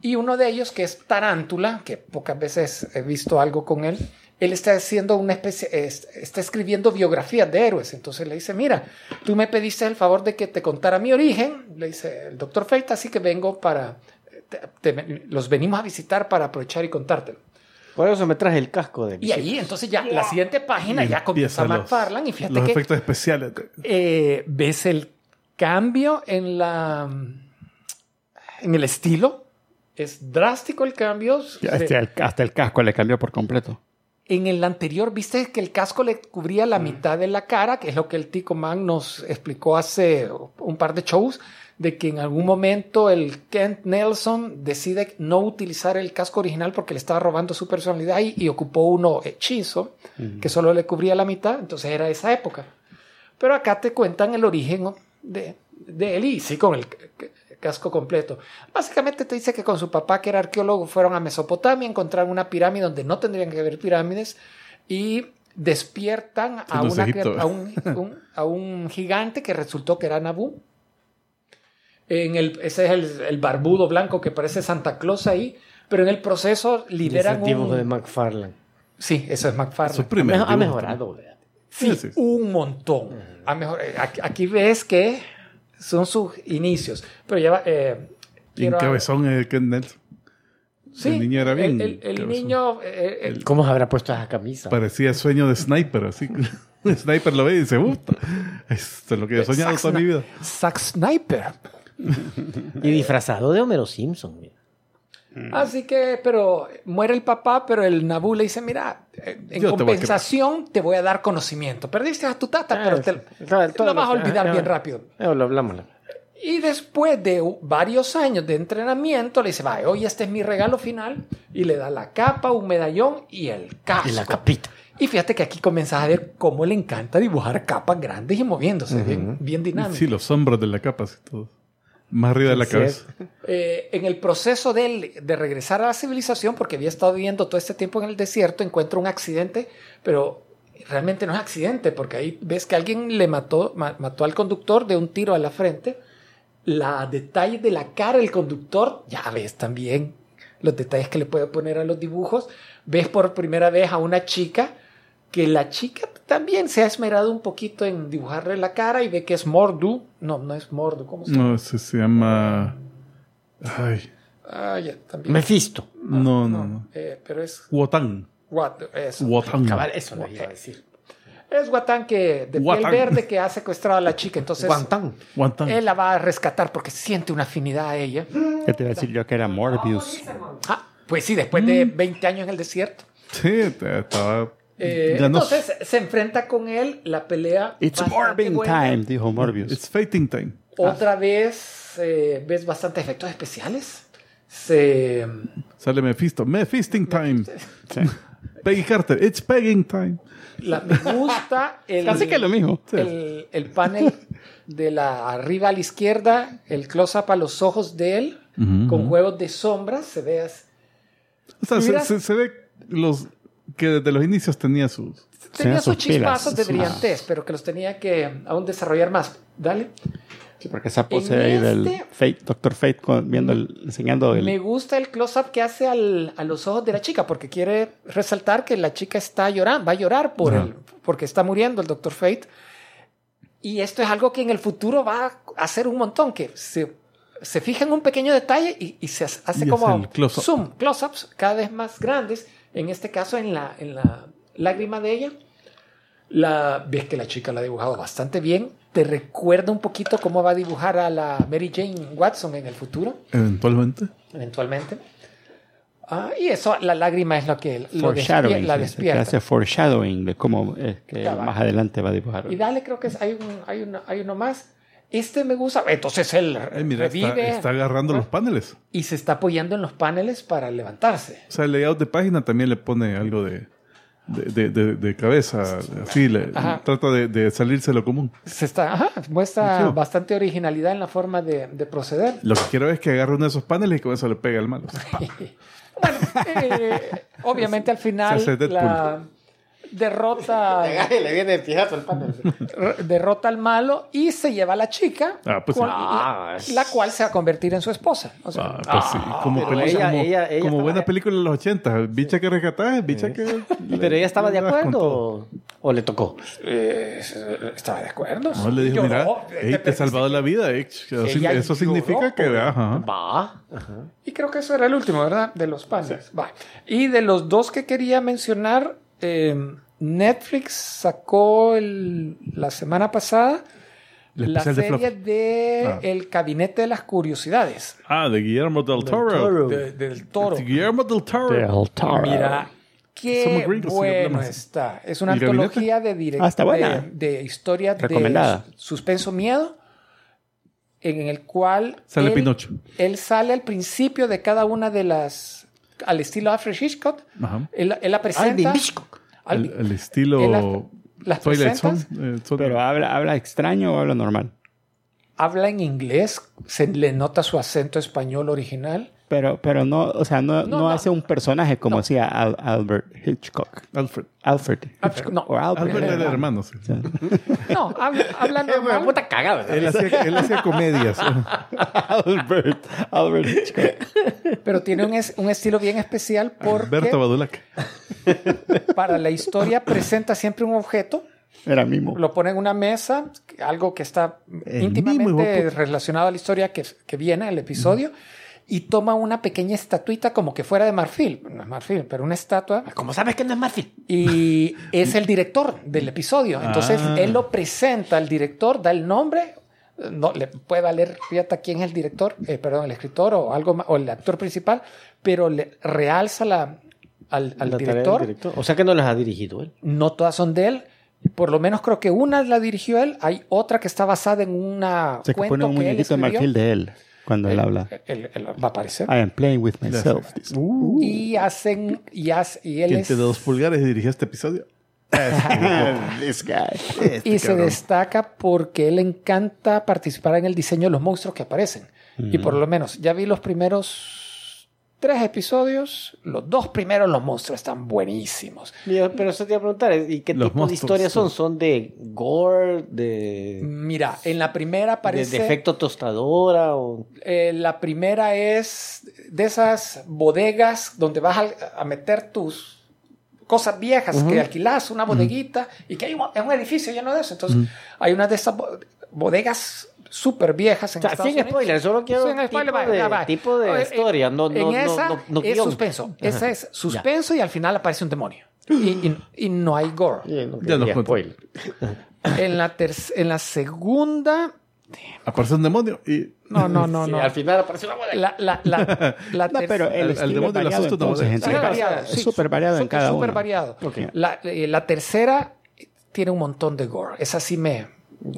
[SPEAKER 5] Y uno de ellos, que es Tarántula, que pocas veces he visto algo con él, él está haciendo una especie, es- está escribiendo biografías de héroes. Entonces le dice, mira, tú me pediste el favor de que te contara mi origen, le dice el doctor Fate, así que vengo para, te- te- los venimos a visitar para aprovechar y contártelo.
[SPEAKER 3] Por eso me traje el casco de
[SPEAKER 5] Y ahí, entonces ya, la siguiente página ya comienza
[SPEAKER 2] Empieza los-
[SPEAKER 5] McFarlane y fíjate
[SPEAKER 2] Los
[SPEAKER 5] que
[SPEAKER 2] efectos especiales.
[SPEAKER 5] eh, ves el cambio en la en el estilo es drástico el cambio
[SPEAKER 7] Ya,
[SPEAKER 5] Se-
[SPEAKER 7] este, el- hasta el casco le cambió por completo.
[SPEAKER 5] en el anterior viste que el casco le cubría la mitad de la cara que es lo que el Tico Man nos explicó hace un par de shows de que en algún momento el Kent Nelson decide no utilizar el casco original porque le estaba robando su personalidad y, y ocupó uno hechizo que solo le cubría la mitad entonces era esa época pero acá te cuentan el origen de, de él y sí con el c- c- casco completo. Básicamente te dice que con su papá, que era arqueólogo, fueron a Mesopotamia, encontraron una pirámide donde no tendrían que haber pirámides y despiertan a,
[SPEAKER 2] No es
[SPEAKER 5] una
[SPEAKER 2] Egipto.
[SPEAKER 5] cri- a un, un- a un gigante que resultó que era Nabú. En el, ese es el, el barbudo blanco que parece Santa Claus ahí, pero en el proceso liberan
[SPEAKER 3] dibujo
[SPEAKER 5] un...
[SPEAKER 3] de McFarlane.
[SPEAKER 5] Sí, eso es McFarlane.
[SPEAKER 2] Su primer
[SPEAKER 3] Mejo- ha
[SPEAKER 2] dibujo.
[SPEAKER 3] mejorado, ¿verdad?
[SPEAKER 5] Sí,
[SPEAKER 2] Sí, sí.
[SPEAKER 5] Pues, un montón. A mejor, eh, aquí, aquí ves que son sus inicios. Pero ya va, eh,
[SPEAKER 2] Y un
[SPEAKER 5] quiero-
[SPEAKER 2] cabezón es el Ken Nelson.
[SPEAKER 5] Sí,
[SPEAKER 2] el niño era bien
[SPEAKER 5] El, el- el
[SPEAKER 2] cabezón.
[SPEAKER 5] niño. eh, el-
[SPEAKER 3] ¿Cómo se habrá puesto esa camisa?
[SPEAKER 2] Parecía sueño de sniper, así. Un sniper lo ve y dice, gusta. Esto es lo que he soñado
[SPEAKER 5] Zack
[SPEAKER 2] toda mi
[SPEAKER 5] Sni-
[SPEAKER 2] vida.
[SPEAKER 5] Zack Sniper.
[SPEAKER 3] Y disfrazado de Homero Simpson. mira.
[SPEAKER 5] Así que, pero muere el papá, pero el Nabú le dice: Mira, eh, en
[SPEAKER 2] Yo te voy a
[SPEAKER 5] compensación te voy a dar conocimiento. Perdiste a tu
[SPEAKER 3] Ah,
[SPEAKER 5] tata, pero te,
[SPEAKER 3] Claro,
[SPEAKER 5] te
[SPEAKER 3] todo
[SPEAKER 5] lo vas a
[SPEAKER 3] que-
[SPEAKER 5] olvidar
[SPEAKER 3] ah,
[SPEAKER 5] bien
[SPEAKER 3] ah,
[SPEAKER 5] rápido.
[SPEAKER 3] ah, Lo hablamos. la-
[SPEAKER 5] Y después de u- varios años de entrenamiento, le dice, vaya, hoy este es mi regalo final. Y le da la capa, un medallón y el casco.
[SPEAKER 3] Y la capita.
[SPEAKER 5] Y fíjate que aquí comenzás a ver cómo le encanta dibujar capas grandes y moviéndose, bien, bien dinámico.
[SPEAKER 2] Sí, los hombros de la capa, así todo. Más arriba de la
[SPEAKER 3] Sí,
[SPEAKER 2] cabeza.
[SPEAKER 5] Eh, en el proceso de, él de regresar a la civilización, porque había estado viviendo todo este tiempo en el desierto, encuentra un accidente, pero realmente no es accidente, porque ahí ves que alguien le mató, ma- mató al conductor de un tiro a la frente. La detalle de la cara del conductor, ya ves también los detalles que le puede poner a los dibujos. Ves por primera vez a una chica que la chica también se ha esmerado un poquito en dibujarle la cara y ve que es Mordu. No, no es Mordu, ¿cómo se llama?
[SPEAKER 2] No, ese se llama. Ay.
[SPEAKER 5] Ah, ya, también.
[SPEAKER 3] Mephisto.
[SPEAKER 2] Mm.
[SPEAKER 5] Ah,
[SPEAKER 2] No, no, no.
[SPEAKER 5] Eh, pero es
[SPEAKER 2] Wotan.
[SPEAKER 5] What, eso.
[SPEAKER 2] Wotan.
[SPEAKER 3] Cabal, eso lo iba a decir.
[SPEAKER 5] Es Guatán que de
[SPEAKER 2] Guatán.
[SPEAKER 5] piel verde que ha secuestrado a la chica. Entonces
[SPEAKER 3] Guantán.
[SPEAKER 2] Wotan.
[SPEAKER 5] él la va a rescatar porque siente una afinidad a ella.
[SPEAKER 7] ¿Qué te iba a decir yo que era Morbius?
[SPEAKER 5] Ah, pues sí, después de
[SPEAKER 7] Mm.
[SPEAKER 5] 20 años en el desierto.
[SPEAKER 2] Sí, te- estaba.
[SPEAKER 5] Eh,
[SPEAKER 2] ganó.
[SPEAKER 5] entonces se enfrenta con él la pelea.
[SPEAKER 7] It's
[SPEAKER 5] bastante
[SPEAKER 7] Morbin
[SPEAKER 5] buena.
[SPEAKER 7] time, dijo Morbius.
[SPEAKER 2] It's fighting time.
[SPEAKER 5] Otra vez eh, ves bastantes efectos especiales. Se,
[SPEAKER 2] Sale Mephisto. Mephisting time. Peggy Carter. It's pegging time.
[SPEAKER 5] la, me gusta el,
[SPEAKER 7] Casi que lo mismo.
[SPEAKER 5] el, el panel de la arriba a la izquierda, el close-up a los ojos de él, con juegos de sombras. Se ve as-
[SPEAKER 2] O sea, se,
[SPEAKER 5] Mira.
[SPEAKER 2] se- se ve los que desde los inicios tenía sus.
[SPEAKER 5] Tenía
[SPEAKER 7] Tenía
[SPEAKER 5] sus
[SPEAKER 7] sus pilas,
[SPEAKER 5] chispazos de
[SPEAKER 7] sus-
[SPEAKER 5] brillantez, pero que los tenía que aún desarrollar más. Dale.
[SPEAKER 7] Sí, porque esa pose
[SPEAKER 5] En
[SPEAKER 7] ahí del
[SPEAKER 5] este-
[SPEAKER 7] Fate, Doctor Fate, con- viendo el- enseñando el.
[SPEAKER 5] Me gusta el close-up que hace al- a los ojos de la chica, porque quiere resaltar que la chica está llorando, va a llorar por
[SPEAKER 2] Ajá.
[SPEAKER 5] él, porque está muriendo el Dr. Fate. Y esto es algo que en el futuro va a hacer un montón, que se, se fija en un pequeño detalle y, y se hace
[SPEAKER 2] Y
[SPEAKER 5] como
[SPEAKER 2] hace el close-up.
[SPEAKER 5] zoom, close-ups cada vez más grandes, en este caso en la, en la lágrima de ella. La, ves que la chica la ha dibujado bastante bien. Te recuerda un poquito cómo va a dibujar a la Mary Jane Watson en el futuro
[SPEAKER 2] Eventualmente.
[SPEAKER 5] eventualmente. Ah, y eso, la lágrima es lo que lo despie- la
[SPEAKER 7] foreshadowing. sí, se- que
[SPEAKER 5] despierta.
[SPEAKER 7] hace foreshadowing de cómo es que
[SPEAKER 5] Cabal.
[SPEAKER 7] más adelante va a dibujar.
[SPEAKER 5] Y dale, creo que es- hay, un, hay, uno, hay uno más. Este me gusta. Entonces él
[SPEAKER 2] Ay, mira, está,
[SPEAKER 5] revive
[SPEAKER 2] está agarrando los paneles.
[SPEAKER 5] y se está apoyando en los paneles para levantarse.
[SPEAKER 2] O sea, el layout de página también le pone algo de, de, de- de- de cabeza. Así, le,
[SPEAKER 5] Ajá.
[SPEAKER 2] trata de, de salirse de lo común.
[SPEAKER 5] Se está, ajá, muestra
[SPEAKER 2] Chivo.
[SPEAKER 5] bastante originalidad en la forma de, de proceder.
[SPEAKER 2] Lo que quiero es que agarre uno de esos paneles y con eso le pega al malo. Ah, pues
[SPEAKER 5] Bueno, eh, obviamente al final
[SPEAKER 2] Se hace Deadpool.
[SPEAKER 5] la derrota
[SPEAKER 3] Le viene el pijazo al panel.
[SPEAKER 5] r- derrota al malo y se lleva a la chica,
[SPEAKER 2] Ah, pues sí.
[SPEAKER 5] la, la cual se va a convertir en su esposa. O sea,
[SPEAKER 2] Ah, pues sí. Como,
[SPEAKER 3] pero
[SPEAKER 2] película-
[SPEAKER 3] ella-
[SPEAKER 2] como-
[SPEAKER 3] ella- ella
[SPEAKER 2] como
[SPEAKER 3] estaba-
[SPEAKER 2] buena película de los 80. Bicha que rescatás, bicha que.
[SPEAKER 3] Pero ella estaba de
[SPEAKER 2] le das con
[SPEAKER 3] acuerdo
[SPEAKER 2] todo.
[SPEAKER 3] o- o le tocó.
[SPEAKER 5] Eh, estaba de acuerdo. oh, eh,
[SPEAKER 2] No, le dijo,
[SPEAKER 5] Lloró,
[SPEAKER 2] mira,
[SPEAKER 5] te
[SPEAKER 2] "Ey, te he
[SPEAKER 5] perdiste".
[SPEAKER 2] salvado la vida. eh". Eso,
[SPEAKER 5] Ella
[SPEAKER 2] sign- eso
[SPEAKER 5] lloró,
[SPEAKER 2] significa que.
[SPEAKER 5] pobre.
[SPEAKER 2] Ajá.
[SPEAKER 3] Va.
[SPEAKER 5] eh, Y creo que eso era el último, ¿verdad? De los panes. Va. Y de los dos que quería mencionar, eh, Netflix sacó el- la semana pasada
[SPEAKER 2] El
[SPEAKER 5] la
[SPEAKER 2] especial de Flop.
[SPEAKER 5] serie de
[SPEAKER 2] Ah.
[SPEAKER 5] El Gabinete de las Curiosidades
[SPEAKER 2] Ah, de Guillermo del Toro.
[SPEAKER 5] de- del Toro.
[SPEAKER 2] De Guillermo del Toro.
[SPEAKER 7] Del Toro.
[SPEAKER 5] Mira,
[SPEAKER 2] Somos
[SPEAKER 5] qué
[SPEAKER 2] gringos, si
[SPEAKER 5] bueno
[SPEAKER 2] hablamos así.
[SPEAKER 5] está. Es una
[SPEAKER 2] ¿El gabinete?
[SPEAKER 5] antología de direct-
[SPEAKER 7] Ah, está buena.
[SPEAKER 5] de, de historias de
[SPEAKER 7] Recomendada.
[SPEAKER 5] sus- suspenso miedo en el cual
[SPEAKER 2] Sale
[SPEAKER 5] él-
[SPEAKER 2] Pinocho.
[SPEAKER 5] Él sale al principio de cada una de las al estilo Alfred Hitchcock.
[SPEAKER 2] Ajá.
[SPEAKER 5] Él, él la presenta.
[SPEAKER 3] Alvin Hitchcock.
[SPEAKER 5] Al-
[SPEAKER 2] El, el estilo.
[SPEAKER 5] él las- las
[SPEAKER 2] Twilight Zone.
[SPEAKER 5] presentas.
[SPEAKER 2] eh, Zone.
[SPEAKER 7] Pero habla, habla extraño o habla normal.
[SPEAKER 5] habla en inglés, se le nota su acento español original.
[SPEAKER 7] Pero, pero no, o sea, no,
[SPEAKER 5] No,
[SPEAKER 7] no,
[SPEAKER 5] no.
[SPEAKER 7] hace un personaje como hacía Al- Albert Hitchcock.
[SPEAKER 2] Alfred.
[SPEAKER 7] Alfred.
[SPEAKER 5] Alfred, no.
[SPEAKER 7] O Albert.
[SPEAKER 2] Alfred Ah, era el hermano. sí.
[SPEAKER 5] No, habla, habla normal.
[SPEAKER 3] puta cagada.
[SPEAKER 2] Él hacía, él hacía comedias.
[SPEAKER 7] Albert. Albert Hitchcock.
[SPEAKER 5] pero tiene un, es- un estilo bien especial porque
[SPEAKER 2] Alberto Badulac.
[SPEAKER 5] para la historia presenta siempre un objeto,
[SPEAKER 7] Era mimo.
[SPEAKER 5] lo pone en una mesa, algo que está
[SPEAKER 2] El mismo hijo de
[SPEAKER 5] íntimamente
[SPEAKER 2] puta.
[SPEAKER 5] relacionado a la historia que, que viene, el episodio, y toma una pequeña estatuita como que fuera de marfil, no es marfil, pero una estatua,
[SPEAKER 3] ¿Cómo sabes que no es Marfil?
[SPEAKER 5] y es el director del episodio. Entonces
[SPEAKER 2] Ah.
[SPEAKER 5] él lo presenta al director, da el nombre. No le puede valer fíjate quién es el director, eh, perdón, el escritor o algo ma- o el actor principal, pero le realza la, al, al director.
[SPEAKER 3] O sea que no las ha dirigido él.
[SPEAKER 5] No todas son de él. Por lo menos creo que una la dirigió él. Hay otra que está basada en una
[SPEAKER 7] O sea, que
[SPEAKER 5] cuento
[SPEAKER 7] pone un
[SPEAKER 5] que él
[SPEAKER 7] muñequito de
[SPEAKER 5] escribió.
[SPEAKER 7] Ah.
[SPEAKER 5] Eh.
[SPEAKER 7] marfil de él cuando él habla.
[SPEAKER 5] Él- él va a aparecer.
[SPEAKER 7] I am playing with myself.
[SPEAKER 5] Y hacen y, hace- y él
[SPEAKER 2] Quien
[SPEAKER 5] es-
[SPEAKER 2] te de dos pulgares dirigió este episodio.
[SPEAKER 7] "Ah, This guy. Este
[SPEAKER 5] y se destaca porque él encanta participar en el diseño de los monstruos que aparecen. Y por lo menos ya vi los primeros tres episodios, los dos primeros los monstruos están buenísimos.
[SPEAKER 3] Pero eso te iba a preguntar, ¿eh? ¿y qué
[SPEAKER 2] Los
[SPEAKER 3] tipo de
[SPEAKER 2] monstruos,
[SPEAKER 3] historias son?
[SPEAKER 2] sí.
[SPEAKER 3] ¿Son de gore, de,
[SPEAKER 5] Mira, en la primera
[SPEAKER 3] de,
[SPEAKER 5] aparece...
[SPEAKER 3] de efecto tostadora? O...
[SPEAKER 5] eh, la primera es de esas bodegas donde vas al- a, meter tus cosas viejas que alquilas, una bodeguita, y que hay un, es un edificio lleno de eso. Entonces, hay una de esas bo- bodegas súper viejas en
[SPEAKER 3] O sea,
[SPEAKER 5] Estados
[SPEAKER 3] sin
[SPEAKER 5] Unidos.
[SPEAKER 3] spoiler, solo quiero
[SPEAKER 5] Sin
[SPEAKER 3] tipo
[SPEAKER 5] spoiler, vaya,
[SPEAKER 3] de-
[SPEAKER 5] ya, vaya.
[SPEAKER 3] tipo de
[SPEAKER 5] Eh,
[SPEAKER 3] historia, no- no-
[SPEAKER 5] en
[SPEAKER 3] no-
[SPEAKER 5] esa
[SPEAKER 3] no- no
[SPEAKER 5] es
[SPEAKER 3] guión.
[SPEAKER 5] suspenso.
[SPEAKER 3] Ajá.
[SPEAKER 5] Esa es suspenso y al final aparece un demonio. Y, y- y no hay gore.
[SPEAKER 3] Ya no
[SPEAKER 2] Ya nos
[SPEAKER 3] quería
[SPEAKER 2] cuento.
[SPEAKER 3] spoiler.
[SPEAKER 5] En la, terc- en la segunda...
[SPEAKER 2] Aparece un demonio y.
[SPEAKER 5] No, no, no,
[SPEAKER 3] Sí,
[SPEAKER 5] no.
[SPEAKER 3] Al final apareció una bola.
[SPEAKER 5] La, la, la, la
[SPEAKER 7] No,
[SPEAKER 5] terc-
[SPEAKER 7] pero
[SPEAKER 2] al
[SPEAKER 7] el estilo
[SPEAKER 2] demonio
[SPEAKER 7] es
[SPEAKER 2] le
[SPEAKER 7] variado
[SPEAKER 2] asusta una
[SPEAKER 7] entonces,
[SPEAKER 2] bodega.
[SPEAKER 7] en
[SPEAKER 5] Súper
[SPEAKER 7] cada-
[SPEAKER 5] variado,
[SPEAKER 7] es
[SPEAKER 5] sí,
[SPEAKER 7] súper variado en
[SPEAKER 5] súper
[SPEAKER 7] cada uno.
[SPEAKER 5] variado.
[SPEAKER 7] Ok.
[SPEAKER 5] La, eh, la tercera tiene un montón de gore. Esa sí me,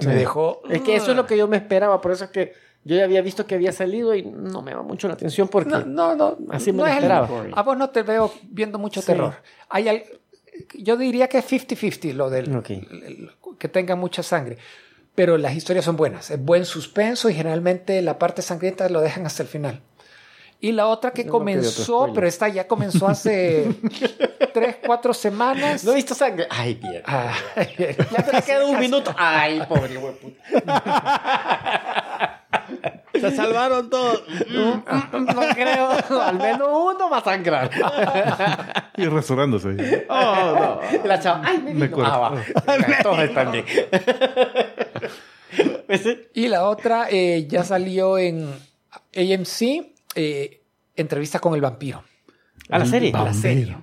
[SPEAKER 5] me dejó...
[SPEAKER 3] Es que eso es lo que yo me esperaba, por eso es que yo ya había visto que había salido y no me va mucho la atención porque...
[SPEAKER 5] No, no, no.
[SPEAKER 3] Así me
[SPEAKER 5] no
[SPEAKER 3] lo
[SPEAKER 5] es el-
[SPEAKER 3] esperaba.
[SPEAKER 5] a vos no te veo viendo mucho terror. Hay al- yo diría que es 50-50 lo del
[SPEAKER 3] Ok.
[SPEAKER 5] el- el- que tenga mucha sangre. Pero las historias son buenas. Es buen suspenso y generalmente la parte sangrienta lo dejan hasta el final. Y la otra que
[SPEAKER 3] No, no quería otro
[SPEAKER 5] comenzó,
[SPEAKER 3] spoiler.
[SPEAKER 5] pero esta ya comenzó hace 3, 4 semanas.
[SPEAKER 3] ¿No he visto sangre? Ay, bien.
[SPEAKER 5] Ah,
[SPEAKER 3] Ya te queda un minuto. Ay, pobre hueputa.
[SPEAKER 7] Se salvaron todos.
[SPEAKER 3] Mm, No creo. Al menos uno va a sangrar.
[SPEAKER 2] Y restaurándose.
[SPEAKER 3] Oh, no. La chava, ay, me,
[SPEAKER 2] Me
[SPEAKER 3] vino.
[SPEAKER 2] corto.
[SPEAKER 3] Ah, va. Todos están bien. Pues sí.
[SPEAKER 5] Y la otra eh, ya salió en AMC, eh, entrevista con el vampiro.
[SPEAKER 3] A la serie. Ah,
[SPEAKER 5] A la serie.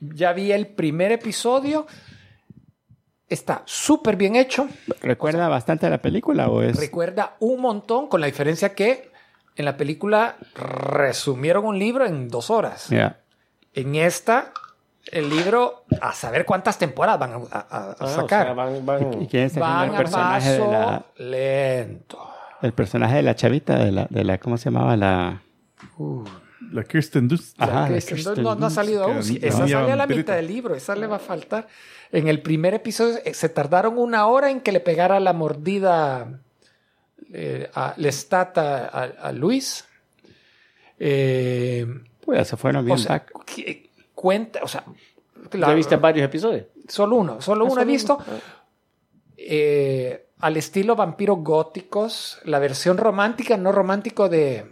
[SPEAKER 5] Ya vi el primer episodio. Está súper bien hecho.
[SPEAKER 7] ¿Recuerda bastante a la película o es?
[SPEAKER 5] Recuerda un montón, con la diferencia que en la película resumieron un libro en dos horas.
[SPEAKER 7] Ya.
[SPEAKER 5] En esta, el libro, a saber cuántas temporadas van a, a- a
[SPEAKER 3] Ah, o sea,
[SPEAKER 5] sacar.
[SPEAKER 3] van-
[SPEAKER 7] ¿Y
[SPEAKER 3] van-
[SPEAKER 7] quién está haciendo
[SPEAKER 5] van
[SPEAKER 7] el
[SPEAKER 5] a
[SPEAKER 7] personaje de
[SPEAKER 5] paso
[SPEAKER 7] la,
[SPEAKER 5] lento.
[SPEAKER 7] el personaje de la chavita de la, de la cómo se llamaba la?
[SPEAKER 2] La Kirsten Dunst.
[SPEAKER 7] Ajá, la
[SPEAKER 5] Kristen Dunst
[SPEAKER 7] Kirsten
[SPEAKER 5] no, no ha
[SPEAKER 7] Dunst,
[SPEAKER 5] salido
[SPEAKER 2] que
[SPEAKER 5] aún. Sí,
[SPEAKER 2] era
[SPEAKER 5] esa
[SPEAKER 2] una
[SPEAKER 5] sale a la
[SPEAKER 2] vampirita.
[SPEAKER 5] mitad del libro. Esa le va a faltar. En el primer episodio eh, se tardaron una hora en que le pegara la mordida eh, a Lestat a, a- a Luis. Eh,
[SPEAKER 7] Pues se fueron
[SPEAKER 5] o
[SPEAKER 7] bien
[SPEAKER 5] sea,
[SPEAKER 7] back.
[SPEAKER 5] que- cuenta, o sea,
[SPEAKER 3] ¿Ya
[SPEAKER 5] la-
[SPEAKER 3] viste varios episodios?
[SPEAKER 5] solo uno,
[SPEAKER 3] Ah,
[SPEAKER 5] solo uno he
[SPEAKER 3] solo
[SPEAKER 5] visto.
[SPEAKER 3] uno.
[SPEAKER 5] Eh, al estilo vampiros góticos, la versión romántica, no romántico de,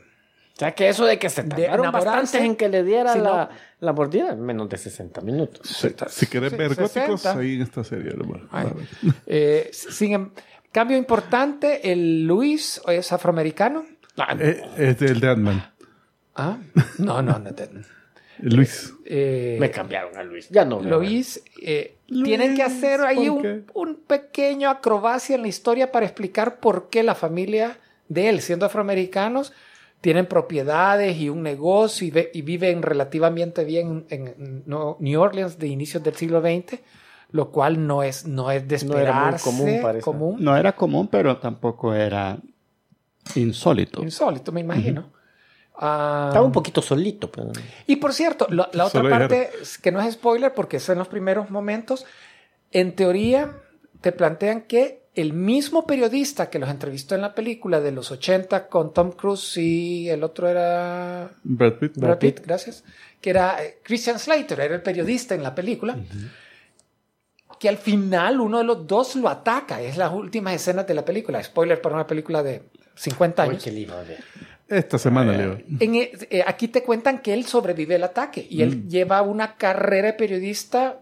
[SPEAKER 3] O sea, que eso de que se tardaron
[SPEAKER 5] enamorarse,
[SPEAKER 3] bastantes en que le diera
[SPEAKER 5] si no-
[SPEAKER 3] la, la mordida, menos de 60 minutos.
[SPEAKER 2] Si, si querés
[SPEAKER 5] sí,
[SPEAKER 2] ver góticos,
[SPEAKER 5] 60.
[SPEAKER 2] ahí en esta serie, hermano.
[SPEAKER 5] Ay. Eh, sin em- cambio importante, el Luis es afroamericano.
[SPEAKER 2] Eh, es del de Ant-Man.
[SPEAKER 5] Ah, no, no, no. te-
[SPEAKER 2] Luis.
[SPEAKER 5] eh,
[SPEAKER 3] Me cambiaron a Luis. Ya no. veo.
[SPEAKER 5] Luis, eh, tienen que hacer ahí
[SPEAKER 2] ¿por qué?
[SPEAKER 5] un, un pequeño acrobacia en la historia para explicar por qué la familia de él, siendo afroamericanos, tienen propiedades y un negocio y, ve- y viven relativamente bien en no- New Orleans de inicios del siglo XX, lo cual no es, no es de
[SPEAKER 3] No era muy
[SPEAKER 5] esperarse
[SPEAKER 3] común, parece.
[SPEAKER 5] común.
[SPEAKER 7] No era común, pero tampoco era insólito.
[SPEAKER 5] Insólito, me imagino. Ah,
[SPEAKER 3] Estaba un poquito solito. pero-
[SPEAKER 5] Y por cierto, la, la otra
[SPEAKER 2] Solo
[SPEAKER 5] parte es que no es spoiler porque es en los primeros momentos. En teoría, te plantean que el mismo periodista que los entrevistó en la película de los 80 con Tom Cruise y el otro era
[SPEAKER 2] Brad Pitt.
[SPEAKER 5] Brad Pitt, gracias, que era eh, Christian Slater, era el periodista en la película, que al final uno de los dos lo ataca. Es las últimas escenas de la película. Spoiler para una película de 50
[SPEAKER 3] Uy,
[SPEAKER 5] años.
[SPEAKER 3] qué lindo. a ver.
[SPEAKER 2] Esta semana, Leo.
[SPEAKER 5] En e- eh, aquí te cuentan que él sobrevive el ataque y
[SPEAKER 2] Mm.
[SPEAKER 5] él lleva una carrera de periodista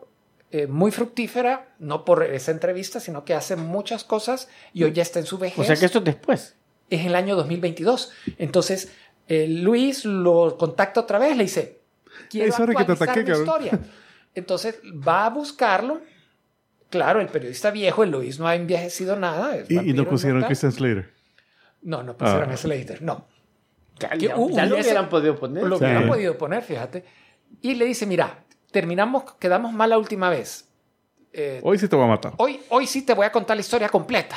[SPEAKER 5] eh, muy fructífera, no por esa entrevista, sino que hace muchas cosas y hoy ya está en su vejez.
[SPEAKER 3] O sea, que esto es después.
[SPEAKER 5] Es el año 2022. Entonces, eh, Luis lo contacta otra vez, le dice, quiero
[SPEAKER 2] Ey, sorry que te
[SPEAKER 5] actualizar
[SPEAKER 2] ataqué,
[SPEAKER 5] mi
[SPEAKER 2] cabrón.
[SPEAKER 5] historia. Entonces, va a buscarlo. Claro, el periodista viejo, el Luis, no ha envejecido nada. es
[SPEAKER 2] Y, y
[SPEAKER 5] vampiro,
[SPEAKER 2] no pusieron
[SPEAKER 5] tal.
[SPEAKER 2] Christian Slater.
[SPEAKER 5] No, no pusieron
[SPEAKER 2] Ah.
[SPEAKER 5] a Slater, no.
[SPEAKER 3] Ya,
[SPEAKER 5] Que
[SPEAKER 3] ya-
[SPEAKER 5] hu-
[SPEAKER 3] ya lo
[SPEAKER 5] hubiese-
[SPEAKER 3] hubieran podido poner.
[SPEAKER 5] Lo
[SPEAKER 7] Sí.
[SPEAKER 5] hubieran podido poner, fíjate. Y le dice, mira, terminamos, quedamos mal la última vez. Eh,
[SPEAKER 2] Hoy sí te va a matar.
[SPEAKER 5] hoy, hoy sí te voy a contar la historia completa.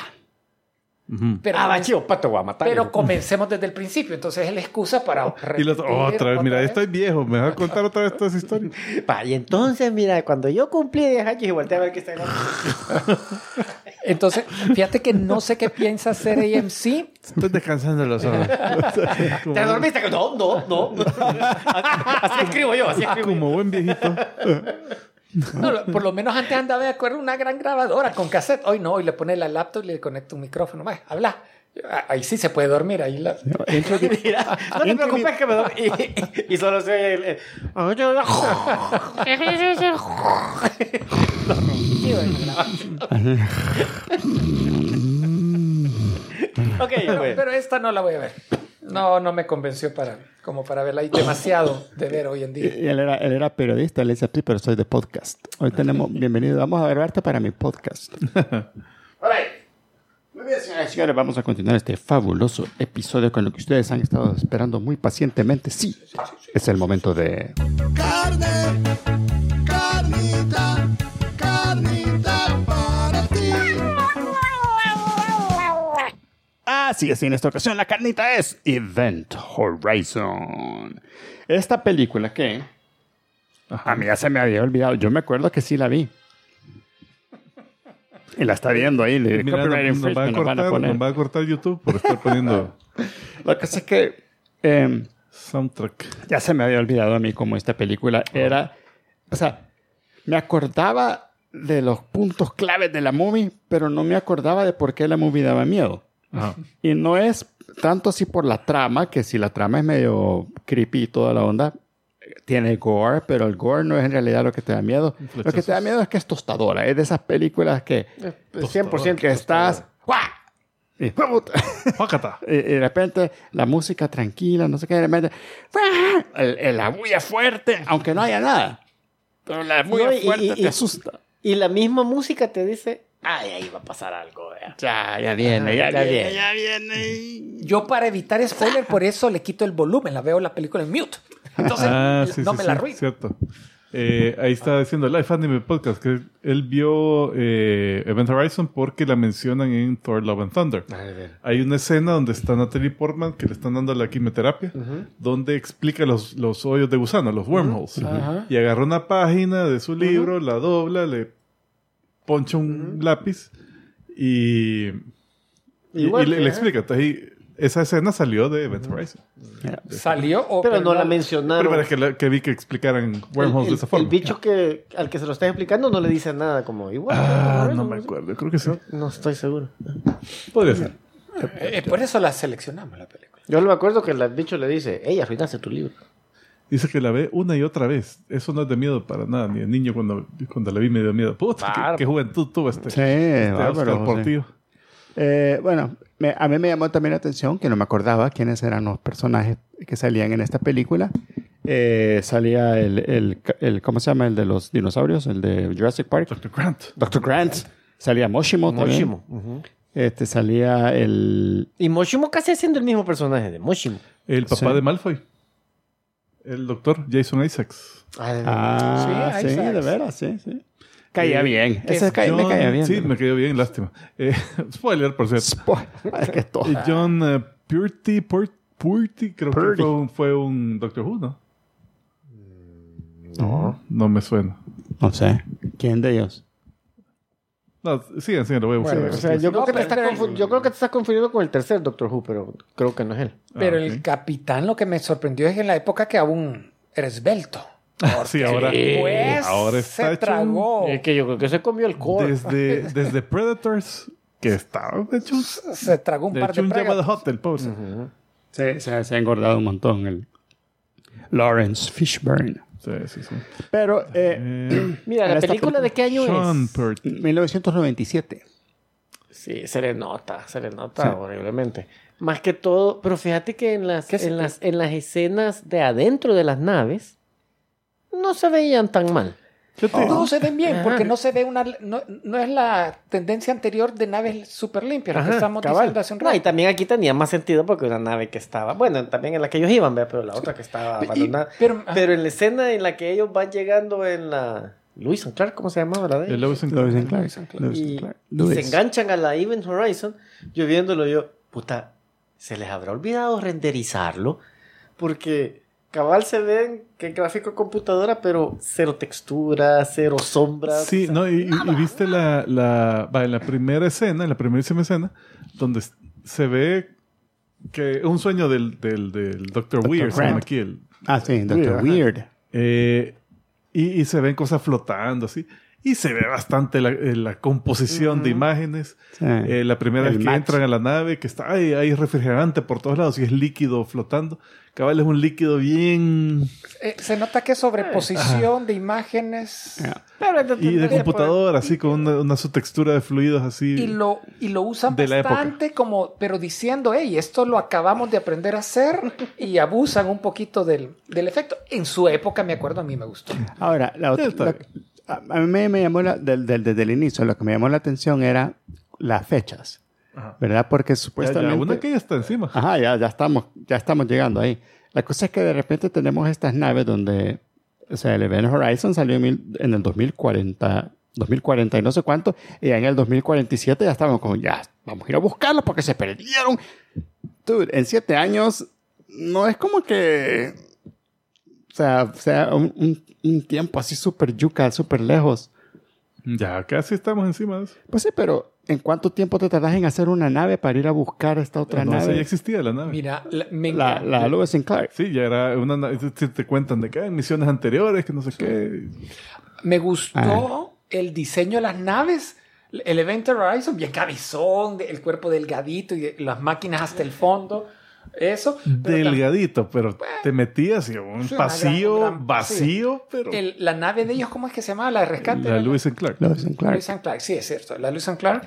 [SPEAKER 2] Ujú.
[SPEAKER 5] Pero,
[SPEAKER 3] Ah, va, chivo, pato, voy a matar.
[SPEAKER 5] pero comencemos desde el principio. Entonces es la excusa para...
[SPEAKER 2] Y los,
[SPEAKER 5] repetir
[SPEAKER 2] otra vez, mira,
[SPEAKER 5] otra
[SPEAKER 2] estoy viejo. Me vas a contar otra vez toda esa historia.
[SPEAKER 3] Pa, y entonces, mira, cuando yo cumplí 10 años y volteé a ver qué está grabando.
[SPEAKER 5] Entonces, fíjate que no sé qué piensa hacer AMC.
[SPEAKER 2] Estoy descansando los ojos.
[SPEAKER 3] ¿Te dormiste? No, no, no. Así escribo yo, así escribo yo.
[SPEAKER 2] Como buen viejito.
[SPEAKER 5] Ah, No, lo- por lo menos antes andaba de acuerdo una gran grabadora con cassette. Hoy no, hoy le pone la laptop y le conecta un micrófono. Más, habla. Ah, Ahí sí se puede dormir. Ahí la...
[SPEAKER 3] Mira, no te preocupes que me doy. Y, y solo se oye el. el- Ok,
[SPEAKER 5] Pero,
[SPEAKER 3] bueno.
[SPEAKER 5] pero esta no la voy a ver. No, no me convenció para, como para verla. Hay demasiado de ver hoy en
[SPEAKER 7] Y-
[SPEAKER 5] día.
[SPEAKER 7] y él, era, él era periodista, él dice, sí, pero soy de podcast. Hoy tenemos, bienvenido, vamos a grabarte para mi podcast.
[SPEAKER 4] Alright. Muy bien, señores.
[SPEAKER 7] Señoras y señores, vamos a continuar este fabuloso episodio con lo que ustedes han estado esperando muy pacientemente. Sí, es el momento de...
[SPEAKER 6] Carne, carnita, carnita para ti.
[SPEAKER 7] Así es, y en esta ocasión la carnita es Event Horizon. Esta película que a mí ya se me había olvidado. Yo me acuerdo que sí la vi. Y la está viendo ahí. le-
[SPEAKER 2] Mira, nos, nos va
[SPEAKER 7] copyright
[SPEAKER 2] a
[SPEAKER 7] infringement, nos van a
[SPEAKER 2] cortar,
[SPEAKER 7] poner.
[SPEAKER 2] nos va a cortar YouTube por estar poniendo
[SPEAKER 7] Lo que sé es que em,
[SPEAKER 2] soundtrack.
[SPEAKER 7] ya se me había olvidado a mí cómo esta película
[SPEAKER 2] Oh.
[SPEAKER 7] era. O sea, me acordaba de los puntos claves de la movie, pero no me acordaba de por qué la movie daba miedo.
[SPEAKER 2] Ajá.
[SPEAKER 7] Y no es tanto así por la trama, que si la trama es medio creepy y toda la onda, tiene gore, pero el gore no es en realidad lo que te da miedo. Lo que te da miedo es que es tostadora, es de esas películas que 100% que estás... ¡guau! Y, ¡puta!
[SPEAKER 2] Pácata.
[SPEAKER 7] Y- y de repente la música tranquila, no sé qué, de repente ¡guau! el, el- la bulla fuerte, aunque no haya nada. Pero la bulla
[SPEAKER 3] No, y-
[SPEAKER 7] fuerte
[SPEAKER 3] y- y-
[SPEAKER 7] te asusta.
[SPEAKER 3] Y la misma música te dice, ay, ahí va a pasar algo, vea.
[SPEAKER 7] Ya, ya viene, ya,
[SPEAKER 3] Ya
[SPEAKER 7] viene,
[SPEAKER 3] viene.
[SPEAKER 7] ya viene. y-
[SPEAKER 5] Yo para evitar spoiler, por eso le quito el volumen. La veo la película en mute. Entonces,
[SPEAKER 2] Ah, sí,
[SPEAKER 5] no
[SPEAKER 2] sí,
[SPEAKER 5] me
[SPEAKER 2] sí,
[SPEAKER 5] la arruino.
[SPEAKER 2] Cierto. Eh, ahí está diciendo Life Anime Podcast que él vio eh, Event Horizon porque la mencionan en Thor Love and Thunder.
[SPEAKER 5] Ah,
[SPEAKER 2] Hay una escena donde está Natalie Portman que le están dando la quimioterapia, donde explica los, los hoyos de gusano, los wormholes. Y agarra una página de su libro, la dobla, le poncha un lápiz y, y-
[SPEAKER 3] Igual
[SPEAKER 2] y le,
[SPEAKER 5] ¿eh?
[SPEAKER 3] que-
[SPEAKER 2] le explica. Entonces, ahí, esa escena salió de Event Horizon.
[SPEAKER 5] Salió o
[SPEAKER 3] Pero no la
[SPEAKER 2] Pero
[SPEAKER 3] mencionaron.
[SPEAKER 2] para que, la- que vi que explicaran wormholes
[SPEAKER 3] el,
[SPEAKER 2] de esa forma.
[SPEAKER 3] el bicho que, al que se lo estás explicando no le dice nada, como igual.
[SPEAKER 2] Ah,
[SPEAKER 3] bueno,
[SPEAKER 2] no me acuerdo, creo que sí.
[SPEAKER 3] No estoy seguro.
[SPEAKER 2] Podría ser.
[SPEAKER 5] Eh, por eso la seleccionamos la película.
[SPEAKER 3] Yo me acuerdo que el bicho le dice, hey, arruinaste tu libro.
[SPEAKER 2] Dice que la ve una y otra vez. Eso no es de miedo para nada. Ni el niño cuando, cuando la vi me dio miedo. Puta, qué-
[SPEAKER 3] Bárbaro.
[SPEAKER 2] qué, juventud tuvo este.
[SPEAKER 7] Sí,
[SPEAKER 2] este
[SPEAKER 7] bárbaro,
[SPEAKER 2] Oscar
[SPEAKER 7] sí.
[SPEAKER 2] Portillo.
[SPEAKER 7] Eh, bueno, me- a mí me llamó también la atención que no me acordaba quiénes eran los personajes que salían en esta película. Eh, salía el, el, el- ¿cómo se llama? El de los dinosaurios, el de Jurassic Park.
[SPEAKER 2] Dr. Grant.
[SPEAKER 7] Dr. Grant. Salía Moshimo también.
[SPEAKER 3] Moshimo. ujú.
[SPEAKER 7] Este, salía el...
[SPEAKER 3] Y Moshimo casi haciendo el mismo personaje de Moshimo.
[SPEAKER 2] El papá
[SPEAKER 7] Sí.
[SPEAKER 2] de Malfoy. El doctor Jason Isaacs.
[SPEAKER 7] Ah, sí,
[SPEAKER 5] Sí, Isaac.
[SPEAKER 7] de veras, sí, sí. Caía bien.
[SPEAKER 5] es
[SPEAKER 7] Ese ca- me
[SPEAKER 2] John-
[SPEAKER 7] caía bien.
[SPEAKER 2] Sí,
[SPEAKER 7] ¿no?
[SPEAKER 2] me cayó bien, lástima. Eh, spoiler, por cierto.
[SPEAKER 7] Spo- es que es todo.
[SPEAKER 2] Eh, John eh, Purty, Pur- Purty, creo que
[SPEAKER 7] Purty.
[SPEAKER 2] fue un, fue un Doctor Who, ¿no? No. No me suena.
[SPEAKER 7] No sé. ¿Quién de ellos?
[SPEAKER 2] No, sigan, sigan, lo voy a buscar.
[SPEAKER 5] Bueno,
[SPEAKER 3] O sea, yo, creo
[SPEAKER 5] No,
[SPEAKER 3] que te
[SPEAKER 5] pero
[SPEAKER 3] está
[SPEAKER 5] es que-
[SPEAKER 3] confu- yo creo que te estás confundiendo con el tercer Doctor Who, pero creo que no es él.
[SPEAKER 5] Pero
[SPEAKER 2] Ah, ok.
[SPEAKER 5] el capitán lo que me sorprendió es en la época que aún era esbelto.
[SPEAKER 2] Sí, ahora,
[SPEAKER 5] Pues
[SPEAKER 2] ahora está
[SPEAKER 5] se
[SPEAKER 2] hecho
[SPEAKER 5] tragó.
[SPEAKER 3] Es que yo creo que se comió el
[SPEAKER 2] un-
[SPEAKER 3] core.
[SPEAKER 2] desde, desde Predators, que estaba hecho un,
[SPEAKER 5] Se tragó un
[SPEAKER 2] de
[SPEAKER 5] par
[SPEAKER 2] hecho
[SPEAKER 5] de
[SPEAKER 2] un llamado pues.
[SPEAKER 5] pregas.
[SPEAKER 2] hot, el pobre.
[SPEAKER 7] Sí, se, se ha engordado un montón el Lawrence Fishburne.
[SPEAKER 2] Sí, sí, sí.
[SPEAKER 7] Pero... eh,
[SPEAKER 2] Eh,
[SPEAKER 3] Mira,
[SPEAKER 7] en
[SPEAKER 3] ¿la
[SPEAKER 7] esta
[SPEAKER 3] película de qué año
[SPEAKER 2] Sean
[SPEAKER 3] es?
[SPEAKER 2] Purty.
[SPEAKER 7] 1997.
[SPEAKER 3] Sí, se le nota, se le nota horriblemente. Más que todo, pero fíjate que en las,
[SPEAKER 5] ¿Qué se-
[SPEAKER 3] en, las, en las escenas de adentro de las naves no se veían tan mal.
[SPEAKER 2] Yo te-
[SPEAKER 5] No se ven bien,
[SPEAKER 3] Ajá.
[SPEAKER 5] porque no se ve una. No, no es la tendencia anterior de naves súper limpias, lo que
[SPEAKER 3] Ajá,
[SPEAKER 5] estamos
[SPEAKER 3] cabal.
[SPEAKER 5] diciendo hace un
[SPEAKER 3] No, y
[SPEAKER 5] rato.
[SPEAKER 3] también aquí tenía más sentido porque una nave que estaba, bueno, también en la que ellos iban, ¿verdad? pero la otra que estaba
[SPEAKER 5] Y-
[SPEAKER 3] abandonada.
[SPEAKER 5] pero, ah, ajá.
[SPEAKER 3] Pero en la escena en la que ellos van llegando en la... Luis and Clark, ¿cómo se llamaba la de
[SPEAKER 2] el
[SPEAKER 3] ellos?
[SPEAKER 2] Lewis and
[SPEAKER 7] Lewis
[SPEAKER 2] Clark.
[SPEAKER 7] and Clark. Lewis and
[SPEAKER 3] y,
[SPEAKER 7] Clark.
[SPEAKER 3] y
[SPEAKER 7] Lewis.
[SPEAKER 3] se enganchan a la Event Horizon, yo viéndolo yo, puta, se les habrá olvidado renderizarlo, porque cabal se ven que el gráfico de computadora, pero cero textura, cero sombras.
[SPEAKER 2] Sí, no, y, y- y viste la, la, va, en la primera escena, en la primerísima escena, donde s- se ve que es un sueño del, del, del Dr. Weir, se llama
[SPEAKER 7] Grant.
[SPEAKER 2] aquí el,
[SPEAKER 7] Ah, sí,
[SPEAKER 2] Weird, ajá.
[SPEAKER 7] Doctor Weird.
[SPEAKER 2] Eh, y, y se ven cosas flotando así. Y se ve bastante la, eh, la composición de imágenes.
[SPEAKER 7] Sí.
[SPEAKER 2] Eh, la primera
[SPEAKER 7] El
[SPEAKER 2] vez que
[SPEAKER 7] match.
[SPEAKER 2] entran a la nave, que está ay, hay refrigerante por todos lados y es líquido flotando. Cabal es un líquido bien...
[SPEAKER 5] Eh, se nota que es sobreposición de imágenes.
[SPEAKER 7] Ya.
[SPEAKER 5] Pero es pues.
[SPEAKER 2] Y de
[SPEAKER 5] tendría
[SPEAKER 2] computador, así con una, una subtextura de fluidos así.
[SPEAKER 5] poder- Y lo, y lo usan
[SPEAKER 2] De la época.
[SPEAKER 5] bastante como, pero diciendo, hey, esto lo acabamos de aprender a hacer y abusan un poquito del, del efecto. En su época, me acuerdo, a mí me gustó.
[SPEAKER 7] Ahora, la otra,
[SPEAKER 2] Está
[SPEAKER 7] lo-
[SPEAKER 2] bien.
[SPEAKER 7] a a mí me, me llamó la- del- del- desde el inicio, lo que me llamó la atención era las fechas,
[SPEAKER 2] Ajá. Pues
[SPEAKER 7] ¿verdad? Porque
[SPEAKER 2] Ya, ya,
[SPEAKER 7] supuestamente... Ah.
[SPEAKER 2] una que ya está encima.
[SPEAKER 7] Ajá, ya, ya, estamos, ya estamos llegando ahí. La cosa es que de repente tenemos estas naves donde, o sea, el Event Horizon salió en, mil- en el 2040, 2040 y no sé cuánto, y ya en el 2047 ya estábamos como, ya, vamos a ir a buscarlas porque se perdieron. Dude, en siete años no es como que, o sea, o sea un, un- un tiempo así súper yuca, súper lejos.
[SPEAKER 2] Ya casi estamos encima de eso.
[SPEAKER 7] Pues sí, pero ¿en cuánto tiempo te tardas en hacer una nave para ir a buscar esta otra
[SPEAKER 2] No, esa ya
[SPEAKER 7] nave?
[SPEAKER 2] existía la nave.
[SPEAKER 5] Mira, la- me
[SPEAKER 7] La,
[SPEAKER 5] encanta.
[SPEAKER 7] la Lewis and Clark.
[SPEAKER 2] Sí, ya era una nave. Te, te cuentan de que en misiones anteriores, que no sé qué.
[SPEAKER 5] Me gustó el diseño de las naves. El Event Horizon, bien cabezón, de- el cuerpo delgadito y de- las máquinas hasta el fondo. Eso. pero
[SPEAKER 2] Delgadito, pero te metías y un
[SPEAKER 5] sí, una gran-
[SPEAKER 2] pasillo
[SPEAKER 5] un gran
[SPEAKER 2] vacío, pero.
[SPEAKER 5] tam- el- la nave de ellos, ¿cómo es que se llama? La de rescate.
[SPEAKER 2] la Lewis and Clark.
[SPEAKER 7] Lewis and Clark.
[SPEAKER 5] Lewis and Clark, sí, es cierto. La Lewis and Clark,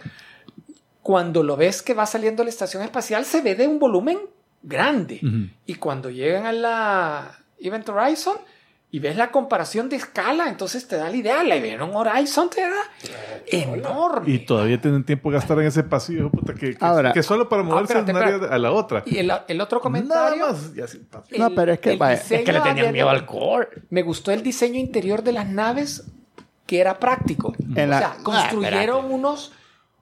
[SPEAKER 5] cuando lo ves que va saliendo de la estación espacial, se ve de un volumen grande.
[SPEAKER 2] Ujú.
[SPEAKER 5] Y cuando llegan a la Event Horizon y ves la comparación de escala, entonces te da la idea. La Event Horizon te da enorme.
[SPEAKER 2] Y todavía tienen tiempo de gastar en ese pasillo, puta, que, que,
[SPEAKER 7] Ahora- ah,
[SPEAKER 2] que solo para moverse de
[SPEAKER 5] espérate,
[SPEAKER 2] un área
[SPEAKER 5] espérate.
[SPEAKER 2] a la otra.
[SPEAKER 5] Y el, el otro comentario.
[SPEAKER 2] Nada más. y así, pa-
[SPEAKER 5] el-
[SPEAKER 7] No, pero es que,
[SPEAKER 5] el
[SPEAKER 7] vaya,
[SPEAKER 5] diseño
[SPEAKER 3] que le tenían
[SPEAKER 5] de-
[SPEAKER 3] miedo al core.
[SPEAKER 5] Me gustó el diseño interior de las naves, que era práctico.
[SPEAKER 7] En la-
[SPEAKER 5] o sea,
[SPEAKER 7] Ah,
[SPEAKER 5] construyeron
[SPEAKER 7] espérate.
[SPEAKER 5] unos,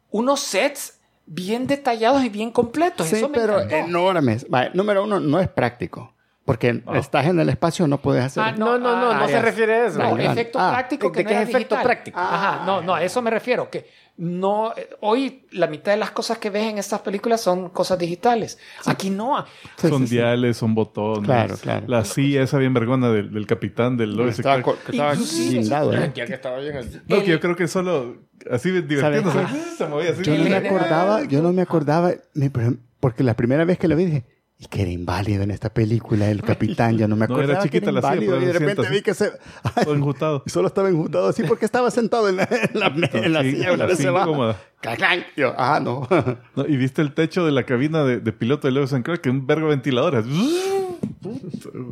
[SPEAKER 5] unos sets bien detallados y bien completos.
[SPEAKER 7] Sí,
[SPEAKER 5] Eso me
[SPEAKER 7] pero eh,
[SPEAKER 5] encantó.
[SPEAKER 7] enormes. Vale, número uno, no es práctico. Porque estás en el espacio, no puedes hacer.
[SPEAKER 5] Ah,
[SPEAKER 3] No, no, no,
[SPEAKER 5] ah,
[SPEAKER 3] no
[SPEAKER 5] ya.
[SPEAKER 3] se refiere a eso.
[SPEAKER 5] No,
[SPEAKER 7] Vale, vale.
[SPEAKER 5] efecto
[SPEAKER 7] Ah,
[SPEAKER 5] práctico
[SPEAKER 3] ¿de
[SPEAKER 5] que no
[SPEAKER 3] qué
[SPEAKER 5] era
[SPEAKER 3] es efecto
[SPEAKER 5] digital.
[SPEAKER 3] práctico?
[SPEAKER 5] Ajá, no, no, a eso me refiero, que no eh, hoy la mitad de las cosas que ves en estas películas son cosas digitales. Aquí no.
[SPEAKER 7] Sí,
[SPEAKER 2] son
[SPEAKER 7] sí, sí.
[SPEAKER 2] diales, son botones.
[SPEAKER 7] Claro, claro.
[SPEAKER 2] La silla esa bien vergona del, del capitán del Lewis and
[SPEAKER 7] Estaba,
[SPEAKER 2] Clark.
[SPEAKER 7] co- que estaba
[SPEAKER 5] Inclusive-
[SPEAKER 7] guindado, ¿eh?
[SPEAKER 3] Ya que estaba bien así.
[SPEAKER 2] No,
[SPEAKER 5] el-
[SPEAKER 2] que yo creo que solo así divirtiéndose. Se movía así.
[SPEAKER 7] Yo no me
[SPEAKER 5] El-
[SPEAKER 7] acordaba, yo no me acordaba, ni por- porque la primera vez que lo vi dije, y que era inválido en esta película, el capitán, ya no me
[SPEAKER 2] No, era
[SPEAKER 7] acordaba. que
[SPEAKER 2] chiquita la silla,
[SPEAKER 7] inválido,
[SPEAKER 2] pero
[SPEAKER 7] Y de
[SPEAKER 2] se
[SPEAKER 7] repente
[SPEAKER 2] sienta
[SPEAKER 7] vi que se.
[SPEAKER 2] Todo enjutado.
[SPEAKER 7] Y solo estaba enjuntado así porque estaba sentado en la, en la, en la
[SPEAKER 2] Sí,
[SPEAKER 7] silla. una
[SPEAKER 2] la
[SPEAKER 7] vez
[SPEAKER 2] silla
[SPEAKER 7] se baja.
[SPEAKER 2] incómoda.
[SPEAKER 7] Cacán. Yo, ah, no.
[SPEAKER 2] No, y viste el techo de la cabina de, de piloto de Lewis and Clark, que un vergo de ventiladores.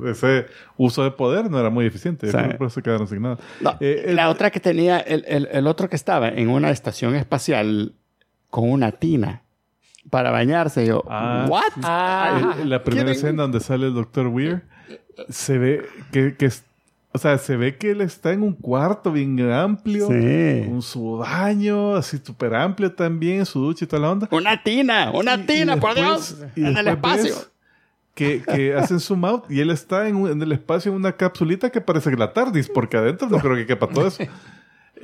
[SPEAKER 2] Ese uso de poder no era muy eficiente. Yo
[SPEAKER 7] Sí.
[SPEAKER 2] creo que Por eso se quedaron sin nada.
[SPEAKER 7] No,
[SPEAKER 2] Eh, el-
[SPEAKER 7] la otra que tenía, el, el- el otro que estaba en una estación espacial con una tina para bañarse. Yo,
[SPEAKER 2] Ah.
[SPEAKER 7] ¿what?
[SPEAKER 5] Ah,
[SPEAKER 2] el- la primera
[SPEAKER 7] ¿quieren?
[SPEAKER 2] escena donde sale el Dr. Weir, se ve que, que es- o sea, se ve que él está en un cuarto bien amplio,
[SPEAKER 7] Sí.
[SPEAKER 2] con su baño así súper amplio también, su ducha y toda la onda.
[SPEAKER 7] Una tina, una
[SPEAKER 2] Y- y
[SPEAKER 7] tina, por
[SPEAKER 2] después-
[SPEAKER 7] Dios,
[SPEAKER 2] y
[SPEAKER 7] en el
[SPEAKER 2] después ves
[SPEAKER 7] espacio.
[SPEAKER 2] Que, que hacen zoom out y él está en, un- en el espacio en una capsulita que parece que la TARDIS, porque adentro no creo que quepa todo eso.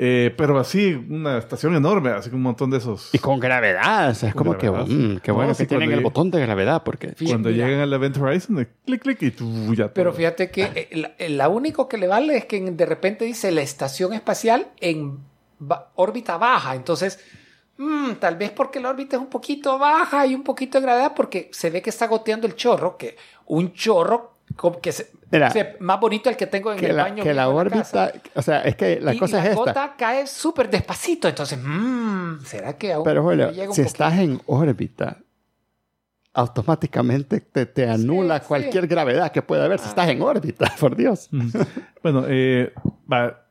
[SPEAKER 2] Eh, pero así, una estación enorme, así que un montón de esos.
[SPEAKER 7] Y con gravedad, o sea, es
[SPEAKER 2] Con
[SPEAKER 7] como
[SPEAKER 2] gravedad.
[SPEAKER 7] que, mm, qué
[SPEAKER 2] No,
[SPEAKER 7] bueno
[SPEAKER 2] sí,
[SPEAKER 7] que tienen
[SPEAKER 2] cuando
[SPEAKER 7] el
[SPEAKER 2] llegue-
[SPEAKER 7] botón de gravedad, porque
[SPEAKER 2] Cuando
[SPEAKER 5] Mira,
[SPEAKER 2] llegan al Event Horizon, eh, clic, clic, y tú, ya
[SPEAKER 5] Pero
[SPEAKER 2] todo.
[SPEAKER 5] fíjate
[SPEAKER 7] Ah.
[SPEAKER 5] que eh, la, eh, la único que le vale es que de repente dice la estación espacial en ba- órbita baja. Entonces, mm, tal vez porque la órbita es un poquito baja y un poquito de gravedad porque se ve que está goteando el chorro, que un chorro como que se,
[SPEAKER 7] Mira,
[SPEAKER 5] se- más bonito el que tengo en
[SPEAKER 7] que
[SPEAKER 5] el
[SPEAKER 7] la,
[SPEAKER 5] baño.
[SPEAKER 7] que la
[SPEAKER 5] mismo en casa.
[SPEAKER 7] órbita, o sea, es que la
[SPEAKER 5] Y-
[SPEAKER 7] cosa
[SPEAKER 5] y
[SPEAKER 7] es
[SPEAKER 5] la
[SPEAKER 7] esta.
[SPEAKER 5] gota cae súper despacito. Entonces, mm, ¿será que aún
[SPEAKER 7] Pero
[SPEAKER 5] no
[SPEAKER 7] Julio,
[SPEAKER 5] llega un
[SPEAKER 7] si
[SPEAKER 5] poquito?
[SPEAKER 7] estás en órbita, automáticamente te, te anula
[SPEAKER 5] sí. Ah.
[SPEAKER 7] cualquier gravedad que pueda haber si estás en órbita, por Dios.
[SPEAKER 2] Mm. Bueno, eh, va,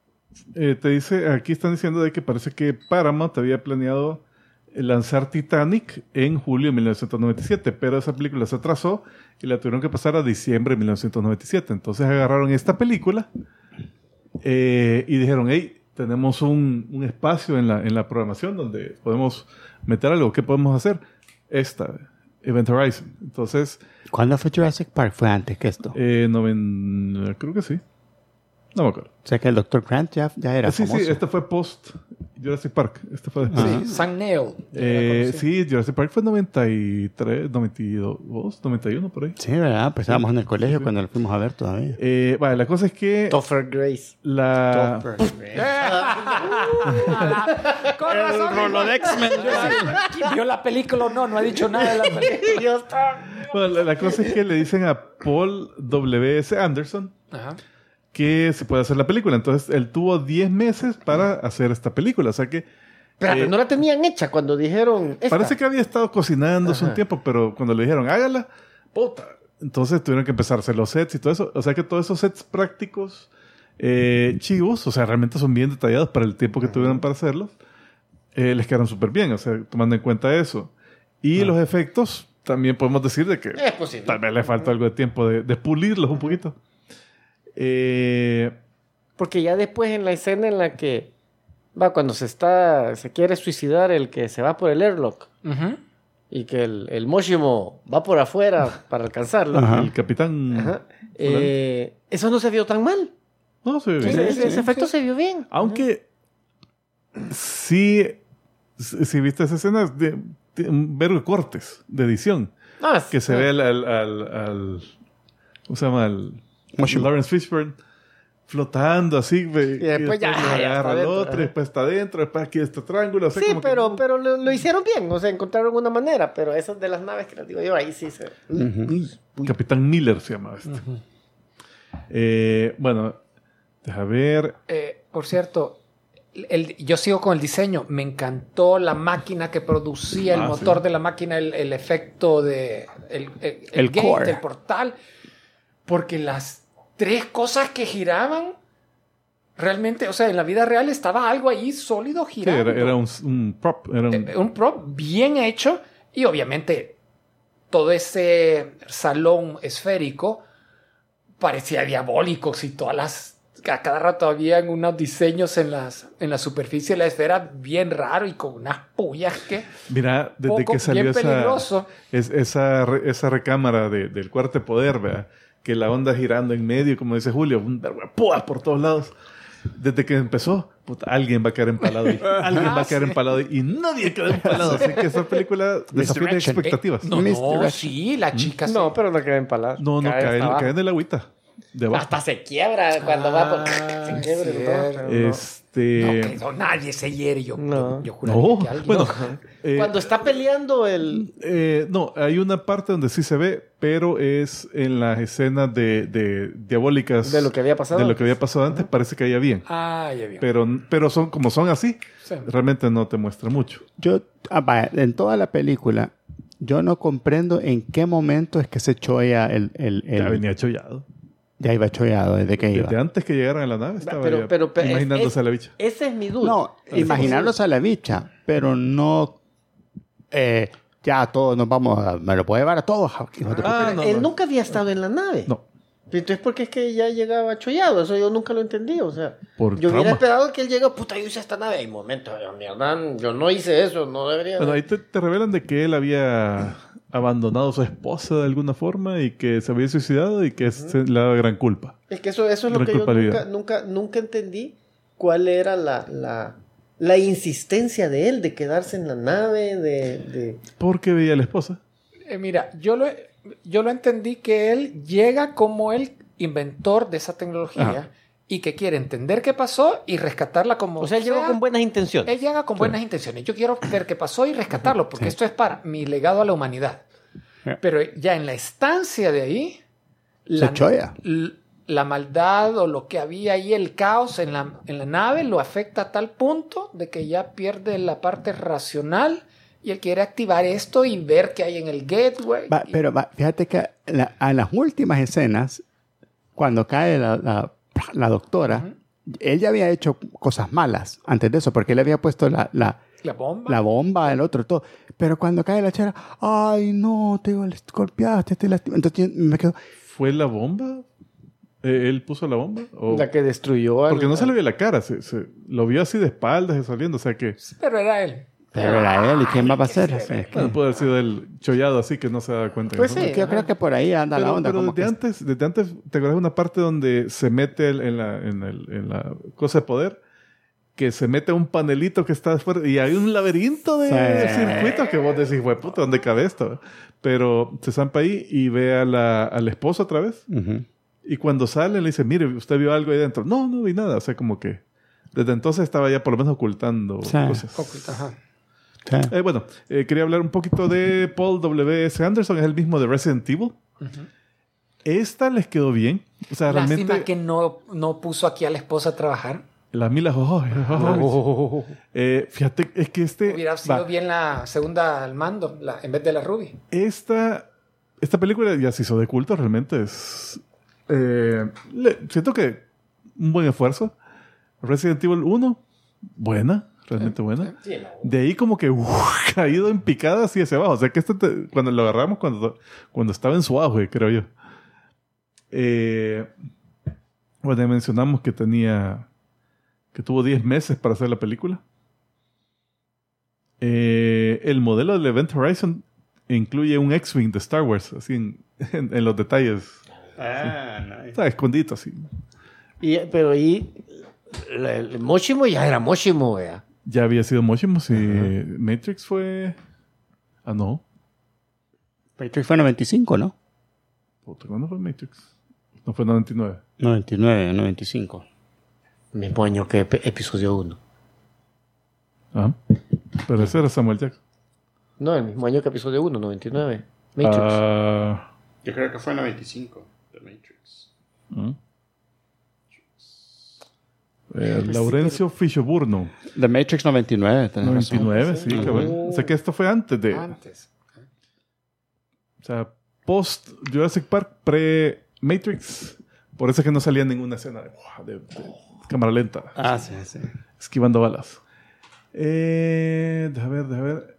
[SPEAKER 2] eh, te dice, aquí están diciendo de que parece que Paramount había planeado lanzar Titanic en julio de 1997, pero esa película se atrasó y la tuvieron que pasar a diciembre de 1997. Entonces agarraron esta película eh, y dijeron, hey, tenemos un, un espacio en la, en la programación donde podemos meter algo, ¿qué podemos hacer? Esta, Event Horizon. Entonces,
[SPEAKER 7] ¿Cuándo fue Jurassic Park? Fue antes que esto.
[SPEAKER 2] eh, noven- creo que sí. No me acuerdo.
[SPEAKER 7] O sea que el Dr. Grant ya, ya era
[SPEAKER 2] sí,
[SPEAKER 7] famoso. Ah.
[SPEAKER 2] sí, este fue post. Jurassic Park. Este fue después.
[SPEAKER 5] Sí, San Neo.
[SPEAKER 2] Eh, sí, Jurassic Park fue 93, 92, 91 por ahí.
[SPEAKER 7] Sí, ¿verdad? Pues estábamos en el colegio cuando lo fuimos a ver todavía.
[SPEAKER 2] Eh, vale, la cosa es que
[SPEAKER 3] Topher Grace.
[SPEAKER 2] la...
[SPEAKER 3] Topher Grace.
[SPEAKER 5] Con razón. ¿Quién vio la película o no? No ha dicho nada de la película.
[SPEAKER 3] Dios, está-
[SPEAKER 2] Bueno, la, la cosa es que le dicen a Paul W.S. Anderson
[SPEAKER 5] Ajá.
[SPEAKER 2] que se puede hacer la película. Entonces, él tuvo 10 meses para hacer esta película. O sea que
[SPEAKER 3] Espérate,
[SPEAKER 2] Eh,
[SPEAKER 3] no la tenían hecha cuando dijeron. Esta.
[SPEAKER 2] parece que había estado cocinándose un tiempo, pero cuando le dijeron, hágala, puta. Entonces tuvieron que empezar a hacer los sets y todo eso. O sea que todos esos sets prácticos, eh, chivos, o sea, realmente son bien detallados para el tiempo que tuvieron para hacerlos, eh, les quedaron súper bien, o sea, tomando en cuenta eso. Y los efectos, también podemos decir de que
[SPEAKER 3] Es posible.
[SPEAKER 2] Tal vez le falta algo de tiempo de, de pulirlos un poquito. Eh,
[SPEAKER 3] Porque ya después en la escena en la que. Va, cuando se está. Se quiere suicidar el que se va por el airlock.
[SPEAKER 5] Ujú.
[SPEAKER 3] Y que el, el Moshimo va por afuera para alcanzarlo.
[SPEAKER 7] Ajá.
[SPEAKER 2] el capitán.
[SPEAKER 3] Ajá. Eh, eso no se vio tan mal.
[SPEAKER 2] No se ve bien.
[SPEAKER 3] ese, ese efecto se vio bien.
[SPEAKER 2] Aunque sí, si, viste esa escena, es de, de un vergo de cortes de edición.
[SPEAKER 3] No, es-
[SPEAKER 2] Ah, Que se ve al. al, al, al- ¿Cómo se llama? Al, Lawrence Fishburne flotando así. ve- Y
[SPEAKER 3] después ya,
[SPEAKER 2] lo
[SPEAKER 3] ya está
[SPEAKER 2] agarra al
[SPEAKER 3] dentro,
[SPEAKER 2] otro,
[SPEAKER 3] ajá.
[SPEAKER 2] y después está adentro, después aquí este triángulo. o sea,
[SPEAKER 3] Sí,
[SPEAKER 2] como que-
[SPEAKER 3] pero, pero lo, lo hicieron bien. O sea, encontraron una manera. Pero esas de las naves que les digo yo, ahí sí se.
[SPEAKER 2] Capitán Miller se llama este. Eh, bueno, deja ver.
[SPEAKER 5] Eh, por cierto, el- yo sigo con el diseño. Me encantó la máquina que producía, el
[SPEAKER 2] Ah,
[SPEAKER 5] motor
[SPEAKER 2] sí.
[SPEAKER 5] de la máquina, el, el efecto de el, el- el
[SPEAKER 7] El
[SPEAKER 5] gate,
[SPEAKER 7] core.
[SPEAKER 5] el portal. Porque las tres cosas que giraban, realmente, o sea, en la vida real estaba algo ahí sólido
[SPEAKER 2] Sí,
[SPEAKER 5] girando.
[SPEAKER 2] era, era un, un prop. Era un,
[SPEAKER 5] Eh, un prop bien hecho y obviamente todo ese salón esférico parecía diabólico si todas las a cada rato habían unos diseños en las en la superficie de la esfera bien raro y con unas pullas que
[SPEAKER 2] mira, desde
[SPEAKER 5] poco
[SPEAKER 2] que salió
[SPEAKER 5] bien
[SPEAKER 2] esa,
[SPEAKER 5] peligroso
[SPEAKER 2] es- esa, re- esa recámara de- del cuarto de poder, ¿verdad? que la onda girando en medio, como dice Julio, un verbo de púas por todos lados. Desde que empezó, puta, alguien va a quedar empalado ahí. Alguien va a quedar empalado ahí. Y nadie quedó empalado. Así que esa película desafía las expectativas.
[SPEAKER 5] ¿eh?
[SPEAKER 2] Mm.
[SPEAKER 5] no, no sí la chica se-
[SPEAKER 3] No, pero no cae en palas.
[SPEAKER 2] No, no,
[SPEAKER 3] Cae
[SPEAKER 2] cae,
[SPEAKER 3] hasta
[SPEAKER 2] cae
[SPEAKER 3] abajo.
[SPEAKER 2] en el agüita. De abajo.
[SPEAKER 1] Ah,
[SPEAKER 3] Hasta se quiebra cuando va por. Se
[SPEAKER 5] Ay,
[SPEAKER 3] quiebra el todo, pero
[SPEAKER 5] cierto.
[SPEAKER 3] no.
[SPEAKER 2] Este.
[SPEAKER 5] No, que no, nadie se hiere yo
[SPEAKER 3] No.
[SPEAKER 5] yo, yo
[SPEAKER 2] No,
[SPEAKER 5] juraría que alguien-
[SPEAKER 2] bueno. eh,
[SPEAKER 3] Cuando está peleando el.
[SPEAKER 2] eh, no, hay una parte donde sí se ve, pero es en las escenas de, de diabólicas
[SPEAKER 3] De lo que había pasado.
[SPEAKER 2] de lo que había pasado antes, parece que había bien.
[SPEAKER 5] ah ya vi
[SPEAKER 2] Pero, pero son como son así,
[SPEAKER 5] Sí.
[SPEAKER 2] realmente no te muestra mucho.
[SPEAKER 7] Yo, ah, vaya, en toda la película, yo no comprendo en qué momento es que se choya el... el, el-
[SPEAKER 2] ya venía chollado.
[SPEAKER 7] ya iba chollado, desde que iba.
[SPEAKER 2] Desde antes que llegaran a la nave estaba
[SPEAKER 3] pero-
[SPEAKER 2] ya
[SPEAKER 3] pero- pero es-
[SPEAKER 2] imaginándose
[SPEAKER 3] es-
[SPEAKER 2] a la bicha.
[SPEAKER 3] Esa es mi duda.
[SPEAKER 7] No, imaginarlos a la bicha, pero no... eh, ya todos nos vamos a... Me lo puedo llevar a todos. hijo de-
[SPEAKER 2] Ah, no,
[SPEAKER 3] Él
[SPEAKER 2] no.
[SPEAKER 3] nunca había estado en la nave.
[SPEAKER 2] No.
[SPEAKER 3] Entonces, ¿por qué es que ya llegaba chollado? Eso yo nunca lo entendí. O sea,
[SPEAKER 2] Por
[SPEAKER 3] yo hubiera
[SPEAKER 2] trauma.
[SPEAKER 3] esperado que él llegara, puta, yo hice esta nave. Hay momentos, yo, mierda, yo no hice eso, no debería.
[SPEAKER 2] Bueno, ahí te, te revelan de que él había abandonado a su esposa de alguna forma y que se había suicidado y que se le daba gran culpa.
[SPEAKER 3] Es que eso, eso es lo
[SPEAKER 2] No
[SPEAKER 3] que yo
[SPEAKER 2] es
[SPEAKER 3] nunca,
[SPEAKER 2] culpabilidad.
[SPEAKER 3] nunca, nunca entendí cuál era la, la, la insistencia de él de quedarse en la nave, de... de-
[SPEAKER 2] Porque veía a la esposa.
[SPEAKER 5] Eh, mira, yo lo, yo lo entendí que él llega como el inventor de esa tecnología
[SPEAKER 2] Ajá.
[SPEAKER 5] y que quiere entender qué pasó y rescatarla como.
[SPEAKER 3] O sea, él llegó con buenas intenciones.
[SPEAKER 5] él llega con buenas intenciones. Yo quiero ver qué pasó y rescatarlo, porque esto es para mi legado a la humanidad.
[SPEAKER 7] Ya.
[SPEAKER 5] Pero ya en la estancia de ahí, la,
[SPEAKER 7] choya.
[SPEAKER 5] l- la maldad o lo que había ahí, el caos en la, en la nave, lo afecta a tal punto de que ya pierde la parte racional y él quiere activar esto y ver qué hay en el gateway.
[SPEAKER 7] Va,
[SPEAKER 5] Y-
[SPEAKER 7] pero va, fíjate que a la- a las últimas escenas, cuando cae la, la- la doctora, él ya había hecho cosas malas antes de eso, porque él había puesto la, la,
[SPEAKER 5] La bomba.
[SPEAKER 7] la bomba, el otro, todo. Pero cuando cae la chera, ay, no, te gol- golpeaste, te lastimaste. Entonces yo me quedo,
[SPEAKER 2] ¿Fue la bomba? ¿Eh, ¿Él puso la bomba? ¿O-
[SPEAKER 3] que destruyó al-
[SPEAKER 2] Porque no se le vio la cara, se, se- lo vio así de espaldas y saliendo, o sea que
[SPEAKER 5] Pero era él.
[SPEAKER 7] pero era él, ¿y quién más va a hacer? Así es que-
[SPEAKER 2] bueno, pues, puede haber sido el chollado así que no se da cuenta.
[SPEAKER 3] Pues
[SPEAKER 2] ¿no?
[SPEAKER 3] sí.
[SPEAKER 7] Yo creo que por ahí anda la
[SPEAKER 2] Pero,
[SPEAKER 7] onda.
[SPEAKER 2] pero
[SPEAKER 7] como
[SPEAKER 2] desde,
[SPEAKER 7] que-
[SPEAKER 2] antes, desde antes, ¿te acuerdas de una parte donde se mete el- en, la, en el- en la cosa de poder? que se mete a un panelito que está afuera y hay un laberinto de
[SPEAKER 7] Sí.
[SPEAKER 2] circuitos que vos decís, güey, puta, ¿dónde cabe esto? Pero se zampa ahí y ve a la, a la esposa otra vez.
[SPEAKER 7] Ujú.
[SPEAKER 2] Y cuando sale, le dice, mire, ¿usted vio algo ahí dentro? No, no vi nada. O sea, como que desde entonces estaba ya por lo menos ocultando
[SPEAKER 7] Sí.
[SPEAKER 2] cosas.
[SPEAKER 5] Oculta, ajá.
[SPEAKER 7] Sí.
[SPEAKER 2] Eh, bueno, eh, quería hablar un poquito de Paul W.S. Anderson, es el mismo de Resident Evil. Esta les quedó bien. O sea,
[SPEAKER 5] Lástima
[SPEAKER 2] realmente.
[SPEAKER 5] que no, no puso aquí a la esposa a trabajar.
[SPEAKER 2] La Mila Jojoy. oh, Eh, fíjate, es que este.
[SPEAKER 5] Oh. Hubiera sido
[SPEAKER 2] va,
[SPEAKER 5] bien la segunda al mando, la- en vez de la Ruby.
[SPEAKER 2] Esta, esta película ya se hizo de culto, realmente es. eh, le- siento que un buen esfuerzo. Resident Evil 1, buena, realmente buena. De ahí como que uf, caído en picada así hacia abajo. O sea que este te- cuando lo agarramos cuando, cuando estaba en su auge, creo yo. Eh, bueno, ya mencionamos que tenía. que tuvo 10 meses para hacer la película. Eh, el modelo del Event Horizon incluye un X-Wing de Star Wars, así en, en- en los detalles.
[SPEAKER 8] Ah, nice.
[SPEAKER 2] Está escondido así.
[SPEAKER 3] Y- pero ahí, la- el Moshimo ya era Moshimo, vea.
[SPEAKER 2] Ya había sido Moshimo si Matrix fue. Ah, no.
[SPEAKER 7] Matrix fue 95, ¿no?
[SPEAKER 2] Puta, ¿Cuándo fue Matrix? No fue 99.
[SPEAKER 7] 99, 95.
[SPEAKER 3] Mismo año que ep- episodio 1.
[SPEAKER 2] Ajá. Pero ese era Samuel Jackson.
[SPEAKER 3] No, el mismo año que episodio 1, 99. Matrix.
[SPEAKER 2] Ah,
[SPEAKER 8] Yo creo que fue en la 25 de Matrix.
[SPEAKER 2] ¿ah? Eh, Laurencio Fischoburno.
[SPEAKER 7] The Matrix 99, tenés razón.
[SPEAKER 2] 99, sí, Ah, cabrón. O sea que esto fue antes de.
[SPEAKER 5] Antes.
[SPEAKER 2] O sea, post Jurassic Park, pre Matrix. Por eso es que no salía ninguna escena de, de- de cámara lenta,
[SPEAKER 8] Ah, sí, sí.
[SPEAKER 2] esquivando balas. Eh, déjame ver, déjame ver.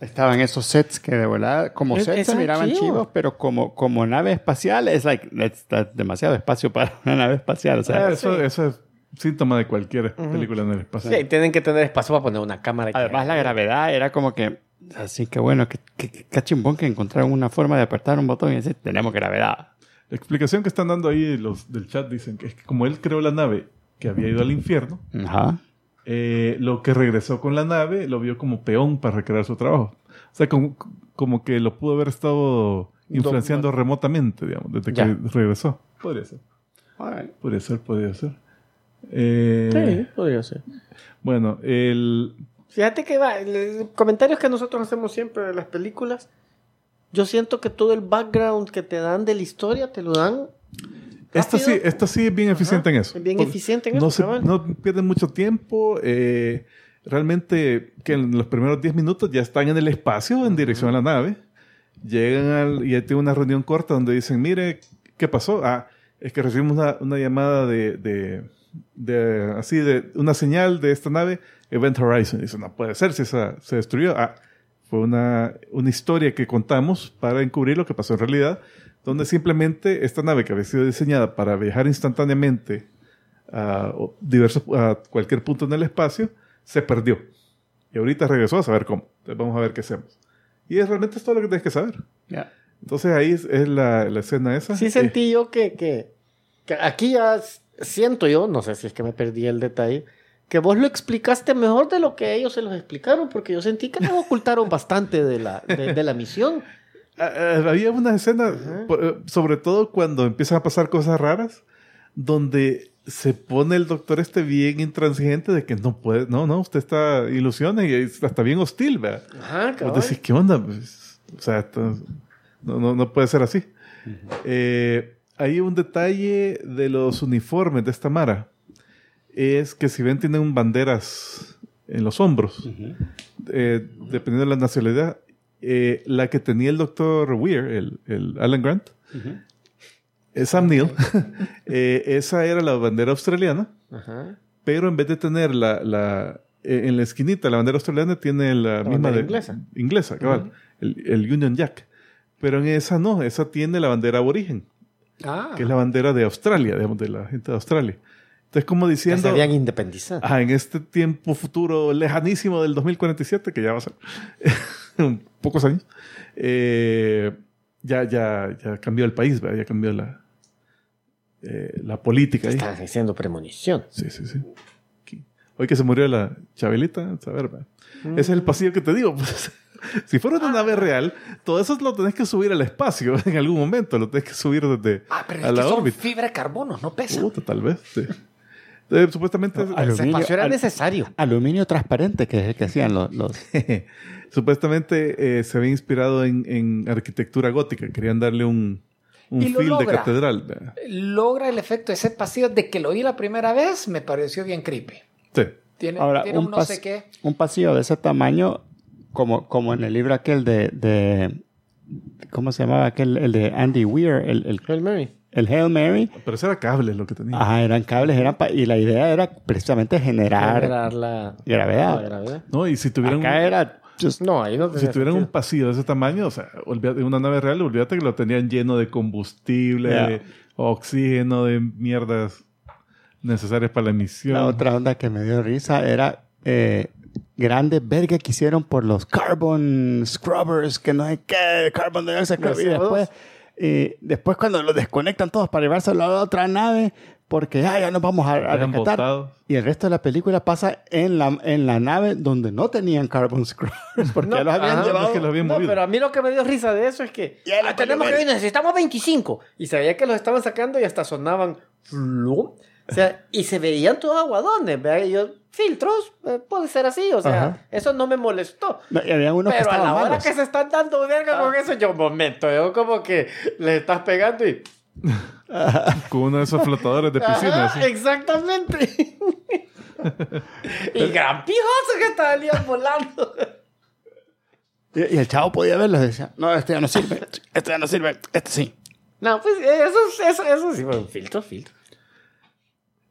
[SPEAKER 7] Estaban esos sets que de volada, como
[SPEAKER 3] Es-
[SPEAKER 7] sets se
[SPEAKER 3] es
[SPEAKER 7] miraban
[SPEAKER 3] archivo.
[SPEAKER 7] chivos, pero como, como nave espacial, es like, that's- that's demasiado espacio para una nave espacial. O sea,
[SPEAKER 2] Ah, eso, eso es síntoma de cualquier película en el espacio.
[SPEAKER 3] Sí, tienen que tener espacio para poner una cámara. que-
[SPEAKER 7] Además, la gravedad era como que. Así que bueno, que, que, que- que chimbón que encontraron una forma de apretar un botón y decir, tenemos gravedad.
[SPEAKER 2] La explicación que están dando ahí los del chat dicen que es que como él creó la nave que había ido al infierno,
[SPEAKER 7] Ajá.
[SPEAKER 2] eh, lo que regresó con la nave lo vio como peón para recrear su trabajo. O sea, como, como que lo pudo haber estado influenciando remotamente, digamos, desde
[SPEAKER 3] Ya.
[SPEAKER 2] que regresó. Podría ser. Podría ser, podría ser.
[SPEAKER 3] Sí,
[SPEAKER 2] Eh,
[SPEAKER 3] podría ser.
[SPEAKER 2] Bueno, el...
[SPEAKER 3] Fíjate que va, el- comentarios que nosotros hacemos siempre de las películas. Yo siento que todo el background que te dan de la historia te lo dan
[SPEAKER 2] Esta
[SPEAKER 3] ¿Rápido?
[SPEAKER 2] sí, esta sí es bien eficiente en eso.
[SPEAKER 3] bien
[SPEAKER 2] Por-
[SPEAKER 3] eficiente en
[SPEAKER 2] no,
[SPEAKER 3] eso,
[SPEAKER 2] se-
[SPEAKER 3] cabal.
[SPEAKER 2] no pierden mucho tiempo. eh, realmente, que en los primeros 10 minutos ya están en el espacio en dirección a la nave. Llegan al, y ahí tienen una reunión corta donde dicen, mire, ¿qué pasó? Ah, es que recibimos una, una llamada de, de, de- así, de una señal de esta nave, Event Horizon. Dice, no puede ser, si esa se destruyó. Ah, fue una, una historia que contamos para encubrir lo que pasó en realidad, donde simplemente esta nave que había sido diseñada para viajar instantáneamente a, o- diversos, a cualquier punto en el espacio, se perdió. Y ahorita regresó a saber cómo. Entonces vamos a ver qué hacemos. Y es realmente es todo lo que tienes que saber.
[SPEAKER 7] Ya.
[SPEAKER 2] Entonces ahí es, es la, la escena esa.
[SPEAKER 3] Sí
[SPEAKER 2] Eh,
[SPEAKER 3] sentí yo que, que, que aquí ya s- siento yo, no sé si es que me perdí el detalle, que vos lo explicaste mejor de lo que ellos se los explicaron, porque yo sentí que nos ocultaron bastante de la, de, de la misión.
[SPEAKER 2] Ah, ah, había unas escenas, por- eh, sobre todo cuando empiezan a pasar cosas raras, donde se pone el doctor este bien intransigente de que no puede, no, no, usted está ilusiones y es hasta bien hostil, ¿verdad?
[SPEAKER 3] Ajá,
[SPEAKER 2] Vos
[SPEAKER 3] cabal.
[SPEAKER 2] decís, ¿qué onda? Pues, o sea, esto- no, no, no puede ser así. Eh, hay un detalle de los uniformes de esta Mara. Es que si ven, tienen banderas en los hombros. Eh, dependiendo de la nacionalidad. eh, la que tenía el doctor Weir, el, el Alan Grant, eh, Sam Neill, eh, esa era la bandera australiana
[SPEAKER 3] Ajá.
[SPEAKER 2] pero en vez de tener la, la eh, en la esquinita la bandera australiana tiene la, misma
[SPEAKER 3] bandera
[SPEAKER 2] de,
[SPEAKER 3] inglesa.
[SPEAKER 2] inglesa, cabal, el, el Union Jack. Pero en esa no, esa tiene la bandera aborigen,
[SPEAKER 5] Ah,
[SPEAKER 2] que es la bandera de Australia, digamos, de la gente de Australia. Entonces, como
[SPEAKER 3] Ya se
[SPEAKER 2] diciendo,
[SPEAKER 3] habían independizado.
[SPEAKER 2] ah, en este tiempo futuro lejanísimo del 2047, que ya va a ser en pocos años, eh, ya, ya, ya cambió el país, ¿verdad? ya cambió la, eh, la política. ahí.
[SPEAKER 3] Estás diciendo premonición.
[SPEAKER 2] Sí, sí, sí. Qui- Hoy que se murió la Chabelita, a ver, va.
[SPEAKER 5] Mm.
[SPEAKER 2] Ese es el pasillo que te digo. pues. si fuera una
[SPEAKER 5] Ah.
[SPEAKER 2] nave real, todo eso lo tenés que subir al espacio en algún momento. Lo tenés que subir desde
[SPEAKER 5] Ah, pero
[SPEAKER 2] a
[SPEAKER 5] es
[SPEAKER 2] la
[SPEAKER 5] que son
[SPEAKER 2] órbita.
[SPEAKER 5] fibra de carbono, no pesa.
[SPEAKER 2] Puta, tal vez. sí. Entonces, supuestamente,
[SPEAKER 5] Ah,
[SPEAKER 3] Ese espacio era necesario.
[SPEAKER 7] Aluminio transparente que es el que hacían los... los-
[SPEAKER 2] supuestamente eh, se había inspirado en, en arquitectura gótica. Querían darle un, un
[SPEAKER 5] Y lo
[SPEAKER 2] feel de
[SPEAKER 5] logra.
[SPEAKER 2] catedral. ¿verdad?
[SPEAKER 5] Logra el efecto ese pasillo de que lo vi la primera vez, me pareció bien creepy.
[SPEAKER 2] Sí.
[SPEAKER 5] Tiene,
[SPEAKER 7] Ahora,
[SPEAKER 5] tiene
[SPEAKER 7] un
[SPEAKER 5] un no
[SPEAKER 7] pas-
[SPEAKER 5] sé qué.
[SPEAKER 7] un pasillo de ese tamaño, como, como en el libro aquel de... de- ¿Cómo se llamaba aquel? El de Andy Weir, el, el,
[SPEAKER 3] Hail Mary.
[SPEAKER 7] el Hail Mary.
[SPEAKER 2] Pero eso era cable lo que tenía.
[SPEAKER 5] Ah.
[SPEAKER 7] Ajá, eran cables, eran pa- y la idea era precisamente generar
[SPEAKER 3] Generar la la
[SPEAKER 7] gravedad.
[SPEAKER 3] gravedad.
[SPEAKER 2] No, y si tuvieran
[SPEAKER 7] Acá
[SPEAKER 2] un-
[SPEAKER 7] era just-
[SPEAKER 3] No, ahí no
[SPEAKER 2] Si
[SPEAKER 3] tenía
[SPEAKER 2] tuvieran un
[SPEAKER 3] sentido.
[SPEAKER 2] pasillo de ese tamaño, o sea, olvídate, una nave real, olvídate que lo tenían lleno de combustible,
[SPEAKER 7] Ya.
[SPEAKER 2] de oxígeno, de mierdas necesarias para la misión.
[SPEAKER 7] la otra onda que me dio risa era eh, grande verga que hicieron por los carbon scrubbers, que no sé qué, carbon dioxide,
[SPEAKER 3] Los
[SPEAKER 7] y después,
[SPEAKER 3] CO2.
[SPEAKER 7] y después cuando los desconectan todos para llevárselo a la otra nave, porque ah, ya nos vamos a, a
[SPEAKER 2] Eran
[SPEAKER 7] rescatar.
[SPEAKER 2] botados.
[SPEAKER 7] Y el resto de la película pasa en la, en la nave donde no tenían carbon scrubbers, porque
[SPEAKER 3] No,
[SPEAKER 7] los habían
[SPEAKER 3] ajá.
[SPEAKER 7] llevado.
[SPEAKER 2] Es que los habían
[SPEAKER 3] No,
[SPEAKER 2] movido.
[SPEAKER 3] pero a mí lo que me dio risa de eso es que
[SPEAKER 7] Ya le
[SPEAKER 3] "Ah, tenemos que necesitamos 25. Y sabía que los estaban sacando y hasta sonaban flum. O sea, y se veían todos aguadones. ¿verdad? Y yo, filtros, eh, puede ser así. O sea,
[SPEAKER 7] Ajá.
[SPEAKER 3] eso no me molestó.
[SPEAKER 7] No, y había unos que
[SPEAKER 3] pero a la
[SPEAKER 7] estaban
[SPEAKER 3] hora
[SPEAKER 7] malos.
[SPEAKER 3] que se están dando verga con eso, yo, un momento, yo como que le estás pegando y.
[SPEAKER 2] Con uno de esos flotadores de
[SPEAKER 3] Ajá,
[SPEAKER 2] piscina. así.
[SPEAKER 7] eh.
[SPEAKER 3] exactamente. y gran pijoso que estaban volando.
[SPEAKER 7] Y, y el chavo podía verlos y decía, no, este ya no sirve, este ya no sirve, este sí.
[SPEAKER 3] No, pues eso, eso, eso sí fue un filtro, filtro.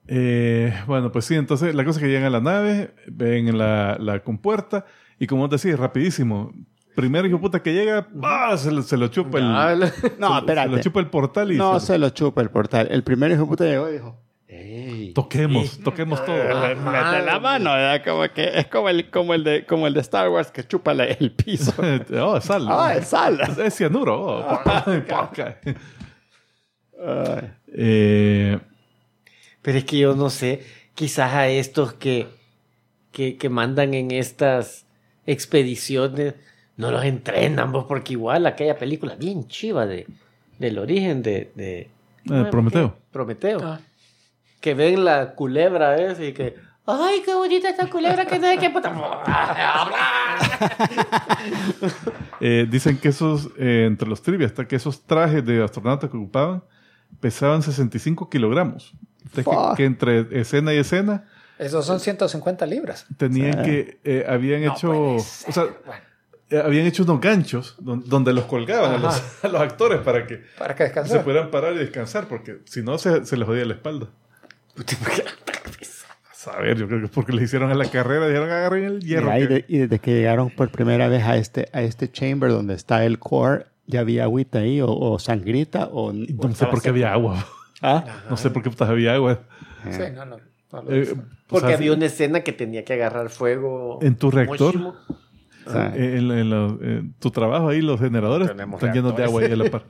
[SPEAKER 2] Eh, bueno, pues sí, entonces la cosa es que llegan a la nave, ven la, la compuerta y como vos decís, rapidísimo. Primero hijo puta que llega, ¡ah! se, lo, se lo chupa
[SPEAKER 3] Ah,
[SPEAKER 2] el...
[SPEAKER 7] No,
[SPEAKER 2] se lo-
[SPEAKER 7] espérate.
[SPEAKER 2] Se lo chupa el portal y
[SPEAKER 7] No
[SPEAKER 2] se-
[SPEAKER 7] se lo chupa el portal. El primer hijo de puta llegó y dijo: "Pues,
[SPEAKER 2] toquemos, toquemos todo.
[SPEAKER 7] Mete la mano, ¿verdad? Como que es como el, como el, de, como el de Star Wars que chupa la- el piso.
[SPEAKER 2] oh, sal.
[SPEAKER 7] ¡Ah, es sal!
[SPEAKER 2] Es- Es cianuro. oh.
[SPEAKER 5] Ah,
[SPEAKER 2] Poca. Eh,
[SPEAKER 3] Pero es que yo no sé, quizás a estos que, que, que mandan en estas expediciones no los entrenan, vos, porque igual aquella película bien chiva de, del origen de, de
[SPEAKER 2] eh, Prometeo.
[SPEAKER 3] Prometeo,
[SPEAKER 5] Ah.
[SPEAKER 3] que ven la culebra esa y que, ¡ay, qué bonita esta culebra que no hay que puta!
[SPEAKER 2] Eh, dicen que esos, eh, entre los trivias, está que esos trajes de astronauta que ocupaban pesaban 65 kilogramos. Entonces, que,
[SPEAKER 7] Fuck.
[SPEAKER 2] que entre escena y escena
[SPEAKER 5] Esos son 150 libras.
[SPEAKER 2] tenían que, eh, habían
[SPEAKER 5] No
[SPEAKER 2] hecho,
[SPEAKER 5] puede
[SPEAKER 2] o
[SPEAKER 5] ser.
[SPEAKER 2] sea,
[SPEAKER 5] Bueno,
[SPEAKER 2] eh, habían hecho unos ganchos don- donde los colgaban a
[SPEAKER 5] Ajá.
[SPEAKER 2] los, a los actores para que
[SPEAKER 5] para
[SPEAKER 2] se
[SPEAKER 5] que descansar.
[SPEAKER 2] pudieran parar y descansar, porque si no se, se les jodía la espalda. A saber, yo creo que es porque le hicieron a la carrera, dijeron agarren el hierro.
[SPEAKER 7] Mira, y,
[SPEAKER 2] que-
[SPEAKER 7] de- y desde que llegaron por primera vez a este, a este chamber donde está el core, ya había agüita ahí, o, o sangrita, o.
[SPEAKER 2] No sé por qué había agua.
[SPEAKER 7] Ah,
[SPEAKER 2] No sé por qué putas había agua.
[SPEAKER 5] Sí, no, no. no lo
[SPEAKER 2] Eh,
[SPEAKER 5] hizo.
[SPEAKER 2] o
[SPEAKER 3] Porque
[SPEAKER 2] sea,
[SPEAKER 3] había una escena que tenía que agarrar fuego.
[SPEAKER 2] En tu reactor,
[SPEAKER 3] Moshimo.
[SPEAKER 7] o sea,
[SPEAKER 2] eh, en, en los- en tu trabajo ahí, los generadores
[SPEAKER 3] Tenemos
[SPEAKER 2] están llenos de agua ahí a la par.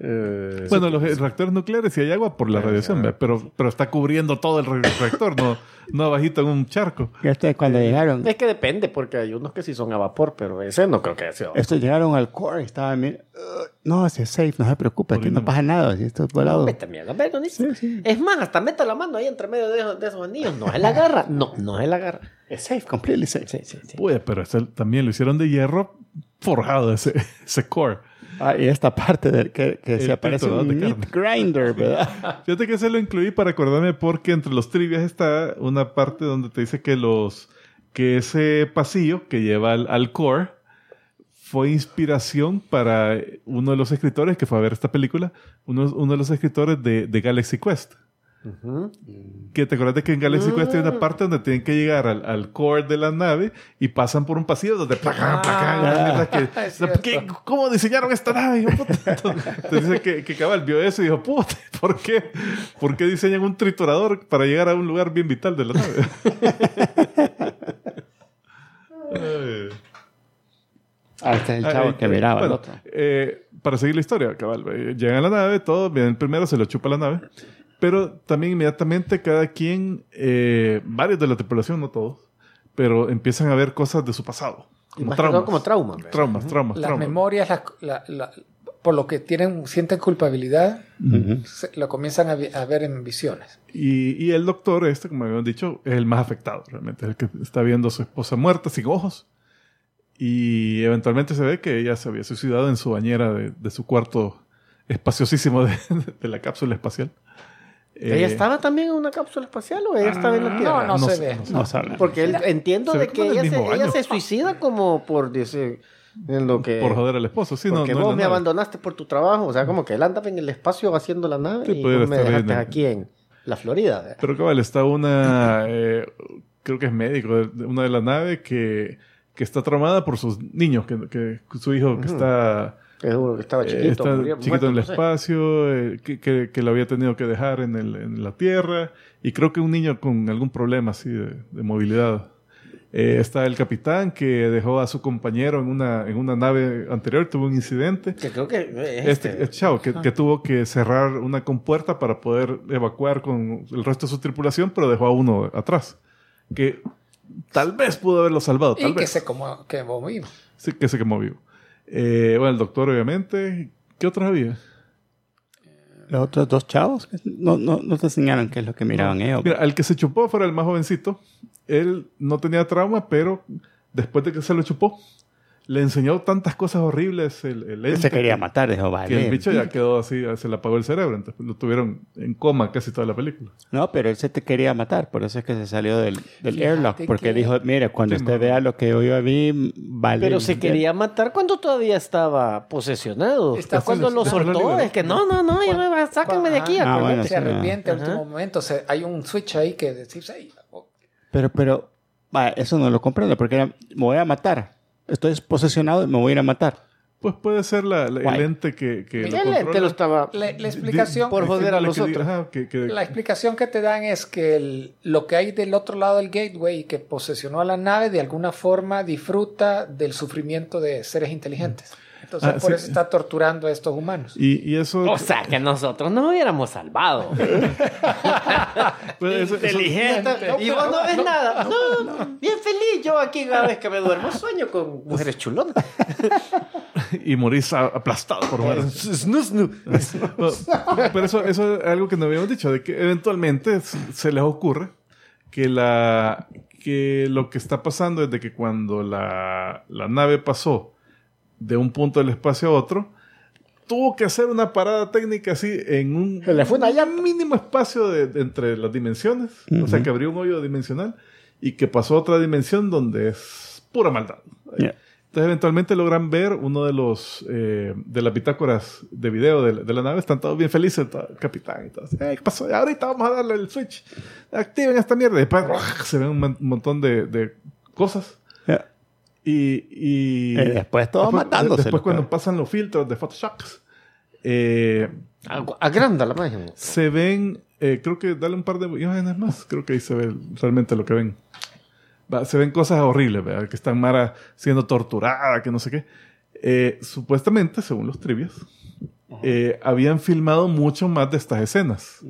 [SPEAKER 2] bueno, los eh, reactores nucleares sí hay agua por la radiación, ¿verdad? pero, pero está cubriendo todo el re- reactor, no, no abajito en un charco.
[SPEAKER 7] este, cuando
[SPEAKER 2] eh,
[SPEAKER 7] llegaron,
[SPEAKER 3] Es que depende, porque hay unos que sí son a vapor, pero ese no creo que haya sido.
[SPEAKER 7] estos llegaron al core y estaban. mir- "Ugh, no, si es safe, no se preocupe, aquí no pasa nada, si esto es volado.
[SPEAKER 3] Vete a mierda, pero ni- Es más, hasta meta la mano ahí entre medio de, de esos anillos. No es la garra. No, no es la garra.
[SPEAKER 7] Es safe, completely safe.
[SPEAKER 3] Sí, sí, sí.
[SPEAKER 2] Pues, pero ese también lo hicieron de hierro forjado, ese, ese core.
[SPEAKER 7] Ah, y esta parte del que, que
[SPEAKER 2] El
[SPEAKER 7] se aparece
[SPEAKER 2] pectoral
[SPEAKER 7] un
[SPEAKER 2] de
[SPEAKER 7] meat grinder, ¿verdad?
[SPEAKER 2] Fíjate que se lo incluí para acordarme porque entre los trivias está una parte donde te dice que los que ese pasillo que lleva al, al core fue inspiración para uno de los escritores que fue a ver esta película, uno, uno de los escritores de, de Galaxy Quest.
[SPEAKER 3] Ujú.
[SPEAKER 2] Que te acuerdas que en Galaxy Quest hay una parte donde tienen que llegar al, al core de la nave y pasan por un pasillo donde placan, placan,
[SPEAKER 5] Ah,
[SPEAKER 2] placan, que-
[SPEAKER 5] es cierto.
[SPEAKER 2] ¿qué? ¿Cómo diseñaron esta nave? hijo puta? Entonces dice que, que Cabal vio eso y dijo, puta, ¿por qué? ¿Por qué diseñan un triturador para llegar a un lugar bien vital de la nave? Eh,
[SPEAKER 7] Ah, este es el
[SPEAKER 2] eh,
[SPEAKER 7] chavo que miraba
[SPEAKER 2] bueno,
[SPEAKER 7] al otro.
[SPEAKER 2] eh, para seguir la historia, Cabal, eh, llegan a la nave, todo, bien, el primero se lo chupa la nave. Pero también inmediatamente cada quien, eh, varios de la tripulación, no todos, pero empiezan a ver cosas de su pasado.
[SPEAKER 3] Y
[SPEAKER 2] Como
[SPEAKER 3] más que
[SPEAKER 2] traumas.
[SPEAKER 3] todo como trauma. ¿verdad?
[SPEAKER 2] traumas, traumas,
[SPEAKER 5] Las
[SPEAKER 2] traumas.
[SPEAKER 5] memorias, las- la- la- por lo que tienen, sienten culpabilidad, se- lo comienzan a, vi- a ver en visiones.
[SPEAKER 2] Y, y el doctor, este, como habían dicho, es el más afectado, realmente. Es el que está viendo a su esposa muerta, sin ojos. Y eventualmente se ve que ella se había suicidado en su bañera de, de su cuarto espaciosísimo de, de la cápsula espacial.
[SPEAKER 3] ¿Ella
[SPEAKER 2] Eh,
[SPEAKER 3] estaba también en una cápsula espacial o ella estaba en la Tierra?
[SPEAKER 5] Ah. No, no, se
[SPEAKER 2] sé,
[SPEAKER 5] ve.
[SPEAKER 2] no sé.
[SPEAKER 7] No saben.
[SPEAKER 3] Porque él- entiendo
[SPEAKER 2] Se ve
[SPEAKER 3] de
[SPEAKER 2] como
[SPEAKER 3] que
[SPEAKER 2] en el
[SPEAKER 3] ella se,
[SPEAKER 2] mismo
[SPEAKER 3] ella
[SPEAKER 2] baño.
[SPEAKER 3] se suicida como por, dice, en lo que...
[SPEAKER 2] Por joder al esposo, sí, no,
[SPEAKER 3] porque
[SPEAKER 2] no en
[SPEAKER 3] vos
[SPEAKER 2] la
[SPEAKER 3] me
[SPEAKER 2] nave.
[SPEAKER 3] abandonaste por tu trabajo. O sea, como que él andaba en el espacio haciendo la nave
[SPEAKER 2] Sí,
[SPEAKER 3] y
[SPEAKER 2] pudiera
[SPEAKER 3] vos me
[SPEAKER 2] estar ahí
[SPEAKER 3] dejaste
[SPEAKER 2] en el-
[SPEAKER 3] aquí en la Florida. ¿verdad?
[SPEAKER 2] Pero cabal, está una, eh, creo que es médico, de- de una de las naves que, que está traumada por sus niños, que, que su hijo que
[SPEAKER 3] Ujú.
[SPEAKER 2] está...
[SPEAKER 3] Es uno que estaba
[SPEAKER 2] Eh,
[SPEAKER 3] chiquito.
[SPEAKER 2] está
[SPEAKER 3] murió-
[SPEAKER 2] chiquito
[SPEAKER 3] muerto,
[SPEAKER 2] en el
[SPEAKER 3] no sé.
[SPEAKER 2] espacio, eh, que, que- que lo había tenido que dejar en, el- en la tierra. Y creo que un niño con algún problema así de, de movilidad. Eh, está el capitán que dejó a su compañero en una, en una nave anterior, tuvo un incidente.
[SPEAKER 3] Que creo que es
[SPEAKER 2] Este,
[SPEAKER 3] este,
[SPEAKER 2] el chavo que, que tuvo que cerrar una compuerta para poder evacuar con el resto de su tripulación, pero dejó a uno atrás. Que tal vez pudo haberlo salvado, tal
[SPEAKER 5] Y que
[SPEAKER 2] vez.
[SPEAKER 5] se como que vomimos.
[SPEAKER 2] Sí, que se quemó vivo. Eh, bueno, el doctor, obviamente. ¿Qué otras había?
[SPEAKER 7] Los otros dos chavos que no, no, no te señalan qué es lo que miraban ellos.
[SPEAKER 2] Mira, el que se chupó fuera el más jovencito. Él no tenía trauma, pero después de que se lo chupó, le enseñó tantas cosas horribles el, el
[SPEAKER 7] Él
[SPEAKER 2] ente
[SPEAKER 7] se quería matar, dijo,
[SPEAKER 2] Que el
[SPEAKER 7] vale.
[SPEAKER 2] bicho ya quedó así, se le apagó el cerebro. Entonces lo tuvieron en coma casi toda la película.
[SPEAKER 7] No, pero él se te quería matar, por eso es que se salió del, del
[SPEAKER 5] Fíjate
[SPEAKER 7] airlock, porque
[SPEAKER 5] que-
[SPEAKER 7] dijo, mire, cuando
[SPEAKER 2] Sí,
[SPEAKER 7] usted
[SPEAKER 2] no.
[SPEAKER 7] vea lo que yo vi, vale.
[SPEAKER 3] Pero se quería matar cuando todavía estaba posesionado.
[SPEAKER 5] Está
[SPEAKER 3] cuando
[SPEAKER 5] cuando-
[SPEAKER 3] lo
[SPEAKER 2] cuando lo
[SPEAKER 3] soltó,
[SPEAKER 2] liberó.
[SPEAKER 3] es que no, no, no, ya me va, sáquenme de aquí.
[SPEAKER 7] Ah, bueno,
[SPEAKER 3] acuérdate.
[SPEAKER 7] sí,
[SPEAKER 5] se arrepiente a
[SPEAKER 3] Ajá.
[SPEAKER 5] último momento. se- hay un switch ahí que decís, "Ay, oh,
[SPEAKER 7] Pero, pero, va, eso no lo comprendo, porque era, me voy a matar. Estoy posesionado y me voy a ir a matar.
[SPEAKER 2] Pues puede ser la, la- el
[SPEAKER 7] Guay.
[SPEAKER 2] ente que, que
[SPEAKER 3] El ente lo
[SPEAKER 2] controla.
[SPEAKER 3] estaba...
[SPEAKER 5] la, la
[SPEAKER 2] Di-
[SPEAKER 5] explicación,
[SPEAKER 3] por joder a
[SPEAKER 2] diciéndole
[SPEAKER 3] los
[SPEAKER 2] que diga,
[SPEAKER 3] otros.
[SPEAKER 2] ajá, que- que-
[SPEAKER 5] la explicación que te dan es que el- lo que hay del otro lado del gateway que posesionó a la nave de alguna forma disfruta del sufrimiento de seres inteligentes. Entonces,
[SPEAKER 2] Ah,
[SPEAKER 5] por
[SPEAKER 2] sí.
[SPEAKER 5] eso está torturando a estos humanos.
[SPEAKER 2] y, y eso...
[SPEAKER 3] O sea, que nosotros nos hubiéramos salvado.
[SPEAKER 2] pues, eso- eso-
[SPEAKER 3] Inteligente. Y vos no ves nada. No, bien feliz yo aquí cada vez que me duermo. Sueño con mujeres chulonas.
[SPEAKER 2] y morís a- aplastado por varios-
[SPEAKER 3] Snus, snus.
[SPEAKER 2] Bueno, Pero eso, eso es algo que no habíamos dicho, de que eventualmente s- se les ocurre que, la, que lo que está pasando es de que cuando la, la nave pasó de un punto del espacio a otro, tuvo que hacer una parada técnica así en un mínimo espacio de- de entre las dimensiones, o sea que abrió un hoyo dimensional y que pasó a otra dimensión donde es pura maldad.
[SPEAKER 7] Ya.
[SPEAKER 2] Entonces eventualmente logran ver uno de los eh, de las bitácoras de video de, la- de la nave. Están todos bien felices, todo- el capitán y todo. así, "Ey, ¿Qué pasó? Ahorita vamos a darle el switch. Activen esta mierda. Y después ¡ruaj! se ven un mon- montón de, de cosas.
[SPEAKER 7] Ya.
[SPEAKER 2] Y, y-
[SPEAKER 7] Y Eh, después todos
[SPEAKER 2] después-
[SPEAKER 7] matándose.
[SPEAKER 2] Después cuando
[SPEAKER 7] loco.
[SPEAKER 2] pasan los filtros de Photoshop, eh,
[SPEAKER 3] Agranda la magia.
[SPEAKER 2] se ven, eh, creo que dale un par de imágenes más, creo que ahí se ve realmente lo que ven. Va, se ven cosas horribles, ¿verdad? Que están Mara siendo torturada, que no sé qué. Eh, supuestamente, según los trivias, eh, habían filmado mucho más de estas escenas.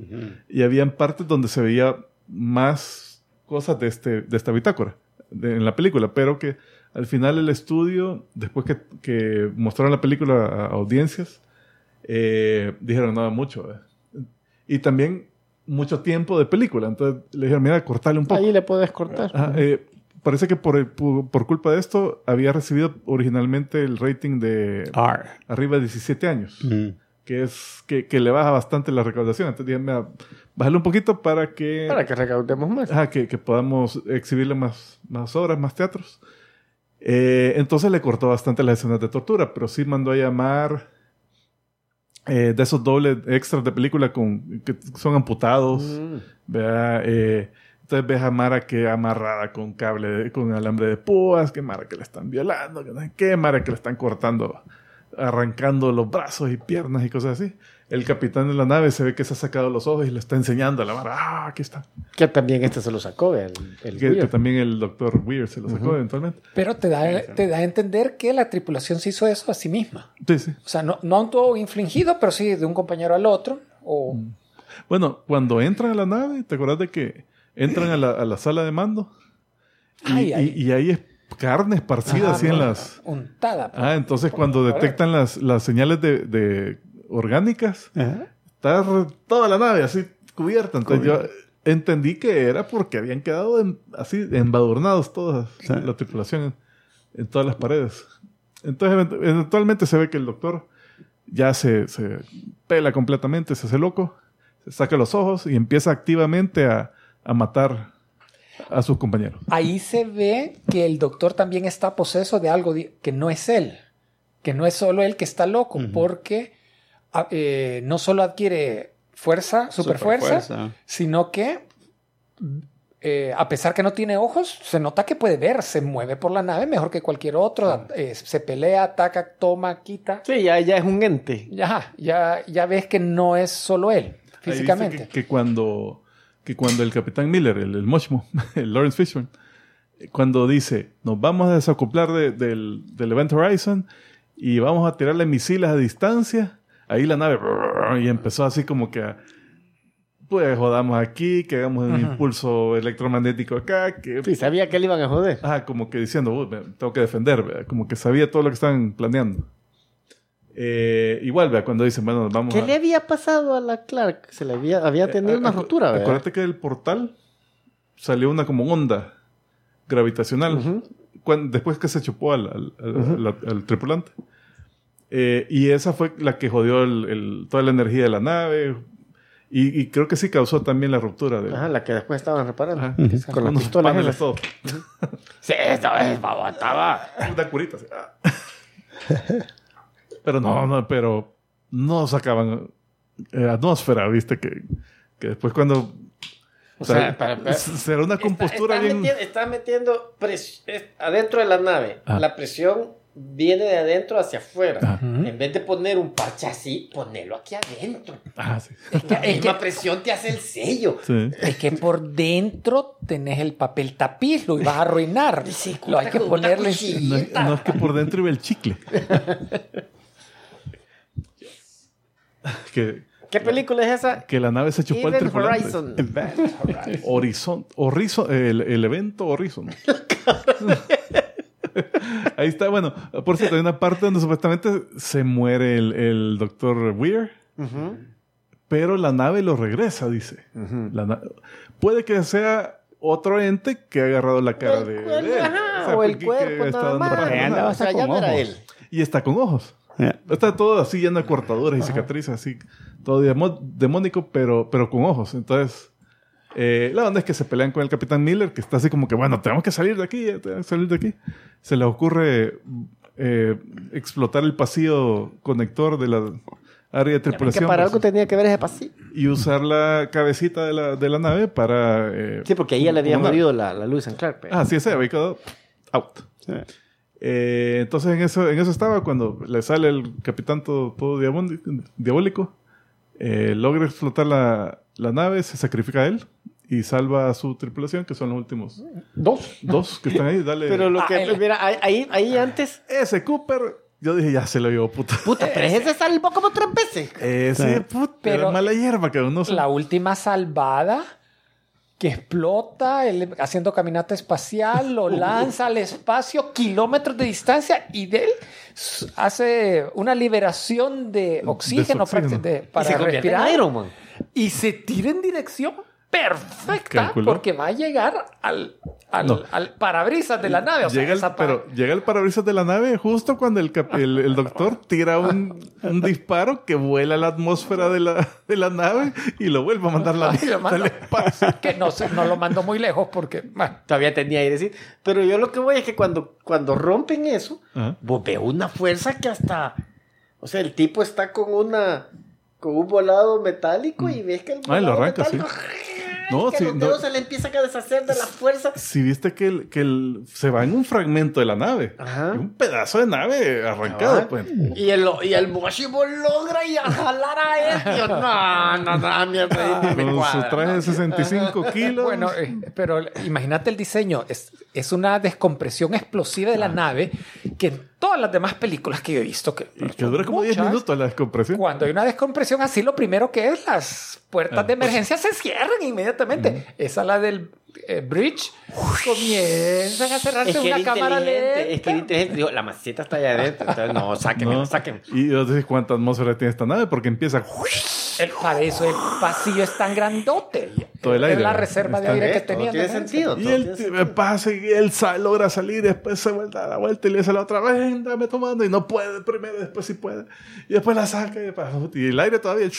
[SPEAKER 2] Y habían partes donde se veía más cosas de, este, de esta bitácora de- en la película, pero que al final el estudio, después que, que mostraron la película a, a audiencias, eh, dijeron nada mucho. ¿verdad? Y también mucho tiempo de película. Entonces le dijeron, mira, cortale un poco.
[SPEAKER 3] Ahí le puedes cortar.
[SPEAKER 2] Ajá, eh, parece que por, el- por, por culpa de esto había recibido originalmente el rating de
[SPEAKER 7] R.
[SPEAKER 2] arriba de 17 años,
[SPEAKER 7] Mm.
[SPEAKER 2] que es que, que le baja bastante la recaudación. Entonces dijeron, mira, bájale un poquito para que,
[SPEAKER 3] Para que recaudemos más.
[SPEAKER 2] ajá, Ah, que, que podamos exhibirle más, más obras, más teatros. Eh, entonces le cortó bastante las escenas de tortura, pero sí mandó a llamar eh, de esos dobles extras de película con, que son amputados.
[SPEAKER 3] Mm.
[SPEAKER 2] ¿verdad? Eh, entonces ves a Mara que amarrada con cable, de- con alambre de púas, que Mara que la están violando, que no sé qué, Mara que la están cortando, arrancando los brazos y piernas y cosas así. El capitán de la nave se ve que se ha sacado los ojos y le está enseñando a la Mara, ah, aquí está.
[SPEAKER 3] Que también este se lo sacó, el, el
[SPEAKER 2] Que, que
[SPEAKER 3] Weir.
[SPEAKER 2] también el doctor Weir se lo sacó eventualmente.
[SPEAKER 5] Pero te da, te da a entender que la tripulación se hizo eso a sí misma.
[SPEAKER 2] Sí, sí. Mm.
[SPEAKER 5] O sea, no, no todo infligido, pero sí de un compañero al otro. O
[SPEAKER 2] Bueno, cuando entran a la nave, ¿te acuerdas de que entran a la, a la sala de mando? Y,
[SPEAKER 5] Ay,
[SPEAKER 2] y-
[SPEAKER 5] ay.
[SPEAKER 2] y ahí es carne esparcida
[SPEAKER 5] Ajá,
[SPEAKER 2] así en
[SPEAKER 5] no,
[SPEAKER 2] las...
[SPEAKER 5] Untada. pues.
[SPEAKER 2] Ah, entonces cuando detectan las, las señales de, de orgánicas, está re- toda la nave así cubierta. Entonces yo entendí que era porque habían quedado en- así embadurnados todas la tripulación en, en todas las paredes. Entonces event- eventualmente se ve que el doctor ya se, se pela completamente, se hace loco, se saca los ojos y empieza activamente a, a matar a sus compañeros.
[SPEAKER 5] Ahí se ve que el doctor también está poseso de algo di- que no es él, que no es solo él que está loco, porque a- eh, no solo adquiere fuerza, superfuerza, sino que eh, a pesar que no tiene ojos, se nota que puede ver, se mueve por la nave mejor que cualquier otro, eh, se pelea, ataca, toma, quita.
[SPEAKER 3] Sí, ya, ya es un ente.
[SPEAKER 5] Ya, ya, ya ves que no es solo él,
[SPEAKER 2] Ahí dice
[SPEAKER 5] físicamente.
[SPEAKER 2] Que, que cuando, que cuando el capitán Miller, el, el Mochmo, el Lawrence Fishburne, eh, cuando dice, nos vamos a desacoplar de- del, del Event Horizon y vamos a tirarle misiles a distancia, ahí la nave brrr, y empezó así como que a, pues jodamos aquí, que hagamos un
[SPEAKER 5] Ujú.
[SPEAKER 2] impulso electromagnético acá, que...
[SPEAKER 3] Sí, sabía que le iban a joder.
[SPEAKER 2] Ah, como que diciendo, "Uy, me tengo que defender, ¿verdad? como que sabía todo lo que estaban planeando. Eh, igual, ¿verdad? cuando dicen, bueno, vamos
[SPEAKER 3] ¿Qué
[SPEAKER 2] a...
[SPEAKER 3] le había pasado a la Clark? Se le había, había tenido
[SPEAKER 2] Eh,
[SPEAKER 3] una
[SPEAKER 2] acu-
[SPEAKER 3] rotura, ¿verdad?
[SPEAKER 2] Acuérdate que del portal salió una como onda gravitacional.
[SPEAKER 3] Ujú.
[SPEAKER 2] cuan- después que se chupó al, al- al- al- al tripulante. Eh, y esa fue la que jodió el- el- toda la energía de la nave. Y, y creo que sí causó también la ruptura de.
[SPEAKER 3] Ajá, Ah, la que después estaban reparando.
[SPEAKER 2] Eh. Ajá.
[SPEAKER 3] Que es Con las
[SPEAKER 2] unos
[SPEAKER 3] pistolas. en
[SPEAKER 2] paneles,
[SPEAKER 3] la-
[SPEAKER 2] todo.
[SPEAKER 3] Sí, esta vez, babo, estaba.
[SPEAKER 2] Una curita. así. Ah. pero
[SPEAKER 3] Ah.
[SPEAKER 2] no, no, pero no sacaban eh, atmósfera, viste, que, que después cuando.
[SPEAKER 3] O
[SPEAKER 2] o sea,
[SPEAKER 3] sea, para- para-
[SPEAKER 2] s- será una compostura
[SPEAKER 3] está, está
[SPEAKER 2] bien.
[SPEAKER 3] metiendo, está metiendo pres- es- adentro de la nave.
[SPEAKER 2] Ah.
[SPEAKER 3] La presión viene de adentro hacia afuera.
[SPEAKER 2] Ah.
[SPEAKER 3] En vez de poner un parche así, ponelo aquí adentro.
[SPEAKER 2] Ah, sí.
[SPEAKER 3] La misma presión te hace el sello.
[SPEAKER 2] Sí.
[SPEAKER 5] Es que por dentro tenés el papel tapiz, lo ibas a arruinar.
[SPEAKER 3] Sí,
[SPEAKER 5] lo hay que
[SPEAKER 3] con una
[SPEAKER 5] ponerle.
[SPEAKER 3] cuchilla.
[SPEAKER 2] No, es- no es que por dentro iba el chicle. que,
[SPEAKER 3] ¿Qué película es esa?
[SPEAKER 2] que la nave se chupó al
[SPEAKER 3] Event
[SPEAKER 2] tripulante.
[SPEAKER 3] Horizon.
[SPEAKER 2] Horizon, Horizon- el, el evento Horizon. Ahí está, bueno, por cierto, hay una parte donde supuestamente se muere el, el doctor Weir,
[SPEAKER 3] Ujú.
[SPEAKER 2] pero la nave lo regresa, dice. La na- Puede que sea otro ente que ha agarrado la cara
[SPEAKER 3] El
[SPEAKER 2] de,
[SPEAKER 3] cuerpo,
[SPEAKER 2] de él.
[SPEAKER 3] ajá,
[SPEAKER 2] O sea,
[SPEAKER 3] o el
[SPEAKER 2] porque
[SPEAKER 3] cuerpo
[SPEAKER 2] está
[SPEAKER 3] nada
[SPEAKER 2] dando
[SPEAKER 3] más.
[SPEAKER 2] para la nave.
[SPEAKER 3] o sea, ya no era él.
[SPEAKER 2] Y está con ojos.
[SPEAKER 7] Ya.
[SPEAKER 2] Está todo así lleno de cortaduras y cicatrices, así. Todo demo- demónico, pero, pero con ojos. Entonces, eh, la onda es que se pelean con el Capitán Miller, que está así como que, bueno, tenemos que salir de aquí, ya tenemos que salir de aquí. Se les ocurre eh, explotar el pasillo conector de la área de
[SPEAKER 3] Que
[SPEAKER 2] tripulación
[SPEAKER 3] para algo tenía que ver ese pasillo.
[SPEAKER 2] y usar la cabecita de la, de la nave para... eh,
[SPEAKER 3] Sí, porque ahí ya le había
[SPEAKER 2] como una-
[SPEAKER 3] morido la, la luz en Clark. pues. pero-
[SPEAKER 2] Ah, sí, ese había quedado out. Eh, entonces en eso, en eso estaba cuando le sale el capitán todo, todo diabondi- diabólico, eh, logra explotar la, la nave, se sacrifica a él y salva a su tripulación, que son los últimos
[SPEAKER 5] Dos.
[SPEAKER 2] dos que están ahí. Dale.
[SPEAKER 3] Pero lo
[SPEAKER 5] Ah,
[SPEAKER 3] que,
[SPEAKER 5] él-
[SPEAKER 3] mira, ahí- ahí, ahí antes.
[SPEAKER 2] Ese Cooper, yo dije, ya se lo llevó, puta.
[SPEAKER 3] Puta, pero ese salvó como tres veces.
[SPEAKER 2] Ese puta,
[SPEAKER 5] Pero-
[SPEAKER 2] era mala hierba, que no se-
[SPEAKER 5] La última salvada que explota él haciendo caminata espacial, lo lanza al espacio kilómetros de distancia y de él s- hace una liberación de oxígeno,
[SPEAKER 2] oxígeno.
[SPEAKER 5] prácti-
[SPEAKER 3] y
[SPEAKER 5] de-
[SPEAKER 3] se
[SPEAKER 5] para
[SPEAKER 3] convierte en
[SPEAKER 5] respirar
[SPEAKER 3] Iron Man.
[SPEAKER 5] y se tira en dirección perfecta
[SPEAKER 2] Calculó.
[SPEAKER 5] porque va a llegar al, al,
[SPEAKER 2] No.
[SPEAKER 5] al parabrisas de la nave. O sea,
[SPEAKER 2] Llega el,
[SPEAKER 5] esa pa-
[SPEAKER 2] pero llega el parabrisas de la nave justo cuando el, cap- el, el doctor tira un, un disparo que vuela la atmósfera de la, de la nave y lo vuelve a mandar la
[SPEAKER 5] Ay, lo
[SPEAKER 2] nave al
[SPEAKER 5] mando.
[SPEAKER 2] espacio.
[SPEAKER 5] que no, se- no lo mandó muy lejos porque bueno,
[SPEAKER 3] Todavía tenía airecito. Pero yo lo que voy es que cuando, cuando rompen eso,
[SPEAKER 2] Ajá.
[SPEAKER 3] vos ves una fuerza que hasta. O sea, el tipo está con una. Con un volado metálico y ves que el
[SPEAKER 2] Ah, y
[SPEAKER 3] volado
[SPEAKER 2] lo arranca,
[SPEAKER 3] metálico,
[SPEAKER 2] No,
[SPEAKER 3] que
[SPEAKER 2] sí,
[SPEAKER 3] los
[SPEAKER 2] no.
[SPEAKER 3] dedos se le empiezan a deshacer de la fuerza.
[SPEAKER 2] Si viste que, el- que el- se va en un fragmento de la nave.
[SPEAKER 3] Ajá.
[SPEAKER 2] Y Un pedazo de nave arrancado.
[SPEAKER 3] Ajá.
[SPEAKER 2] pues.
[SPEAKER 3] Y el, y el Moshimo logra y a jalar a él. Yo, no, no, no, mierda. ahí ni me
[SPEAKER 2] Con su
[SPEAKER 3] cuadra,
[SPEAKER 2] traje
[SPEAKER 3] no.
[SPEAKER 2] de 65 kilos.
[SPEAKER 5] Bueno, eh, pero imagínate el diseño. Es, es una descompresión explosiva de la nave que en todas las demás películas que yo he visto, que,
[SPEAKER 2] Y que dura como 10
[SPEAKER 5] muchas,
[SPEAKER 2] minutos la descompresión.
[SPEAKER 5] Cuando hay una descompresión así, lo primero que es las puertas
[SPEAKER 2] Ah,
[SPEAKER 5] de emergencia se cierran inmediatamente. Esa la del eh, bridge. Comienzan a cerrarse
[SPEAKER 3] Es que era
[SPEAKER 5] una cámara
[SPEAKER 3] inteligente, es que
[SPEAKER 5] lenta.
[SPEAKER 3] era inteligente. Dijo, la maceta está allá adentro. Entonces, no, saquen,
[SPEAKER 2] No.
[SPEAKER 3] saquen.
[SPEAKER 2] Y vos decís cuánta atmósfera tiene esta nave porque empieza.
[SPEAKER 5] El, para eso el pasillo es tan grandote.
[SPEAKER 2] Todo el
[SPEAKER 5] Es
[SPEAKER 2] aire.
[SPEAKER 5] la reserva de
[SPEAKER 2] Está
[SPEAKER 5] aire que
[SPEAKER 8] Todo
[SPEAKER 5] tenían.
[SPEAKER 8] tiene
[SPEAKER 5] de emergencia.
[SPEAKER 8] sentido.
[SPEAKER 2] Y
[SPEAKER 8] todo
[SPEAKER 2] él
[SPEAKER 8] tiene
[SPEAKER 2] t-
[SPEAKER 8] sentido.
[SPEAKER 2] pasa y él sa- logra salir, después se vuelve a la vuelta y le dice a la otra, ven, dame tu mano", y no puede primero, después sí puede. Y después la saca y, pasa, y el aire todavía. O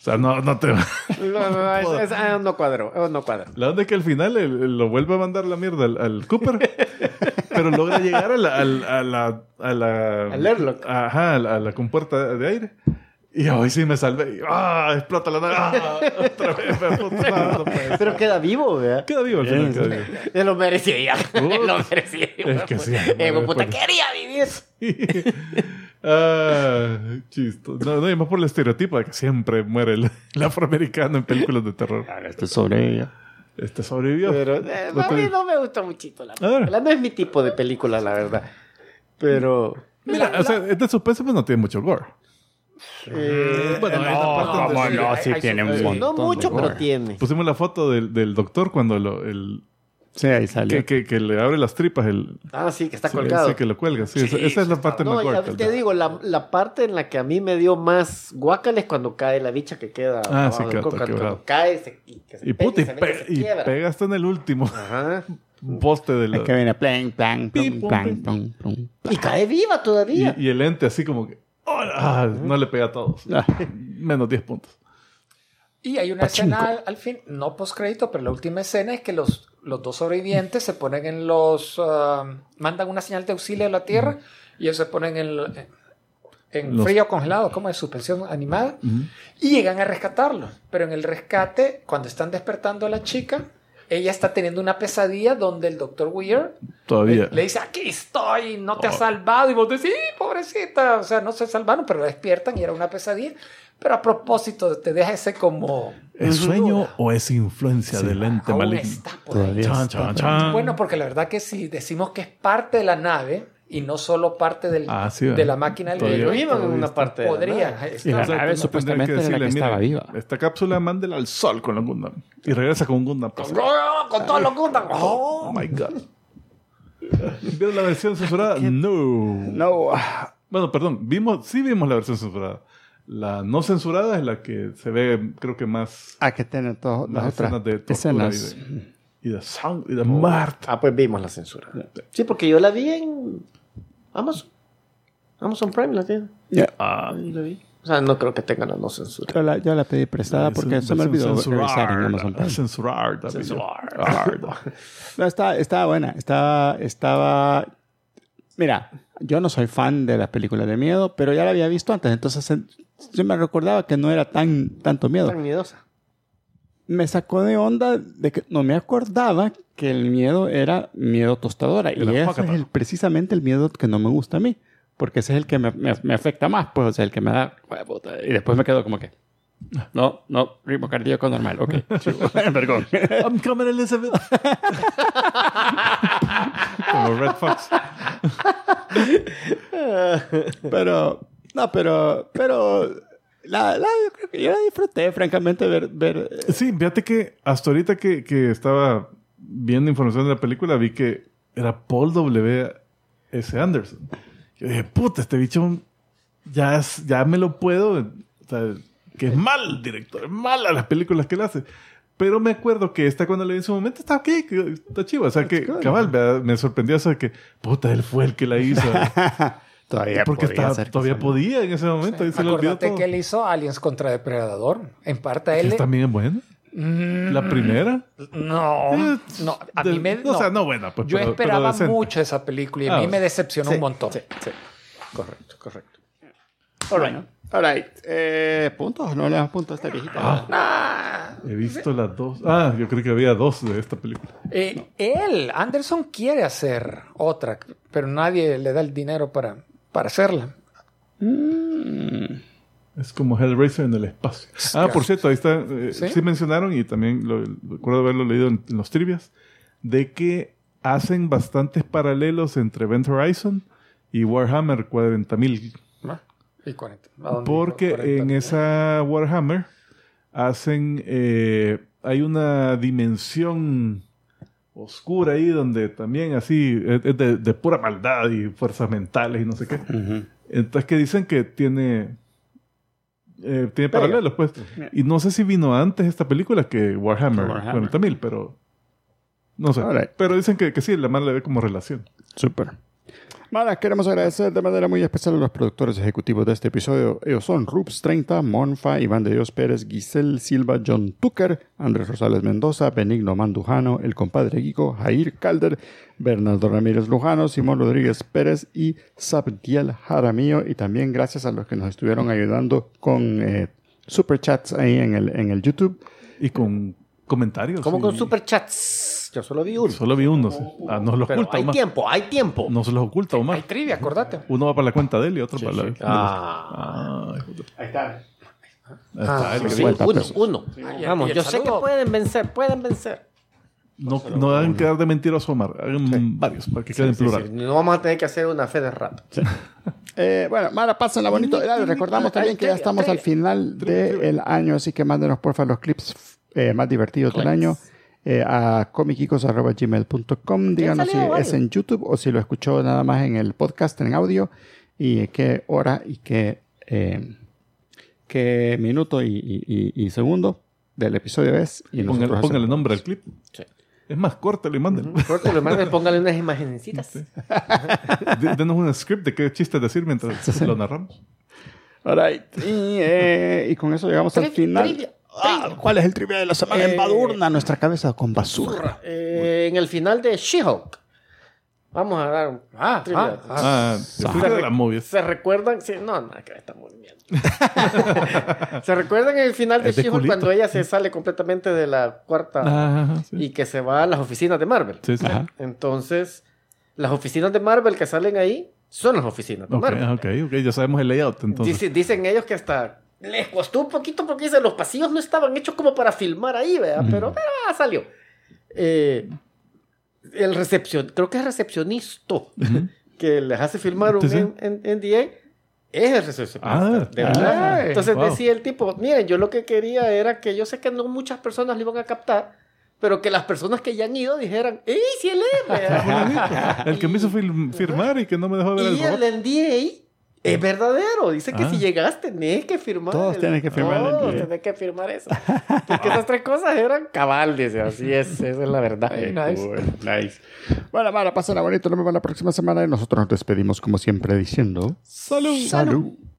[SPEAKER 2] sea, no, no te.
[SPEAKER 3] No, no, no, es-
[SPEAKER 2] puedo.
[SPEAKER 3] es- ah, no cuadro, no cuadro.
[SPEAKER 2] La onda es que al final él- él lo vuelve a mandar la mierda al, al Cooper, pero logra llegar a la. A la, a la, a la-
[SPEAKER 3] Al airlock.
[SPEAKER 2] Ajá, a la, a la compuerta de aire. Y hoy sí me salvé. Y, ¡Ah! Explota la nave. ¡Ah! Otra vez, pero puta, no, no puede ser.
[SPEAKER 3] Pero queda vivo, vea.
[SPEAKER 2] Queda vivo al final. queda vivo.
[SPEAKER 3] Él lo merecía. Él lo merecía.
[SPEAKER 2] Es que sí, pues.
[SPEAKER 3] Eh,
[SPEAKER 2] madre,
[SPEAKER 3] puta,
[SPEAKER 2] porque-
[SPEAKER 3] quería vivir.
[SPEAKER 2] ah, chisto. No, no, y más por el estereotipo de que siempre muere el, el afroamericano en películas de terror.
[SPEAKER 7] Este sobre ella.
[SPEAKER 2] Este sobrevivió.
[SPEAKER 3] Pero eh,
[SPEAKER 2] No
[SPEAKER 3] a mí
[SPEAKER 2] te-
[SPEAKER 3] no me gusta muchito la
[SPEAKER 2] ver.
[SPEAKER 3] película. No es mi tipo de película, la verdad. Pero...
[SPEAKER 2] Mira, o sea, es de suspense, pero no tiene mucho gore.
[SPEAKER 3] eh,
[SPEAKER 2] Bueno, hay una parte donde-
[SPEAKER 5] vamos, no, sí tiene un
[SPEAKER 3] no mucho, pero tiene.
[SPEAKER 2] pusimos la foto del, del doctor cuando lo, el,
[SPEAKER 7] Sí, ahí
[SPEAKER 2] que,
[SPEAKER 7] salió.
[SPEAKER 2] que, que le abre las tripas. El,
[SPEAKER 3] Ah, sí, que está
[SPEAKER 2] sí,
[SPEAKER 3] colgado.
[SPEAKER 2] sí, que lo cuelga. Sí, esa, esa es la parte
[SPEAKER 3] No,
[SPEAKER 2] más gore.
[SPEAKER 3] ya
[SPEAKER 2] tal
[SPEAKER 3] te
[SPEAKER 2] vez.
[SPEAKER 3] digo, la, la parte en la que a mí me dio más guacal es cuando cae la bicha que queda.
[SPEAKER 2] Ah,
[SPEAKER 3] abajo
[SPEAKER 2] sí,
[SPEAKER 3] del
[SPEAKER 2] claro,
[SPEAKER 3] coco. Cuando
[SPEAKER 2] quebrado.
[SPEAKER 3] cae, se, y, que se
[SPEAKER 2] Y puta, y,
[SPEAKER 3] pega, y se mete,
[SPEAKER 2] pe-
[SPEAKER 3] se
[SPEAKER 2] y
[SPEAKER 3] quiebra.
[SPEAKER 2] pega hasta en el último
[SPEAKER 3] Ajá.
[SPEAKER 2] poste de la,
[SPEAKER 7] Es que viene plan, plan,
[SPEAKER 2] Pim,
[SPEAKER 7] plan,
[SPEAKER 2] pum, pim,
[SPEAKER 7] plan, plan, plan.
[SPEAKER 3] Y cae viva todavía.
[SPEAKER 2] Y, y el ente así como que... "Hola", ah, No le pega a todos. Menos 10 puntos.
[SPEAKER 5] Y hay una escena al, al fin, no postcrédito, pero la última escena es que los, los dos sobrevivientes se ponen en los. ah, mandan una señal de auxilio a la Tierra y ellos se ponen en, el- en
[SPEAKER 2] Los-
[SPEAKER 5] frío congelado, como en suspensión animada, y llegan a rescatarlos. Pero en el rescate, cuando están despertando a la chica, ella está teniendo una pesadilla donde el doctor Weir
[SPEAKER 2] Todavía.
[SPEAKER 5] le, le dice: Aquí estoy, no te has
[SPEAKER 2] Oh.
[SPEAKER 5] salvado. Y vos decís: "Sí, pobrecita, o sea, no se salvaron, pero la despiertan y era una pesadilla. Pero a propósito, te deja ese como.
[SPEAKER 2] ¿Es sueño o es influencia
[SPEAKER 7] Sí.
[SPEAKER 2] del ente
[SPEAKER 5] Aún
[SPEAKER 2] maligno?
[SPEAKER 5] está por ahí.
[SPEAKER 7] Todavía
[SPEAKER 2] Chan,
[SPEAKER 7] está.
[SPEAKER 2] chan, chan.
[SPEAKER 5] Bueno, porque la verdad que si decimos que es parte de la nave y no solo parte del,
[SPEAKER 2] Ah, sí,
[SPEAKER 5] de
[SPEAKER 2] ¿verdad?
[SPEAKER 5] la máquina del
[SPEAKER 2] Todavía
[SPEAKER 3] Pero
[SPEAKER 5] vehículo,
[SPEAKER 2] vivo
[SPEAKER 3] viva en una parte. de la nave.
[SPEAKER 5] podría.
[SPEAKER 7] Y la
[SPEAKER 2] O sea,
[SPEAKER 7] nave
[SPEAKER 2] tú no tendrías
[SPEAKER 7] supuestamente
[SPEAKER 2] que
[SPEAKER 7] era la que
[SPEAKER 2] decirle,
[SPEAKER 7] estaba
[SPEAKER 2] "Mira,
[SPEAKER 7] viva".
[SPEAKER 2] Esta cápsula mándela al sol con la Gundam. Y regresa con un Gundam.
[SPEAKER 5] Con, con todos los Gundam.
[SPEAKER 2] Oh my god. ¿Vieron la versión censurada? No.
[SPEAKER 7] No.
[SPEAKER 2] Bueno, perdón. Vimos, sí vimos la versión censurada. La no censurada es la que se ve, creo que más
[SPEAKER 7] Ah, que tienen todas
[SPEAKER 2] las
[SPEAKER 7] las
[SPEAKER 2] escenas
[SPEAKER 7] otras
[SPEAKER 2] de tortura
[SPEAKER 7] escenas.
[SPEAKER 2] y de, y de sang- y de muerte.
[SPEAKER 3] Ah, pues vimos la censura. Sí, porque yo la vi en Amazon. Amazon Prime la tiene.
[SPEAKER 2] Ah,
[SPEAKER 3] Ahí la vi. O sea, no creo que tengan la no censura.
[SPEAKER 7] Yo la, yo la pedí prestada porque se me olvidó revisar en Amazon Prime.
[SPEAKER 2] Censurar.
[SPEAKER 7] No, estaba, estaba buena. Estaba, estaba. Mira, yo no soy fan de las películas de miedo, pero ya la había visto antes. Entonces en- yo me recordaba que no era tan tanto miedo.
[SPEAKER 3] Tan miedosa.
[SPEAKER 7] Me sacó de onda de que no me acordaba que el miedo era miedo tostadora. Y
[SPEAKER 2] Era
[SPEAKER 7] ese es
[SPEAKER 2] pácata.
[SPEAKER 7] el- precisamente el miedo que no me gusta a mí. Porque ese es el que me, me- me afecta más, pues, o sea, el que me da. "Jue puta", Y después me quedo como que. No, no, ritmo cardíaco normal, ok. Perdón.
[SPEAKER 2] I'm coming, Elizabeth. Como Red Fox.
[SPEAKER 7] Pero, no, pero, pero, la, la- yo creo que yo la disfruté, francamente, ver, ver, eh,
[SPEAKER 2] Sí, fíjate que hasta ahorita que, que estaba viendo información de la película, vi que era Paul W. S. Anderson. Yo dije, puta, este bicho ya, es- ya me lo puedo. O sea, que es mal director, es mala las películas que él hace. Pero me acuerdo que esta cuando le vi en su momento está ok, que está chiva. O sea, que cabal, me, me sorprendió eso de que, puta, él fue el que la hizo.
[SPEAKER 7] todavía
[SPEAKER 2] Porque
[SPEAKER 7] podía
[SPEAKER 2] estaba-
[SPEAKER 7] hacer que
[SPEAKER 2] todavía
[SPEAKER 7] sea-
[SPEAKER 2] podía en ese momento. y se le olvidó
[SPEAKER 5] Acordate
[SPEAKER 2] todo.
[SPEAKER 5] que él hizo Aliens contra Depredador. En parte a
[SPEAKER 2] Que
[SPEAKER 5] él.
[SPEAKER 2] es también es buena.
[SPEAKER 5] Mm,
[SPEAKER 2] La primera.
[SPEAKER 5] No,
[SPEAKER 2] Eh,
[SPEAKER 5] no. A
[SPEAKER 2] del-
[SPEAKER 5] mí me.
[SPEAKER 2] O sea,
[SPEAKER 5] no.
[SPEAKER 2] no buena. Pues,
[SPEAKER 5] Yo
[SPEAKER 2] pero- pero
[SPEAKER 5] esperaba
[SPEAKER 2] decente.
[SPEAKER 5] mucho esa película y
[SPEAKER 2] Ah,
[SPEAKER 5] a mí
[SPEAKER 2] o
[SPEAKER 5] me
[SPEAKER 2] sea,
[SPEAKER 5] decepcionó un montón.
[SPEAKER 3] Sí, sí. Correcto, correcto.
[SPEAKER 7] All right, all right. Eh, puntos, no le das puntos a esta
[SPEAKER 2] Ah.
[SPEAKER 7] viejita.
[SPEAKER 2] He visto las dos. Ah, yo creo que había dos de esta película.
[SPEAKER 5] Eh, Él, Anderson, quiere hacer otra, pero nadie le da el dinero para, para hacerla.
[SPEAKER 2] Es como Hellraiser en el espacio. Ah, por cierto, ahí está. eh, ¿Sí?
[SPEAKER 5] ¿Sí?
[SPEAKER 2] mencionaron, y también lo, recuerdo haberlo leído en, en los trivias, de que hacen bastantes paralelos entre Event Horizon y Warhammer 40.000.
[SPEAKER 5] Y 40. ¿A dónde?
[SPEAKER 2] Porque
[SPEAKER 5] 40.
[SPEAKER 2] en esa Warhammer hacen. eh, hay una dimensión oscura ahí donde también así es es de, de pura maldad y fuerzas mentales y no sé qué. Entonces que dicen que tiene. eh, tiene paralelos, pues. Y no sé si vino antes esta película que Warhammer,
[SPEAKER 8] Warhammer.
[SPEAKER 2] 40.000, pero. No sé.
[SPEAKER 7] Alright.
[SPEAKER 2] Pero dicen que, que sí, la más le ve como relación.
[SPEAKER 7] Súper. Mara, queremos agradecer de manera muy especial a los productores ejecutivos de este episodio. Ellos son Rups 30, Monfa, Iván de Dios Pérez, Giselle Silva, John Tucker, Andrés Rosales Mendoza, Benigno Mandujano, El Compadre Guico, Jair Calder, Bernardo Ramírez Lujano, Simón Rodríguez Pérez y Sabdiel Jaramillo. Y también gracias a los que nos estuvieron ayudando con eh, superchats ahí en el, en el YouTube.
[SPEAKER 2] Y con comentarios.
[SPEAKER 3] Como
[SPEAKER 2] y-
[SPEAKER 3] con superchats. Yo solo vi uno.
[SPEAKER 2] Solo vi uno. sí. Ah, nos lo
[SPEAKER 3] Pero
[SPEAKER 2] oculta
[SPEAKER 3] hay
[SPEAKER 2] Omar.
[SPEAKER 3] tiempo, hay tiempo.
[SPEAKER 2] No se los oculta
[SPEAKER 5] Hay
[SPEAKER 2] Omar.
[SPEAKER 5] trivia, acordate.
[SPEAKER 2] Uno va para la cuenta de él y otro para la. de los-
[SPEAKER 3] Ah,
[SPEAKER 2] Ah, hijo de-
[SPEAKER 8] Ahí está.
[SPEAKER 2] Ahí está,
[SPEAKER 5] Ah,
[SPEAKER 2] el que-
[SPEAKER 3] sí,
[SPEAKER 7] Cincuenta
[SPEAKER 3] uno,
[SPEAKER 7] pesos.
[SPEAKER 3] uno.
[SPEAKER 5] y- y
[SPEAKER 3] Vamos,
[SPEAKER 5] el
[SPEAKER 3] yo sé que
[SPEAKER 5] saludo.
[SPEAKER 3] pueden vencer, pueden vencer.
[SPEAKER 2] No, no hagan quedar de mentiroso Omar. Hagan varios para que queden en plural.
[SPEAKER 3] Sí, no vamos a tener que hacer una fe de rato.
[SPEAKER 7] Eh, bueno, Mara, pásenla bonito. Dale,
[SPEAKER 3] Ah,
[SPEAKER 7] recordamos también que ya estamos al final del año, así que mándenos porfa los clips eh, más divertidos del año eh, a comicicos.gmail.com. Díganos si
[SPEAKER 3] salido varios.
[SPEAKER 7] es en YouTube o si lo escuchó nada más en el podcast, en audio, y eh, qué hora y qué, eh, qué minuto y, y- y- y segundo del episodio es. Y
[SPEAKER 2] Póngale,
[SPEAKER 7] nosotros
[SPEAKER 2] póngale
[SPEAKER 7] hacemos-
[SPEAKER 2] nombre al clip.
[SPEAKER 3] Sí.
[SPEAKER 2] Es más, córtelo y mándelo.
[SPEAKER 3] Córtelo, manden, póngale unas imagencitas.
[SPEAKER 2] De- Denos un script de qué chistes decir mientras lo narramos.
[SPEAKER 7] All right. y, eh, y con eso llegamos al
[SPEAKER 3] Trivia,
[SPEAKER 7] final.
[SPEAKER 3] trivia,
[SPEAKER 7] Ah, ¿Cuál es el trivia de la semana?
[SPEAKER 3] Eh,
[SPEAKER 7] Embadurna nuestra cabeza con basura.
[SPEAKER 3] Eh, en el final de She-Hulk. Vamos a dar un
[SPEAKER 5] Ah,
[SPEAKER 3] trivia.
[SPEAKER 5] ah,
[SPEAKER 2] Ah, te fuiste de la movie.
[SPEAKER 3] ¿Se recuerdan? Sí, no, no, que está muy bien. ¿Se recuerdan el final de
[SPEAKER 2] Es de
[SPEAKER 3] She-Hulk
[SPEAKER 2] culito.
[SPEAKER 3] cuando ella se sale completamente de la cuarta
[SPEAKER 2] Ah, sí.
[SPEAKER 3] y que se va a las oficinas de Marvel?
[SPEAKER 2] Sí, sí.
[SPEAKER 3] Entonces, las oficinas de Marvel que salen ahí son las oficinas de
[SPEAKER 2] Ok,
[SPEAKER 3] Marvel.
[SPEAKER 2] ok, ok. Ya sabemos el layout entonces.
[SPEAKER 3] Dice- dicen ellos que hasta les costó un poquito porque dicen los pasillos no estaban hechos como para filmar ahí, ¿verdad? Pero, pero, ah, salió. Eh, el recepción, creo que es recepcionista que les hace filmar un
[SPEAKER 2] Sí, sí.
[SPEAKER 3] en, en- NDA, es el recepcionista.
[SPEAKER 2] Ah,
[SPEAKER 3] de verdad.
[SPEAKER 5] ah,
[SPEAKER 3] Entonces
[SPEAKER 2] wow.
[SPEAKER 3] decía el tipo, miren, yo lo que quería era que yo sé que no muchas personas le iban a captar, pero que las personas que ya han ido dijeran, ¡Ey, si él es! ¿verdad?"
[SPEAKER 2] El que me hizo fil- firmar y que no me dejó ver el
[SPEAKER 3] Y el
[SPEAKER 2] robot.
[SPEAKER 3] NDA es verdadero. Dice que
[SPEAKER 2] Ah.
[SPEAKER 3] si llegaste, tenés que firmar.
[SPEAKER 7] Eh. Todos
[SPEAKER 3] el-
[SPEAKER 7] tienen que firmar el
[SPEAKER 3] Todos
[SPEAKER 7] NDA.
[SPEAKER 3] tenés que firmar eso. Porque esas tres cosas eran cabal, dice. Así es, esa es la verdad.
[SPEAKER 5] nice.
[SPEAKER 8] Nice.
[SPEAKER 7] Bueno, Mara, pásenla bonito. Nos vemos la próxima semana y nosotros nos despedimos como siempre diciendo...
[SPEAKER 2] Salud.
[SPEAKER 7] Salud.